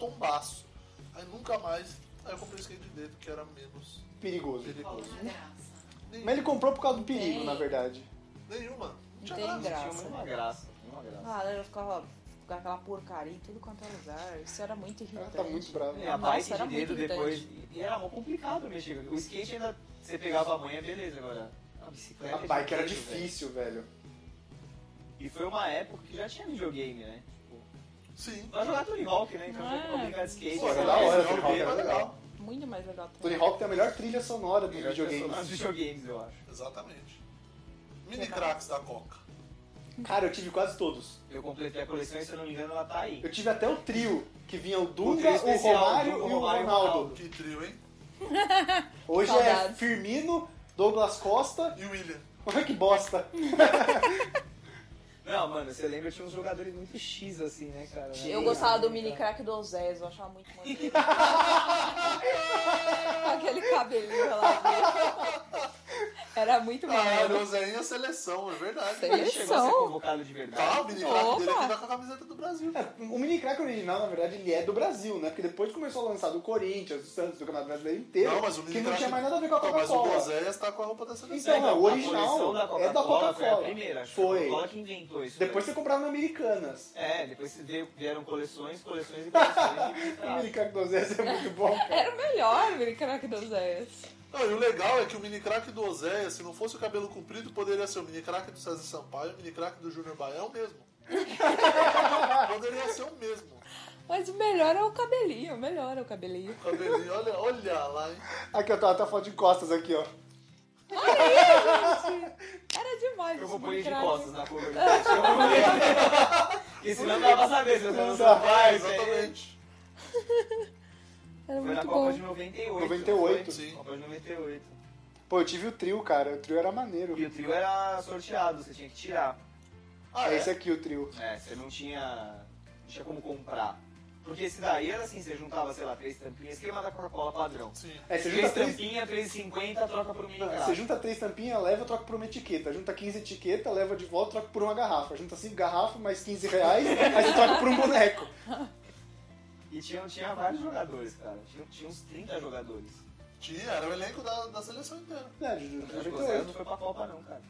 [SPEAKER 1] tombaço. Aí nunca mais. Aí eu comprei skate de dedo, que era menos
[SPEAKER 2] é Perigoso.
[SPEAKER 1] perigoso.
[SPEAKER 7] Uma graça.
[SPEAKER 2] Mas ele comprou por causa do perigo,
[SPEAKER 3] Tem.
[SPEAKER 2] na verdade.
[SPEAKER 1] Nenhuma. Não tinha
[SPEAKER 3] Tem
[SPEAKER 1] nada.
[SPEAKER 3] graça.
[SPEAKER 4] Tinha uma graça, uma graça.
[SPEAKER 3] Ah, eu ficava, ficava aquela porcaria em tudo quanto é lugar. Isso era muito
[SPEAKER 2] Ela
[SPEAKER 3] irritante.
[SPEAKER 2] tá muito brava.
[SPEAKER 4] É, a bike
[SPEAKER 3] Nossa, era
[SPEAKER 4] de dedo
[SPEAKER 3] muito
[SPEAKER 4] depois. E era mó complicado mexer. O skate ainda. Você pegava a manha, beleza, agora. A bicicleta.
[SPEAKER 2] A
[SPEAKER 4] de
[SPEAKER 2] bike era
[SPEAKER 4] dedo,
[SPEAKER 2] difícil, velho.
[SPEAKER 4] velho. E foi uma época que já tinha videogame, né?
[SPEAKER 1] Sim.
[SPEAKER 4] Vai jogar Tony Hawk, né? Então
[SPEAKER 3] Ah.
[SPEAKER 4] ah, brincar de skate.
[SPEAKER 2] Pô, era
[SPEAKER 4] né?
[SPEAKER 2] da hora,
[SPEAKER 4] Esse
[SPEAKER 2] Tony Hawk
[SPEAKER 4] videogame
[SPEAKER 2] era
[SPEAKER 4] era
[SPEAKER 2] legal.
[SPEAKER 3] Muito mais legal. também.
[SPEAKER 2] Tony Hawk tem a melhor trilha sonora do
[SPEAKER 4] legal.
[SPEAKER 2] videogame.
[SPEAKER 4] Nos videogames, eu acho.
[SPEAKER 1] Exatamente. Mini cracks da Coca.
[SPEAKER 2] Cara, eu tive quase todos.
[SPEAKER 4] Eu completei a coleção e, se eu não me engano, ela tá aí.
[SPEAKER 2] Eu tive até o trio, que vinha o
[SPEAKER 4] O
[SPEAKER 2] Dunga,
[SPEAKER 4] trio
[SPEAKER 2] o,
[SPEAKER 4] especial,
[SPEAKER 2] Romário
[SPEAKER 4] Dunga,
[SPEAKER 2] e o
[SPEAKER 4] Romário e
[SPEAKER 2] Ronaldo.
[SPEAKER 4] Ronaldo.
[SPEAKER 1] Que trio, hein?
[SPEAKER 2] Hoje é
[SPEAKER 3] Saudades.
[SPEAKER 2] Firmino, Douglas Costa.
[SPEAKER 1] E o William.
[SPEAKER 2] Olha que bosta.
[SPEAKER 4] Não, mano, você lembra? Tinha uns jogadores muito X assim, né, cara?
[SPEAKER 3] Eu gostava do mini crack do Ozés, eu achava muito maneiro. Aquele cabelinho lá dele. Era muito
[SPEAKER 1] Ah, o
[SPEAKER 3] maneiro.
[SPEAKER 1] Roserinha seleção, é verdade.
[SPEAKER 4] Ele chegou a ser
[SPEAKER 3] Seleção?
[SPEAKER 4] convocado de verdade.
[SPEAKER 1] Tá, o mini crack dele
[SPEAKER 3] Opa.
[SPEAKER 1] aqui tá com a camiseta do Brasil.
[SPEAKER 2] O mini crack original, na verdade, ele é do Brasil, né? Porque depois começou a lançar do Corinthians, do Santos, do Campeonato Brasileiro inteiro,
[SPEAKER 1] Não, mas o mini
[SPEAKER 2] que não
[SPEAKER 1] crack-
[SPEAKER 2] tinha mais nada a ver com a
[SPEAKER 1] Então, mas o
[SPEAKER 2] Coca-Cola.
[SPEAKER 1] Gozéias tá com a roupa da seleção.
[SPEAKER 2] Então, não, o
[SPEAKER 4] coleção
[SPEAKER 2] original é da
[SPEAKER 4] foi a
[SPEAKER 2] Coca-Cola.
[SPEAKER 4] primeira. acho que
[SPEAKER 2] Foi.
[SPEAKER 4] A Coca-Cola que inventou isso.
[SPEAKER 2] Depois
[SPEAKER 4] daí.
[SPEAKER 2] você comprava no Americanas.
[SPEAKER 4] É, depois se veio- vieram coleções, coleções e coleções.
[SPEAKER 2] O mini crack do Zezé é muito bom, cara.
[SPEAKER 3] Era o melhor mini crack do Zé.
[SPEAKER 1] Não, e o legal é que o mini crack do Ozeias, se não fosse o cabelo comprido, poderia ser o mini crack do César Sampaio, o mini crack do Júnior Baião mesmo. poderia ser o mesmo.
[SPEAKER 3] Mas o melhor é o cabelinho, o melhor é o cabelinho.
[SPEAKER 1] O cabelinho, olha, olha lá, hein?
[SPEAKER 2] Aqui, ó, tá, tá a foto de costas aqui, ó.
[SPEAKER 3] Era demais
[SPEAKER 4] Eu
[SPEAKER 3] esse
[SPEAKER 4] vou pôr
[SPEAKER 3] mini
[SPEAKER 4] de
[SPEAKER 3] crack.
[SPEAKER 4] costas na né? cover. Porque senão não dá pra saber se eu
[SPEAKER 2] Não
[SPEAKER 4] sou
[SPEAKER 2] dá,
[SPEAKER 4] rapaz.
[SPEAKER 1] Exatamente.
[SPEAKER 3] Era
[SPEAKER 4] Foi na
[SPEAKER 3] muito
[SPEAKER 4] Copa
[SPEAKER 3] bom.
[SPEAKER 4] de 98.
[SPEAKER 2] 98,
[SPEAKER 4] foi?
[SPEAKER 1] sim.
[SPEAKER 4] Copa de 98.
[SPEAKER 2] Pô, eu tive o trio, cara. O trio era maneiro.
[SPEAKER 4] E o trio era sorteado, você tinha que tirar.
[SPEAKER 1] Ah,
[SPEAKER 2] é esse
[SPEAKER 1] é?
[SPEAKER 2] aqui o trio.
[SPEAKER 4] É, você não tinha. Não tinha como comprar. Porque esse daí era assim, você juntava, sei lá, três tampinhas, esquema da Coca-Cola padrão.
[SPEAKER 1] Sim.
[SPEAKER 2] É, você junta
[SPEAKER 4] Três
[SPEAKER 2] três, Ah,
[SPEAKER 4] tampinhas, 3,50, troca pro mini
[SPEAKER 1] né?
[SPEAKER 2] você junta três tampinhas, leva, troca por uma etiqueta. Junta 15 etiquetas, leva de volta, troca por uma garrafa. Junta cinco garrafas, mais 15 reais, aí você troca por um boneco.
[SPEAKER 4] E tinha, tinha vários jogadores, cara. Tinha, tinha uns 30 jogadores.
[SPEAKER 1] Tinha, era o elenco da, da seleção inteira.
[SPEAKER 2] É, de
[SPEAKER 4] Acho que o Zé
[SPEAKER 2] 98.
[SPEAKER 4] não foi pra Copa não, cara.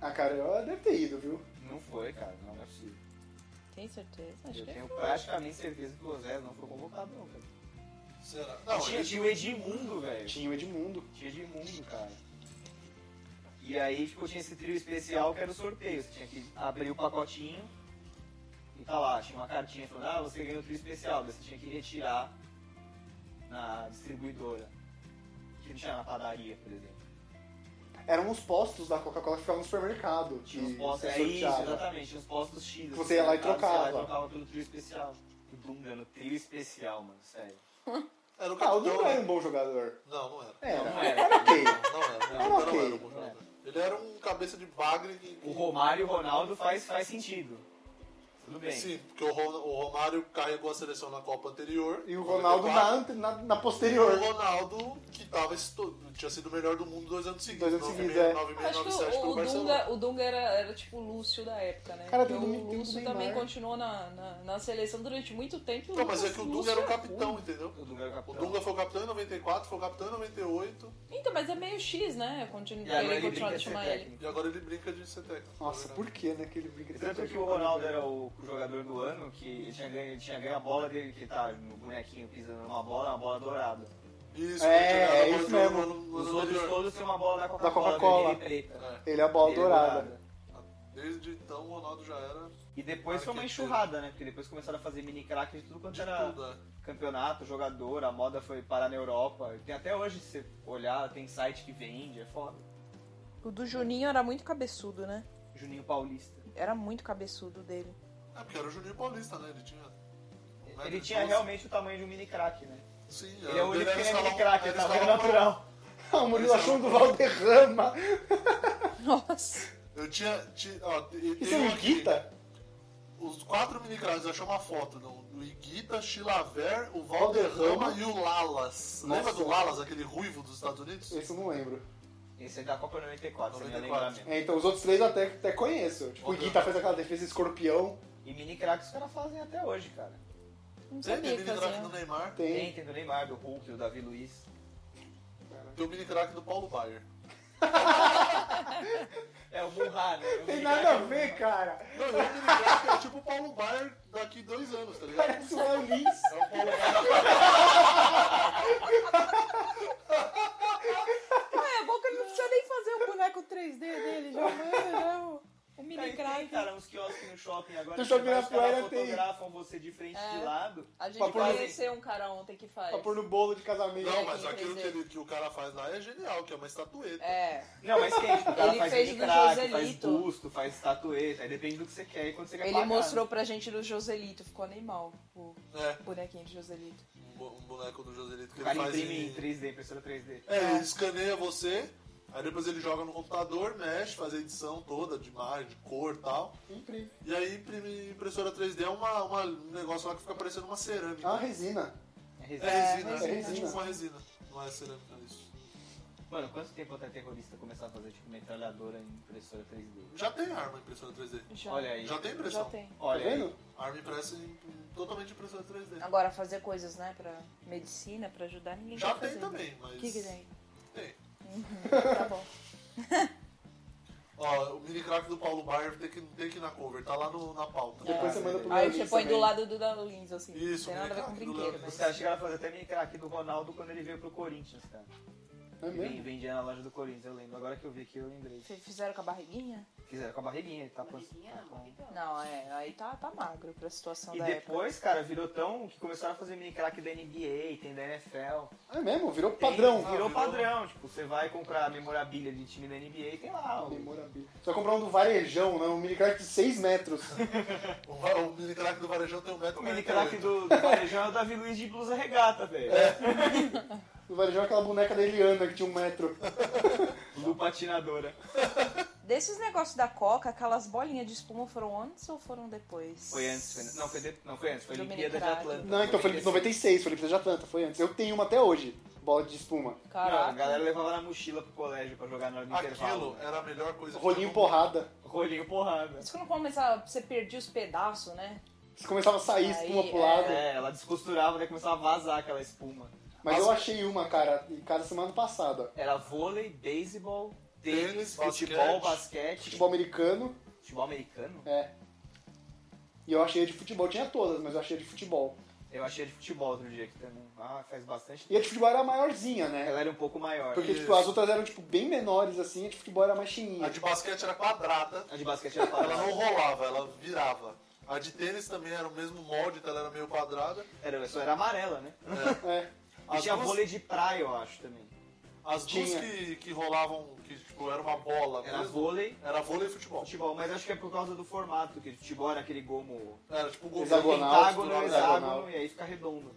[SPEAKER 2] Ah, cara, eu deve ter ido, viu?
[SPEAKER 4] Não foi, cara. Não é possível.
[SPEAKER 3] Tem certeza? Acho
[SPEAKER 4] Eu
[SPEAKER 3] que é.
[SPEAKER 4] tenho praticamente certeza que o Zé não foi convocado não, cara.
[SPEAKER 1] Será? Não,
[SPEAKER 4] tinha,
[SPEAKER 1] ele-
[SPEAKER 4] tinha o Edmundo, velho.
[SPEAKER 2] Tinha o Edmundo.
[SPEAKER 4] Tinha Edmundo, cara. E aí, tipo, tinha esse trio especial que era o sorteio. Você tinha que abrir o pacotinho e tá lá, tinha uma cartinha falando, ah, você ganhou o trio especial, daí você tinha que retirar na distribuidora. Que não tinha na padaria, por exemplo.
[SPEAKER 2] Eram os postos da Coca-Cola que ficavam no supermercado.
[SPEAKER 4] Tinha
[SPEAKER 2] que
[SPEAKER 4] uns postos,
[SPEAKER 2] você
[SPEAKER 4] é isso,
[SPEAKER 2] sorteava.
[SPEAKER 4] exatamente, tinha uns postos X.
[SPEAKER 2] Você ia lá e
[SPEAKER 4] assim, você ia lá e
[SPEAKER 2] trocava.
[SPEAKER 4] trocava pelo trio especial. Que bunga no trio especial, mano, sério.
[SPEAKER 1] era o
[SPEAKER 2] Ah, o
[SPEAKER 1] capitão.
[SPEAKER 2] Dudu era
[SPEAKER 1] né?
[SPEAKER 2] um bom jogador.
[SPEAKER 1] Não, não era.
[SPEAKER 4] Não,
[SPEAKER 2] Era.
[SPEAKER 4] não é. era.
[SPEAKER 2] Ok.
[SPEAKER 1] Não era.
[SPEAKER 4] Era
[SPEAKER 1] Não, não,
[SPEAKER 2] ok.
[SPEAKER 1] era um bom jogador. Ele era um cabeça de bagre que.
[SPEAKER 4] O Romário e o Ronaldo faz, faz sentido. Tudo bem.
[SPEAKER 1] Sim, porque o, Ro- o Romário carregou a seleção na Copa anterior.
[SPEAKER 2] E o Ronaldo na,
[SPEAKER 1] 94.
[SPEAKER 2] ante- na, na
[SPEAKER 1] O
[SPEAKER 2] posterior.
[SPEAKER 1] Ronaldo, que tava, esto- tinha sido o melhor do mundo dois anos seguidos.
[SPEAKER 2] Dois anos seguidos,
[SPEAKER 1] 96,
[SPEAKER 2] é.
[SPEAKER 1] 96,
[SPEAKER 3] Acho que
[SPEAKER 1] 97
[SPEAKER 3] o,
[SPEAKER 1] pelo
[SPEAKER 3] o
[SPEAKER 1] Barcelona.
[SPEAKER 3] Dunga, o Dunga era, era tipo o Lúcio da época, né?
[SPEAKER 2] Cara, tem
[SPEAKER 3] Porque
[SPEAKER 2] do-
[SPEAKER 3] o
[SPEAKER 2] tem do
[SPEAKER 3] Lúcio
[SPEAKER 2] Neymar.
[SPEAKER 3] também continuou na, na, na seleção durante muito tempo. e
[SPEAKER 1] Não, mas é
[SPEAKER 3] Lúcio-
[SPEAKER 1] que o Dunga
[SPEAKER 3] Lúcio
[SPEAKER 1] era o
[SPEAKER 3] ruim.
[SPEAKER 1] capitão, entendeu?
[SPEAKER 4] O Dunga era o
[SPEAKER 1] O
[SPEAKER 4] capitão.
[SPEAKER 1] Dunga foi o capitão em 94, foi o capitão em 98
[SPEAKER 3] Então, mas é meio X, né? Continu...
[SPEAKER 4] E agora
[SPEAKER 3] ele
[SPEAKER 4] É, ele
[SPEAKER 3] continua
[SPEAKER 4] brinca
[SPEAKER 3] a
[SPEAKER 4] de ser
[SPEAKER 3] chamar ele.
[SPEAKER 4] técnico.
[SPEAKER 1] e agora ele brinca de ser técnico. tá
[SPEAKER 2] Nossa, por que, né? Que ele brinca
[SPEAKER 4] Tanto que o Ronaldo era o jogador do ano, que ele tinha ganho, ele tinha ganho a bola dele, que tá no bonequinho pisando numa bola, uma bola dourada.
[SPEAKER 1] Isso,
[SPEAKER 2] É,
[SPEAKER 1] ele jogava
[SPEAKER 2] é
[SPEAKER 1] bola
[SPEAKER 2] isso
[SPEAKER 1] de
[SPEAKER 2] mesmo.
[SPEAKER 1] ouro no- no
[SPEAKER 4] Os
[SPEAKER 1] ano
[SPEAKER 4] outros
[SPEAKER 1] anterior.
[SPEAKER 4] todos têm uma bola da Coca-Cola,
[SPEAKER 2] Coca-Cola.
[SPEAKER 4] vermelha e preta.
[SPEAKER 2] Ele é a bola
[SPEAKER 4] Ele é
[SPEAKER 2] dourada.
[SPEAKER 1] Desde então o Ronaldo já era de
[SPEAKER 4] E depois foi uma enxurrada, né? Porque depois começaram a fazer mini crack de tudo quanto era
[SPEAKER 1] tudo, né?
[SPEAKER 4] campeonato, jogador, a moda foi parar na Europa. E Tem até hoje, se você olhar, tem site que vende, é foda.
[SPEAKER 3] O do Juninho era muito cabeçudo, né?
[SPEAKER 4] Juninho Paulista.
[SPEAKER 3] Era muito cabeçudo dele.
[SPEAKER 1] É porque era o Juninho Paulista, né? Ele tinha. um metro
[SPEAKER 4] Ele
[SPEAKER 1] e
[SPEAKER 4] tinha
[SPEAKER 1] doze.
[SPEAKER 4] realmente o tamanho de um mini crack, né?
[SPEAKER 1] Sim,
[SPEAKER 4] Ele é o
[SPEAKER 1] dele
[SPEAKER 4] único
[SPEAKER 1] era
[SPEAKER 4] que é mini
[SPEAKER 1] escalão-
[SPEAKER 4] crack, é
[SPEAKER 1] era
[SPEAKER 2] tá
[SPEAKER 4] tamanho
[SPEAKER 1] escalão-
[SPEAKER 4] natural.
[SPEAKER 2] Ah, o Murilo achou um do Valderrama.
[SPEAKER 3] Nossa.
[SPEAKER 1] Eu tinha. tinha ó, e-
[SPEAKER 2] Isso é
[SPEAKER 1] eu
[SPEAKER 2] o
[SPEAKER 1] aqui,
[SPEAKER 2] Iguita?
[SPEAKER 1] Os quatro minicraves, eu achei uma foto do, do Iguita, Chilaver, o Valderrama e o Lalas. Lembra
[SPEAKER 2] Nossa.
[SPEAKER 1] do Lalas, aquele ruivo dos Estados Unidos?
[SPEAKER 2] Esse eu não lembro.
[SPEAKER 4] Esse é da Copa 94, você me
[SPEAKER 1] 94.
[SPEAKER 4] lembra mesmo.
[SPEAKER 2] É, então os outros três eu até, até conheço. Tipo, o Iguita fez aquela defesa escorpião.
[SPEAKER 4] E mini cracks os caras fazem até hoje, cara.
[SPEAKER 3] Não
[SPEAKER 1] Tem
[SPEAKER 3] sabia
[SPEAKER 1] tem
[SPEAKER 3] que
[SPEAKER 1] minicrack do
[SPEAKER 3] fazia.
[SPEAKER 1] Neymar,
[SPEAKER 4] Tem,
[SPEAKER 2] Tem.
[SPEAKER 4] tem do Neymar, do Hulk, do Davi Luiz.
[SPEAKER 1] tem o minicrack do Paulo Baier.
[SPEAKER 4] É o Burra, né? O
[SPEAKER 2] Tem
[SPEAKER 4] mini
[SPEAKER 2] nada a
[SPEAKER 4] crack-
[SPEAKER 2] ver, cara.
[SPEAKER 1] Não, e o minicrack é tipo o Paulo Baier daqui dois anos, tá ligado?
[SPEAKER 2] Parece o Léo Lins.
[SPEAKER 1] É o Paulo Baier.
[SPEAKER 3] Ah, é bom que ele não precisa nem fazer o boneco 3D dele. Já né? manda, já o- o mini
[SPEAKER 4] Aí tem,
[SPEAKER 3] crack.
[SPEAKER 4] cara, uns quiosques no shopping agora.
[SPEAKER 2] No
[SPEAKER 4] que
[SPEAKER 2] shopping
[SPEAKER 4] vai, os caras
[SPEAKER 2] Ibirapuera tem.
[SPEAKER 4] fotografam você de frente e
[SPEAKER 3] É.
[SPEAKER 4] de lado.
[SPEAKER 3] A gente
[SPEAKER 2] Pra pôr no-
[SPEAKER 3] conheceu um cara ontem que faz.
[SPEAKER 2] Pra pôr no bolo de casamento.
[SPEAKER 1] Não,
[SPEAKER 3] Minicrack
[SPEAKER 1] mas
[SPEAKER 3] em
[SPEAKER 1] aquilo que,
[SPEAKER 3] 3D.
[SPEAKER 1] ele- que o cara faz lá é genial, que é uma estatueta.
[SPEAKER 3] É.
[SPEAKER 4] Não, mas quem? Tipo, o cara
[SPEAKER 3] Ele
[SPEAKER 4] faz
[SPEAKER 3] fez
[SPEAKER 4] mini
[SPEAKER 3] do
[SPEAKER 4] crack, faz
[SPEAKER 3] Joselito.
[SPEAKER 4] busto, faz estatueta. Aí depende do que você quer e quando você quer
[SPEAKER 3] Ele
[SPEAKER 4] pagar. né?
[SPEAKER 3] mostrou pra gente no Joselito. Ficou animal o
[SPEAKER 1] É,
[SPEAKER 3] bonequinho de Joselito.
[SPEAKER 1] um, bo- um boneco do Joselito que
[SPEAKER 4] O
[SPEAKER 1] ele
[SPEAKER 4] cara
[SPEAKER 1] faz
[SPEAKER 4] imprime
[SPEAKER 1] em...
[SPEAKER 4] em 3D, impressora 3D.
[SPEAKER 1] É, ele escaneia você, aí depois ele joga no computador, mexe, faz a edição toda de imagem, de cor e tal.
[SPEAKER 2] Imprime.
[SPEAKER 1] E aí imprime impressora 3D é uma, uma- um negócio lá que fica parecendo uma cerâmica.
[SPEAKER 2] Ah, resina.
[SPEAKER 4] É resina.
[SPEAKER 1] É resina,
[SPEAKER 3] É
[SPEAKER 1] é,
[SPEAKER 2] resina.
[SPEAKER 1] tipo uma resina. Não é cerâmica, é isso.
[SPEAKER 4] Mano, quanto tempo até terrorista começar a fazer tipo metralhadora em impressora 3D?
[SPEAKER 1] Já tem arma impressora 3D.
[SPEAKER 3] Já,
[SPEAKER 4] Olha aí.
[SPEAKER 1] Já tem
[SPEAKER 3] já
[SPEAKER 1] impressão.
[SPEAKER 3] tem.
[SPEAKER 4] Olha
[SPEAKER 2] tá
[SPEAKER 4] aí.
[SPEAKER 2] vendo?
[SPEAKER 1] Arma impressa em- totalmente impressora 3D.
[SPEAKER 3] Agora, fazer coisas, né, pra medicina, pra ajudar, ninguém
[SPEAKER 1] Já
[SPEAKER 3] quer
[SPEAKER 1] tem
[SPEAKER 3] fazer.
[SPEAKER 1] também, mas.
[SPEAKER 3] O que que tem?
[SPEAKER 1] Tem.
[SPEAKER 3] Tá bom.
[SPEAKER 1] Ó, o mini crack do Paulo Baier tem que, tem que ir na cover, tá lá no- na pauta.
[SPEAKER 2] Depois você manda pro
[SPEAKER 3] Aí
[SPEAKER 2] meu
[SPEAKER 3] você
[SPEAKER 2] link
[SPEAKER 3] põe do
[SPEAKER 2] também.
[SPEAKER 3] lado do da Lins, assim.
[SPEAKER 1] Isso,
[SPEAKER 4] né?
[SPEAKER 3] não tem nada a ver com
[SPEAKER 1] do
[SPEAKER 3] brinquedo,
[SPEAKER 1] lado.
[SPEAKER 3] mas...
[SPEAKER 4] Os caras chegaram a fazer até meio craque do Ronaldo quando ele veio pro Corinthians, cara.
[SPEAKER 2] É
[SPEAKER 4] Ele
[SPEAKER 2] mesmo?
[SPEAKER 4] vendia na loja do Corinthians, eu lembro. Agora que eu vi aqui, eu lembrei.
[SPEAKER 3] F- Fizeram com a barriguinha?
[SPEAKER 4] Fizeram com a barriguinha, ele tá com... tá com-
[SPEAKER 3] Não, é. Aí tá, tá magro pra situação
[SPEAKER 4] E
[SPEAKER 3] da
[SPEAKER 4] depois, cara, virou tão que começaram a fazer mini craque da NBA, tem da NFL.
[SPEAKER 2] É mesmo, virou
[SPEAKER 4] Tem-
[SPEAKER 2] padrão.
[SPEAKER 4] virou padrão. Tipo, você vai comprar memorabilia de time da NBA, tem lá. o-
[SPEAKER 2] Memorabilia. Você vai comprar um do varejão, né? Um minicraft de 6 metros.
[SPEAKER 1] O, va- o mini crack do Varejão tem um metro
[SPEAKER 4] O
[SPEAKER 1] e
[SPEAKER 4] mini
[SPEAKER 1] quarenta e
[SPEAKER 4] craque
[SPEAKER 1] oito.
[SPEAKER 4] do, do Varejão é o Davi Luiz de blusa regata, velho.
[SPEAKER 1] É.
[SPEAKER 2] O varejão é aquela boneca da Eliana que tinha um metro.
[SPEAKER 4] Do patinadora.
[SPEAKER 3] Desses negócios da Coca, aquelas bolinhas de espuma foram antes ou foram depois?
[SPEAKER 4] Foi antes, foi, não, foi de, não foi antes, foi
[SPEAKER 3] Do
[SPEAKER 4] Olimpíada de
[SPEAKER 3] mini craque.
[SPEAKER 4] Atlanta.
[SPEAKER 2] Não, então foi em 96, foi Olimpíada de Atlanta, foi antes. Eu tenho uma até hoje, bola de espuma.
[SPEAKER 4] Não, a
[SPEAKER 3] Caraca.
[SPEAKER 4] galera levava na mochila pro colégio pra jogar na hora do intervalo.
[SPEAKER 1] Aquilo era a melhor coisa
[SPEAKER 2] Rolinho
[SPEAKER 1] que
[SPEAKER 2] porrada.
[SPEAKER 4] Rolinho porrada.
[SPEAKER 3] Isso quando começava, você perdia os pedaços, né?
[SPEAKER 2] Você começava a sair
[SPEAKER 3] Aí,
[SPEAKER 2] espuma pro lado.
[SPEAKER 4] É, ela descosturava, daí começava a vazar aquela espuma.
[SPEAKER 2] Mas eu achei uma, cara, em casa semana passada.
[SPEAKER 4] Era vôlei, beisebol,
[SPEAKER 1] Tênis,
[SPEAKER 4] tênis, futebol, basquete, futebol,
[SPEAKER 2] Futebol americano,
[SPEAKER 4] americano.
[SPEAKER 2] é. E eu achei a de futebol, tinha todas, mas eu achei a de futebol.
[SPEAKER 4] Eu achei de futebol outro dia aqui também. Ah, faz bastante
[SPEAKER 2] E é a
[SPEAKER 4] tempo.
[SPEAKER 2] de futebol era maiorzinha, né?
[SPEAKER 4] Ela era um pouco maior.
[SPEAKER 2] Porque,
[SPEAKER 1] Isso.
[SPEAKER 2] tipo, as outras eram, tipo, bem menores, assim, a de futebol era mais
[SPEAKER 1] tinha. A
[SPEAKER 2] fininha.
[SPEAKER 1] de basquete era quadrada,
[SPEAKER 4] A de basquete era
[SPEAKER 1] ela não
[SPEAKER 4] quadrada.
[SPEAKER 1] rolava, ela virava. A de tênis também era o mesmo molde, então ela era meio quadrada.
[SPEAKER 4] Era, só era amarela, né?
[SPEAKER 2] É.
[SPEAKER 4] E
[SPEAKER 1] As
[SPEAKER 4] tinha
[SPEAKER 1] duas-
[SPEAKER 4] vôlei
[SPEAKER 2] assim?
[SPEAKER 4] de praia, eu acho, também.
[SPEAKER 1] As duas
[SPEAKER 2] Tinha.
[SPEAKER 1] que, que rolavam, que tipo, era uma bola
[SPEAKER 4] Era
[SPEAKER 1] mesmo,
[SPEAKER 4] vôlei,
[SPEAKER 1] era vôlei e futebol.
[SPEAKER 4] futebol. Mas acho que é por causa do formato, que futebol era aquaquele gomo...
[SPEAKER 1] Era tipo gol.
[SPEAKER 2] Hexagonal.
[SPEAKER 4] Pentágono,
[SPEAKER 2] hexagonal.
[SPEAKER 4] hexágono, e aí fica redondo.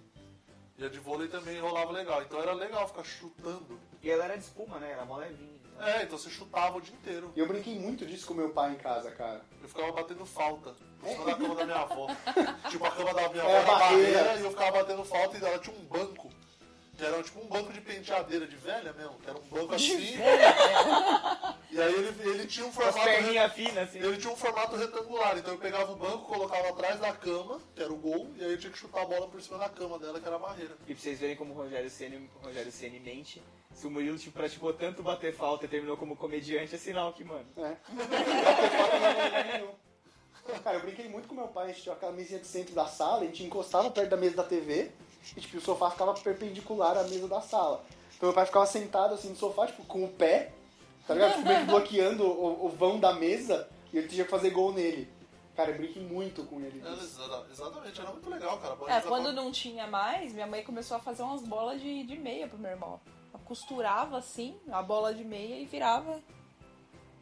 [SPEAKER 1] E a de vôlei também rolava legal. Então era legal ficar chutando.
[SPEAKER 4] E ela era de espuma, né? Era mó levinha.
[SPEAKER 1] É, então você chutava o dia inteiro.
[SPEAKER 2] E eu brinquei muito disso com meu pai em casa, cara.
[SPEAKER 1] Eu ficava batendo falta. Por cima da cama da minha avó. tipo, a cama da minha avó
[SPEAKER 2] É,
[SPEAKER 1] era
[SPEAKER 2] a barreira.
[SPEAKER 1] barreira e eu ficava batendo falta e ela tinha um banco. Que era tipo um banco de penteadeira de velha mesmo. Que era um banco assim. e aí ele, ele tinha um
[SPEAKER 4] Com as
[SPEAKER 1] formato. re-
[SPEAKER 4] perninhas finas, assim.
[SPEAKER 1] Ele tinha um formato retangular, então eu pegava o banco, colocava atrás da cama, que era o gol, e aí eu tinha que chutar a bola por cima da cama dela, que era a barreira.
[SPEAKER 4] E pra vocês verem como o Rogério Ceni, o Rogério Ceni mente, se o Murilo tipo, praticou tanto bater falta e terminou como comediante, é sinal que, mano.
[SPEAKER 2] É. Não, não, não. cara, eu brinquei muito com meu pai, a gente tinha aquela mesinha de centro da sala, a gente encostava perto da mesa da TV, e tipo, o sofá ficava perpendicular à mesa da sala. Então meu pai ficava sentado assim no sofá, tipo, com o pé, tá ligado? Tipo, meio que bloqueando o, o vão da mesa, e ele tinha que fazer gol nele. Cara, eu brinquei muito com ele.
[SPEAKER 1] Era exa- exatamente, era muito legal, cara.
[SPEAKER 3] É, quando não tinha mais, minha mãe começou a fazer umas bolas de, de meia pro meu irmão. Ela costurava assim, a bola de meia e virava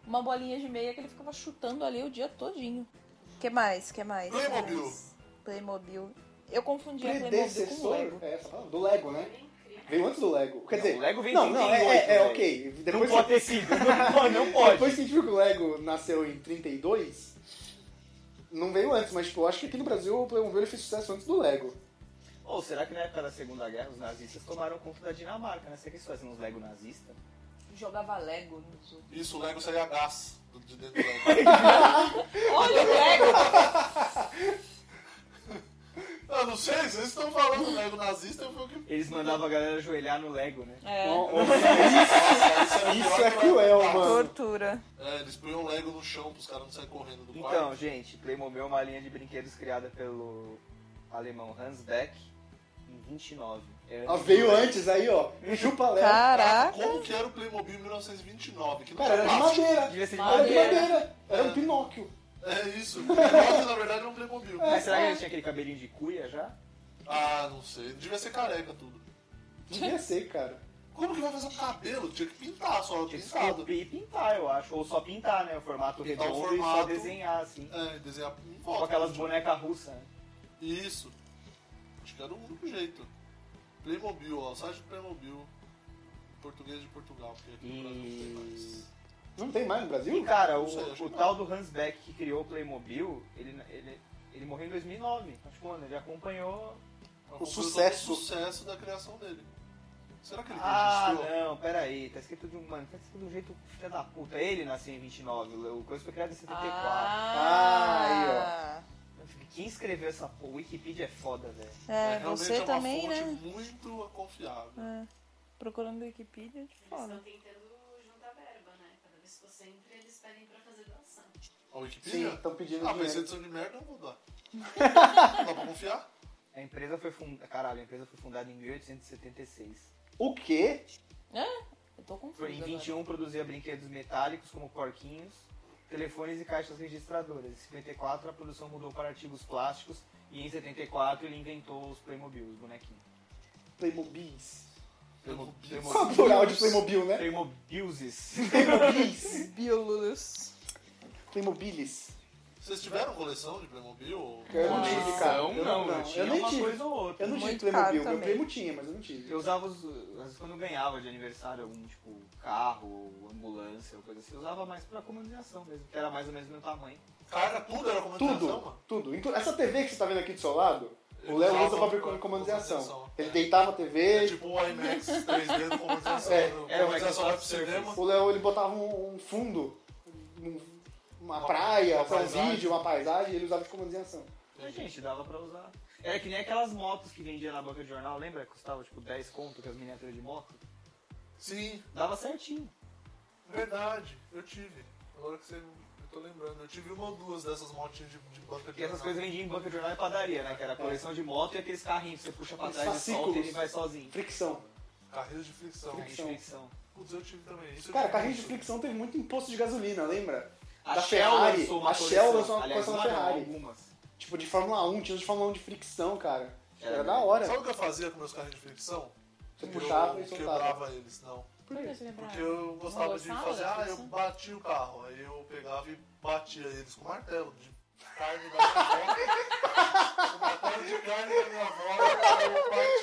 [SPEAKER 3] uma bolinha de meia que ele ficava chutando ali o dia todinho. Que mais? Que mais? Que
[SPEAKER 1] Playmobil.
[SPEAKER 3] mais? Playmobil. Eu confundia Playmobil com
[SPEAKER 2] Predecessor
[SPEAKER 3] Lego.
[SPEAKER 2] é, essa palavra? do Lego, né? Veio antes do Lego. Quer
[SPEAKER 4] Não,
[SPEAKER 2] dizer,
[SPEAKER 4] o Lego vem em
[SPEAKER 2] não, não, é, é, é
[SPEAKER 4] 38,
[SPEAKER 2] ok.
[SPEAKER 4] né? Não
[SPEAKER 2] Depois
[SPEAKER 4] pode ter sido, não pode, não pode.
[SPEAKER 2] Depois que a gente viu que o Lego nasceu em 32, não veio antes, mas tipo, eu acho que aqui no Brasil o Playmobil ele fez sucesso antes do Lego.
[SPEAKER 4] Ou será que na época da Segunda Guerra os nazistas tomaram conta da Dinamarca, né? Será que eles faziam uns Lego nazista?
[SPEAKER 3] Jogava Lego nos outros.
[SPEAKER 1] Isso, o Lego saía gás do- de dentro do Lego.
[SPEAKER 3] Olha o Lego!
[SPEAKER 1] Eu não sei, vocês estão falando do Lego nazista, eu fui o que.
[SPEAKER 4] Eles mandavam a galera ajoelhar no Lego, né?
[SPEAKER 3] É,
[SPEAKER 2] Ó, ó, isso, isso é cruel, mano.
[SPEAKER 3] tortura.
[SPEAKER 1] É, eles punham o Lego no chão pros caras não saírem correndo do quarto.
[SPEAKER 4] Então, gente, Playmobil é uma linha de brinquedos criada pelo alemão Hans Beck em 29. É
[SPEAKER 2] Ah, veio antes aí, ó. Chupa Lego.
[SPEAKER 3] Caraca!
[SPEAKER 1] Como que era o Playmobil em 1929? Que não
[SPEAKER 2] Cara, era de
[SPEAKER 1] plástico.
[SPEAKER 2] madeira.
[SPEAKER 4] Devia ser de
[SPEAKER 2] Era de
[SPEAKER 4] madeira.
[SPEAKER 2] madeira. Era um Pinóquio.
[SPEAKER 1] É isso. O Playmobil, na verdade, é um Playmobil.
[SPEAKER 4] Mas será que ele tinha aquele cabelinho de cuia já?
[SPEAKER 1] Ah, não sei. Devia ser careca tudo.
[SPEAKER 2] Devia ser, cara.
[SPEAKER 1] Como que vai fazer um cabelo? Tinha que pintar só,
[SPEAKER 4] Tinha que
[SPEAKER 1] pintado.
[SPEAKER 4] esculpir e pintar, eu acho. Ou só pintar, né? O formato
[SPEAKER 1] Pintar o
[SPEAKER 4] redondo e só
[SPEAKER 1] formato.
[SPEAKER 4] desenhar, assim.
[SPEAKER 1] É, desenhar em
[SPEAKER 4] Com
[SPEAKER 1] volta.
[SPEAKER 4] aquelas bonecas russas, né?
[SPEAKER 1] Isso. Acho que era o único jeito. Playmobil, ó. Site do Playmobil. Português de Portugal, porque aqui no Brasil não tem mais.
[SPEAKER 2] Não tem mais no
[SPEAKER 4] E,
[SPEAKER 2] Brasil?
[SPEAKER 4] cara, o,
[SPEAKER 1] Não sei, acho
[SPEAKER 4] o
[SPEAKER 1] que
[SPEAKER 4] tal do Hans Beck que criou o Playmobil, ele, ele, ele morreu em então, 2009. Acho que, mano, ele tipo, acompanhou...
[SPEAKER 1] É um Acompanhou todo
[SPEAKER 2] sucesso.
[SPEAKER 1] O sucesso da criação dele. Será que ele
[SPEAKER 4] Ah,
[SPEAKER 3] né?
[SPEAKER 1] registrou?
[SPEAKER 4] não, peraí, tá escrito de um, mano, tá escrito de um jeito filha da puta. Ele nasceu em 29, o coisa foi criado em 74. Ah,
[SPEAKER 3] Ah,
[SPEAKER 4] aí, ó. Quem escreveu essa porra? Wikipedia é foda, velho.
[SPEAKER 3] É,
[SPEAKER 1] realmente
[SPEAKER 3] você
[SPEAKER 1] é uma
[SPEAKER 3] também,
[SPEAKER 1] fonte
[SPEAKER 3] né?
[SPEAKER 1] muito confiável.
[SPEAKER 3] É. Procurando Wikipedia, é de
[SPEAKER 7] Eles
[SPEAKER 3] foda.
[SPEAKER 7] estão tentando juntar verba, né? Cada vez que você entra, eles pedem pra fazer doação.
[SPEAKER 1] A
[SPEAKER 2] Sim,
[SPEAKER 1] Wikipedia?
[SPEAKER 2] estão pedindo
[SPEAKER 1] ah, mas
[SPEAKER 2] dinheiro.
[SPEAKER 1] edição de merda eu vou dar. Não dá pra confiar?
[SPEAKER 4] A empresa foi fundada. Caralho, a empresa foi fundada em 1876.
[SPEAKER 2] O quê?
[SPEAKER 3] Eu tô confusa
[SPEAKER 4] Foi em
[SPEAKER 3] agora.
[SPEAKER 4] 21 produzia brinquedos metálicos como porquinhos, telefones e caixas registradoras. Em 54 a produção mudou para artigos plásticos e em 74 ele inventou os Playmobil, os bonequinhos.
[SPEAKER 2] Playmobis.
[SPEAKER 4] Playmo-
[SPEAKER 2] Qual é o
[SPEAKER 4] Playmobil.
[SPEAKER 2] plural de Playmobil, né?
[SPEAKER 4] Playmobilzes.
[SPEAKER 2] Playmobilis.
[SPEAKER 3] Biolulus.
[SPEAKER 2] Playmobilis.
[SPEAKER 1] Vocês tiveram coleção de Playmobil? ou-
[SPEAKER 2] Eu
[SPEAKER 3] Não.
[SPEAKER 2] não tive, cara.
[SPEAKER 4] Não,
[SPEAKER 2] eu
[SPEAKER 4] não, eu
[SPEAKER 2] Eu
[SPEAKER 4] tinha
[SPEAKER 2] nem
[SPEAKER 4] uma
[SPEAKER 2] tive.
[SPEAKER 4] coisa ou outra.
[SPEAKER 2] Eu não tive
[SPEAKER 3] Muito
[SPEAKER 2] Playmobil.
[SPEAKER 3] caro
[SPEAKER 2] Meu
[SPEAKER 3] também.
[SPEAKER 2] primo tinha, mas eu não tive.
[SPEAKER 4] Eu usava os. Às vezes quando eu ganhava de aniversário algum, tipo, carro, ou ambulância, ou coisa assim, eu usava mais pra comunicação mesmo, que era mais ou menos do meu tamanho.
[SPEAKER 1] Cara, tudo era comandização,
[SPEAKER 2] Tudo,
[SPEAKER 1] mano.
[SPEAKER 2] tudo. Inclu- Essa TV que você tá vendo aqui do seu lado,
[SPEAKER 1] Eu
[SPEAKER 2] o Léo um
[SPEAKER 1] usava
[SPEAKER 2] usa pra ver
[SPEAKER 1] pra-
[SPEAKER 2] comandização.
[SPEAKER 1] comandização.
[SPEAKER 2] Ele deitava a
[SPEAKER 1] É
[SPEAKER 2] TV,
[SPEAKER 1] tipo o IMAX 3D do comandização.
[SPEAKER 2] É,
[SPEAKER 1] do
[SPEAKER 4] era o
[SPEAKER 1] comandização lá pro
[SPEAKER 4] Microsoft
[SPEAKER 1] cinema.
[SPEAKER 2] o Léo ele botava um, um fundo, um- uma
[SPEAKER 1] Uma-
[SPEAKER 2] praia,
[SPEAKER 1] uma
[SPEAKER 2] pra um
[SPEAKER 1] paisagem.
[SPEAKER 2] vídeo, uma paisagem, e ele usava de comandização.
[SPEAKER 4] Mas, gente, dava pra usar. Era que nem aquelas motos que vendia na banca de jornal, lembra? Custava tipo 10 conto com as miniaturas de moto.
[SPEAKER 1] Sim,
[SPEAKER 4] Dava certinho.
[SPEAKER 1] verdade. Eu tive. Agora que você... Eu tô lembrando. Eu tive uma ou duas dessas motinhas de, de banca de
[SPEAKER 4] Porque essas
[SPEAKER 1] jornal.
[SPEAKER 4] coisas vendiam em banca de jornal e padaria, né? Que era coleção de moto e aqueles carrinhos que você puxa pra
[SPEAKER 2] Os
[SPEAKER 4] trás e solta e ele
[SPEAKER 2] fascículos.
[SPEAKER 4] vai sozinho. Então,
[SPEAKER 2] Fricção.
[SPEAKER 1] Carreiras de fricção.
[SPEAKER 4] Carrinho de fricção.
[SPEAKER 1] Putz, eu tive também. Isso é eu
[SPEAKER 2] Cara,
[SPEAKER 1] tive
[SPEAKER 2] carrinho de
[SPEAKER 1] muito.
[SPEAKER 2] fricção teve muito imposto de gasolina, lembra? Da
[SPEAKER 4] Shell
[SPEAKER 2] Ferrari.
[SPEAKER 4] lançou uma
[SPEAKER 2] A Shell
[SPEAKER 4] coleção.
[SPEAKER 2] lançou uma
[SPEAKER 4] Aliás,
[SPEAKER 2] coleção da
[SPEAKER 4] uma não,
[SPEAKER 2] Ferrari.
[SPEAKER 4] Algumas.
[SPEAKER 2] Tipo, de Fórmula 1, tinha uns de Fórmula 1 de fricção, cara.
[SPEAKER 1] É,
[SPEAKER 4] Era
[SPEAKER 1] né?
[SPEAKER 2] Era da
[SPEAKER 4] mesmo.
[SPEAKER 2] hora.
[SPEAKER 1] Sabe o que eu fazia com meus carrinhos de fricção?
[SPEAKER 2] Você
[SPEAKER 1] Eu
[SPEAKER 2] puxava e soltava.
[SPEAKER 1] quebrava eles, não.
[SPEAKER 2] Por quê?
[SPEAKER 1] Porque eu gostava de
[SPEAKER 3] gostava
[SPEAKER 1] fazer,
[SPEAKER 3] da
[SPEAKER 1] ah, eu
[SPEAKER 3] fricção?
[SPEAKER 1] bati o carro. Aí eu pegava e batia eles com martelo de carne da minha avó. com martelo de carne da minha avó, aí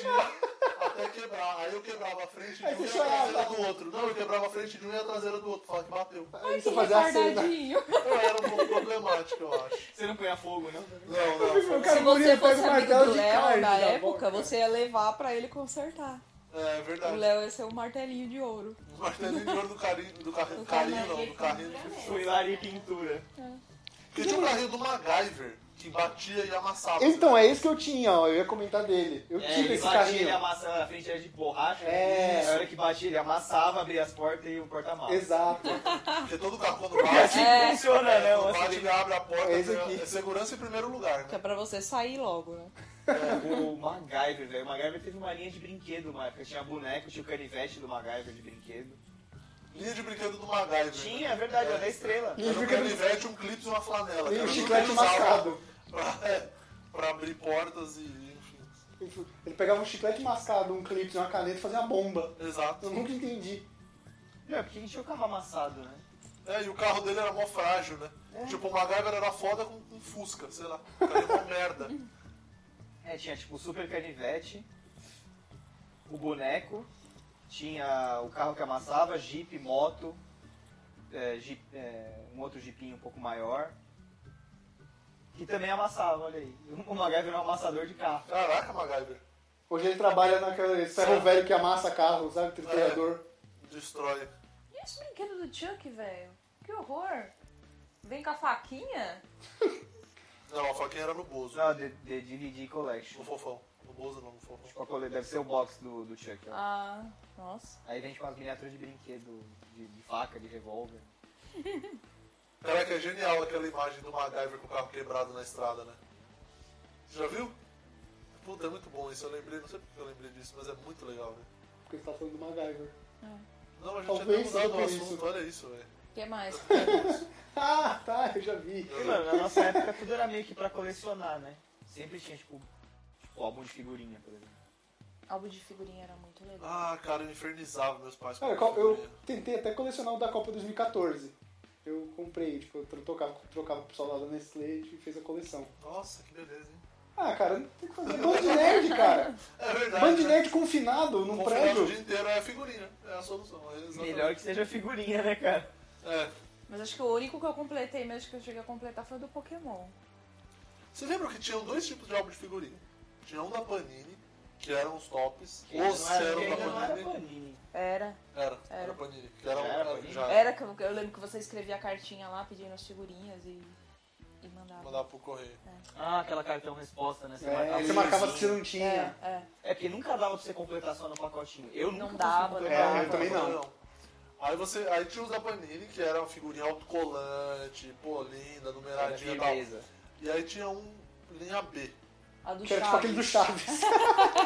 [SPEAKER 1] eu batia até quebrar. Aí eu quebrava a frente de um
[SPEAKER 2] Aí
[SPEAKER 1] e a
[SPEAKER 2] você chorava.
[SPEAKER 1] traseira do outro. Não, eu quebrava a frente de um e a traseira do outro. Falava que bateu.
[SPEAKER 2] Aí você fazia a cena.
[SPEAKER 1] Eu era um pouco problemático, eu acho.
[SPEAKER 4] Você não punha fogo, né? não?
[SPEAKER 1] Não, não.
[SPEAKER 2] Eu quero
[SPEAKER 3] Se
[SPEAKER 2] guria,
[SPEAKER 3] você
[SPEAKER 2] pega
[SPEAKER 3] fosse
[SPEAKER 2] o
[SPEAKER 3] amigo
[SPEAKER 2] martelo
[SPEAKER 3] do
[SPEAKER 2] de
[SPEAKER 3] Léo
[SPEAKER 2] carne da
[SPEAKER 3] na época,
[SPEAKER 2] boca.
[SPEAKER 3] você ia levar pra ele consertar.
[SPEAKER 1] É
[SPEAKER 2] Tá.
[SPEAKER 3] O
[SPEAKER 1] verdade.
[SPEAKER 3] Léo ia ser o martelinho de ouro.
[SPEAKER 1] O martelinho de ouro do carinho, do carrinho,
[SPEAKER 3] Do
[SPEAKER 1] carinho não,
[SPEAKER 7] carrinho.
[SPEAKER 1] do carrinho de fricção.
[SPEAKER 4] Funilaria e pintura.
[SPEAKER 1] Porque tinha o carrinho do MacGyver, que batia e amassava.
[SPEAKER 2] Então, é esse que eu tinha, ó. Eu ia comentar dele. Eu
[SPEAKER 4] É,
[SPEAKER 2] tive
[SPEAKER 4] ele
[SPEAKER 2] esse
[SPEAKER 4] batia,
[SPEAKER 2] carrinho.
[SPEAKER 4] ele amassava, a frente era de borracha.
[SPEAKER 2] É.
[SPEAKER 4] Na hora que batia, ele amassava, abria as portas e o porta-malas.
[SPEAKER 2] Exato.
[SPEAKER 1] Porque todo carro quando bate,
[SPEAKER 3] É.
[SPEAKER 4] funciona, né?
[SPEAKER 1] quando
[SPEAKER 4] O
[SPEAKER 1] bate,
[SPEAKER 4] acidente.
[SPEAKER 1] ele abre a porta,
[SPEAKER 2] É esse
[SPEAKER 1] tem a-
[SPEAKER 2] aqui.
[SPEAKER 1] é segurança em primeiro lugar,
[SPEAKER 3] Que é
[SPEAKER 1] né?
[SPEAKER 3] pra você sair logo, né?
[SPEAKER 4] É, O MacGyver, velho. O MacGyver teve uma linha de brinquedo, uma época. Tinha boneco, tinha o canivete do MacGyver de brinquedo.
[SPEAKER 1] Linha de brinquedo do MacGyver.
[SPEAKER 4] Tinha, é verdade, era da estrela.
[SPEAKER 2] E
[SPEAKER 1] Era um
[SPEAKER 2] fica no-
[SPEAKER 1] canivete, um clipe e uma flanela.
[SPEAKER 2] E
[SPEAKER 1] que
[SPEAKER 2] o
[SPEAKER 1] era
[SPEAKER 2] um chiclete
[SPEAKER 1] tudo que ele usava
[SPEAKER 2] mascado.
[SPEAKER 1] Pra, é, pra abrir portas e enfim.
[SPEAKER 2] Ele pegava um chiclete mascado, um clipe, uma caneta e fazia uma bomba. Eu
[SPEAKER 1] Exato.
[SPEAKER 2] nunca entendi.
[SPEAKER 4] Não, é porque a gente tinha o carro amassado, né?
[SPEAKER 1] É, e o carro dele era mó frágil, né?
[SPEAKER 2] É.
[SPEAKER 1] Tipo, o MacGyver era foda com, com Fusca, sei lá. O cara era uma merda.
[SPEAKER 4] É, tinha tipo o super canivete, o boneco, tinha o carro que amassava, jeep, moto, é, jeep, é, um outro jeepinho um pouco maior. Que também amassava, olha aí. O MacGyver era um amassador de carro.
[SPEAKER 1] Caraca, MacGyver.
[SPEAKER 2] Hoje ele trabalha naquele ferro velho que amassa carro, sabe? Triturador.
[SPEAKER 1] Destrói.
[SPEAKER 3] E esse brinquedo do Chuck, velho? Que horror! Vem com a faquinha?
[SPEAKER 1] Não, a faquinha era no Bozo.
[SPEAKER 4] Não, The, The DVD Collection.
[SPEAKER 1] No Fofão. No Bozo não, no Fofão.
[SPEAKER 4] Tipo, a cole- deve ser o box do, do Chuck. ó.
[SPEAKER 3] Ah, nossa.
[SPEAKER 4] Aí vem com as miniaturas de brinquedo, de, de faca, de revólver.
[SPEAKER 1] Caraca, é genial aquela imagem do MacGyver com o carro quebrado na estrada, né? Você já viu? Puta, é muito bom isso. Eu lembrei, não sei porque eu lembrei disso, mas é muito legal, velho.
[SPEAKER 2] Porque ele tá falando do MacGyver.
[SPEAKER 1] Não, a gente
[SPEAKER 2] Talvez
[SPEAKER 1] até mudado o
[SPEAKER 2] seja por
[SPEAKER 1] assunto,
[SPEAKER 2] isso.
[SPEAKER 1] olha isso, velho.
[SPEAKER 3] O que mais?
[SPEAKER 2] Ah, tá, eu já vi.
[SPEAKER 4] E, mano, na nossa época tudo era meio que pra colecionar, né? Sempre tinha, tipo, tipo álbum de figurinha, por exemplo.
[SPEAKER 3] Álbum de figurinha era muito legal.
[SPEAKER 1] Ah, cara, eu infernizava meus pais
[SPEAKER 2] Cara,
[SPEAKER 1] a
[SPEAKER 2] qual- eu
[SPEAKER 1] figurinha.
[SPEAKER 2] tentei até colecionar o da Copa 2014. Eu comprei, tipo, eu tro- trocava, trocava pro pessoal lá da Nestlé e fez a coleção.
[SPEAKER 1] Nossa, que beleza, hein?
[SPEAKER 2] Ah, cara, não tem que fazer. Band de nerd, cara.
[SPEAKER 1] É verdade.
[SPEAKER 2] Band de
[SPEAKER 1] né?
[SPEAKER 2] nerd confinado num
[SPEAKER 1] Confinado
[SPEAKER 2] prédio.
[SPEAKER 1] o dia inteiro é figurinha. É a solução. É exatamente.
[SPEAKER 4] Melhor que seja figurinha, né, cara?
[SPEAKER 1] É.
[SPEAKER 3] Mas acho que o único que eu completei mesmo que eu cheguei a completar foi o do Pokémon.
[SPEAKER 1] Você lembra que tinham dois tipos de álbum de figurinha? Tinha um da Panini, que eram os tops.
[SPEAKER 4] Que
[SPEAKER 1] Os
[SPEAKER 4] não era-
[SPEAKER 1] eram
[SPEAKER 4] que
[SPEAKER 1] da
[SPEAKER 4] ainda não era
[SPEAKER 1] Panini.
[SPEAKER 4] Panini.
[SPEAKER 3] Era.
[SPEAKER 1] Era,
[SPEAKER 3] Era.
[SPEAKER 1] era Panini. Que era,
[SPEAKER 4] Já era
[SPEAKER 1] era,
[SPEAKER 4] Panini? É,
[SPEAKER 1] já
[SPEAKER 3] Era que eu, eu lembro que você escrevia a cartinha lá pedindo as figurinhas e, e mandava.
[SPEAKER 1] mandava pro correio.
[SPEAKER 4] Ah, aquela cartão resposta, né? Você
[SPEAKER 2] É,
[SPEAKER 4] marcava
[SPEAKER 2] você
[SPEAKER 4] o
[SPEAKER 2] marcava
[SPEAKER 4] zinho.
[SPEAKER 2] as que você não tinha.
[SPEAKER 3] É, é.
[SPEAKER 4] É porque nunca dava pra você completar só no pacotinho. Eu
[SPEAKER 3] Não
[SPEAKER 4] nunca
[SPEAKER 3] dava,
[SPEAKER 4] consegui
[SPEAKER 2] não
[SPEAKER 4] completar.
[SPEAKER 2] dava. Eu também não.
[SPEAKER 1] Aí você. Aí tinha os da Panini, que era uma figurinha autocolante, pô, linda,
[SPEAKER 4] É, Era
[SPEAKER 1] numeradinha e tal.
[SPEAKER 4] firmeza.
[SPEAKER 1] E aí tinha um linha B.
[SPEAKER 3] A do
[SPEAKER 2] Que era tipo
[SPEAKER 3] Chaves.
[SPEAKER 2] aquele do Chaves.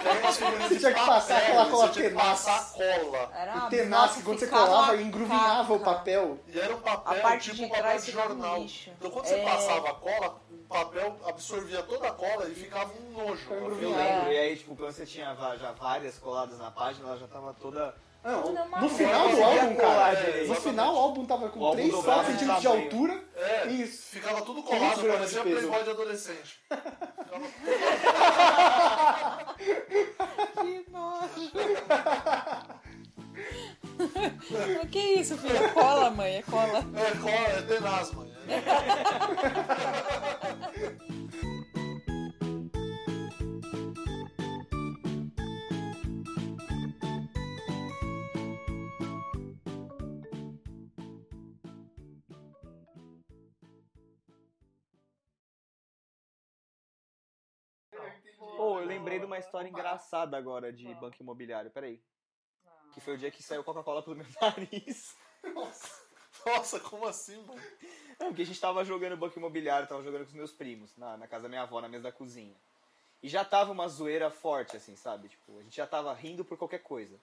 [SPEAKER 1] Que era umas figurinhas
[SPEAKER 2] Você
[SPEAKER 1] de
[SPEAKER 2] tinha que passar
[SPEAKER 1] papel,
[SPEAKER 2] aquela cola
[SPEAKER 1] você tinha que
[SPEAKER 2] tenaz.
[SPEAKER 1] passar cola.
[SPEAKER 3] Era
[SPEAKER 2] o
[SPEAKER 3] uma-
[SPEAKER 2] tenaz,
[SPEAKER 3] nossa,
[SPEAKER 2] que quando você
[SPEAKER 3] ficava
[SPEAKER 2] colava,
[SPEAKER 3] uma
[SPEAKER 2] engruvinava o
[SPEAKER 3] caca.
[SPEAKER 2] papel.
[SPEAKER 1] E era um
[SPEAKER 3] A
[SPEAKER 1] papel
[SPEAKER 3] parte
[SPEAKER 1] tipo
[SPEAKER 3] de
[SPEAKER 1] um papel
[SPEAKER 3] trás
[SPEAKER 1] de
[SPEAKER 3] ficava no
[SPEAKER 1] jornal.
[SPEAKER 3] lixo.
[SPEAKER 1] Então quando
[SPEAKER 3] É.
[SPEAKER 1] você passava a cola, o papel absorvia toda a cola e ficava um nojo.
[SPEAKER 2] Ficava
[SPEAKER 4] Eu
[SPEAKER 2] engruvinhado.
[SPEAKER 4] lembro, e aí, tipo, quando você tinha va- já várias coladas na página, ela já tava toda.
[SPEAKER 2] Não,
[SPEAKER 3] Tudo
[SPEAKER 2] no
[SPEAKER 3] amarelo.
[SPEAKER 2] final do
[SPEAKER 4] Você ia
[SPEAKER 2] álbum,
[SPEAKER 4] colar
[SPEAKER 2] cara.
[SPEAKER 4] direito.
[SPEAKER 2] No
[SPEAKER 1] Exatamente.
[SPEAKER 2] final o álbum tava
[SPEAKER 4] O
[SPEAKER 2] com
[SPEAKER 4] álbum
[SPEAKER 2] 3,
[SPEAKER 4] dobrado
[SPEAKER 2] 4
[SPEAKER 4] de
[SPEAKER 2] centímetros de
[SPEAKER 4] tamanho.
[SPEAKER 2] altura.
[SPEAKER 1] É,
[SPEAKER 2] Isso.
[SPEAKER 1] ficava tudo
[SPEAKER 2] Feliz
[SPEAKER 1] colado,
[SPEAKER 2] programa
[SPEAKER 1] parecia
[SPEAKER 2] de peso.
[SPEAKER 1] playboy de adolescente.
[SPEAKER 3] Que nojo. que isso, filho? É cola, mãe, é cola.
[SPEAKER 1] É cola, é tenaz, mano.
[SPEAKER 4] Pô, eu lembrei de uma história engraçada agora de banco imobiliário, peraí. Que foi o dia que saiu Coca-Cola pelo meu nariz.
[SPEAKER 1] Nossa, como assim, mano?
[SPEAKER 4] Não, porque a gente tava jogando banco imobiliário, tava jogando com os meus primos, na, na casa da minha avó, na mesa da cozinha. E já tava uma zoeira forte, assim, sabe? Tipo, a gente já tava rindo por qualquer coisa.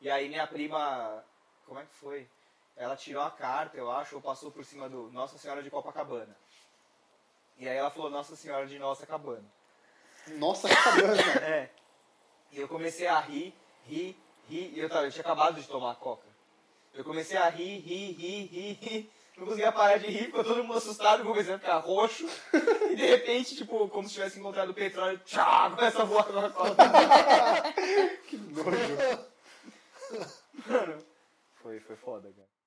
[SPEAKER 4] E aí minha prima. Como é que foi? Ela tirou a carta, eu acho, ou passou por cima do Nossa Senhora de Copacabana. E aí ela falou Nossa Senhora de Nossa Cabana.
[SPEAKER 2] Nossa, que cabana.
[SPEAKER 4] É. E eu comecei a rir, rir, rir. E eu, tava, eu tinha acabado de tomar a coca. Eu comecei a rir, rir, rir, rir, rir. Não conseguia parar de rir, ficou todo mundo assustado, comecei a ficar roxo. E de repente, tipo, como se tivesse encontrado petróleo, tchá, começa a voar a coca.
[SPEAKER 2] Que nojo.
[SPEAKER 4] Foi, foi foda, cara.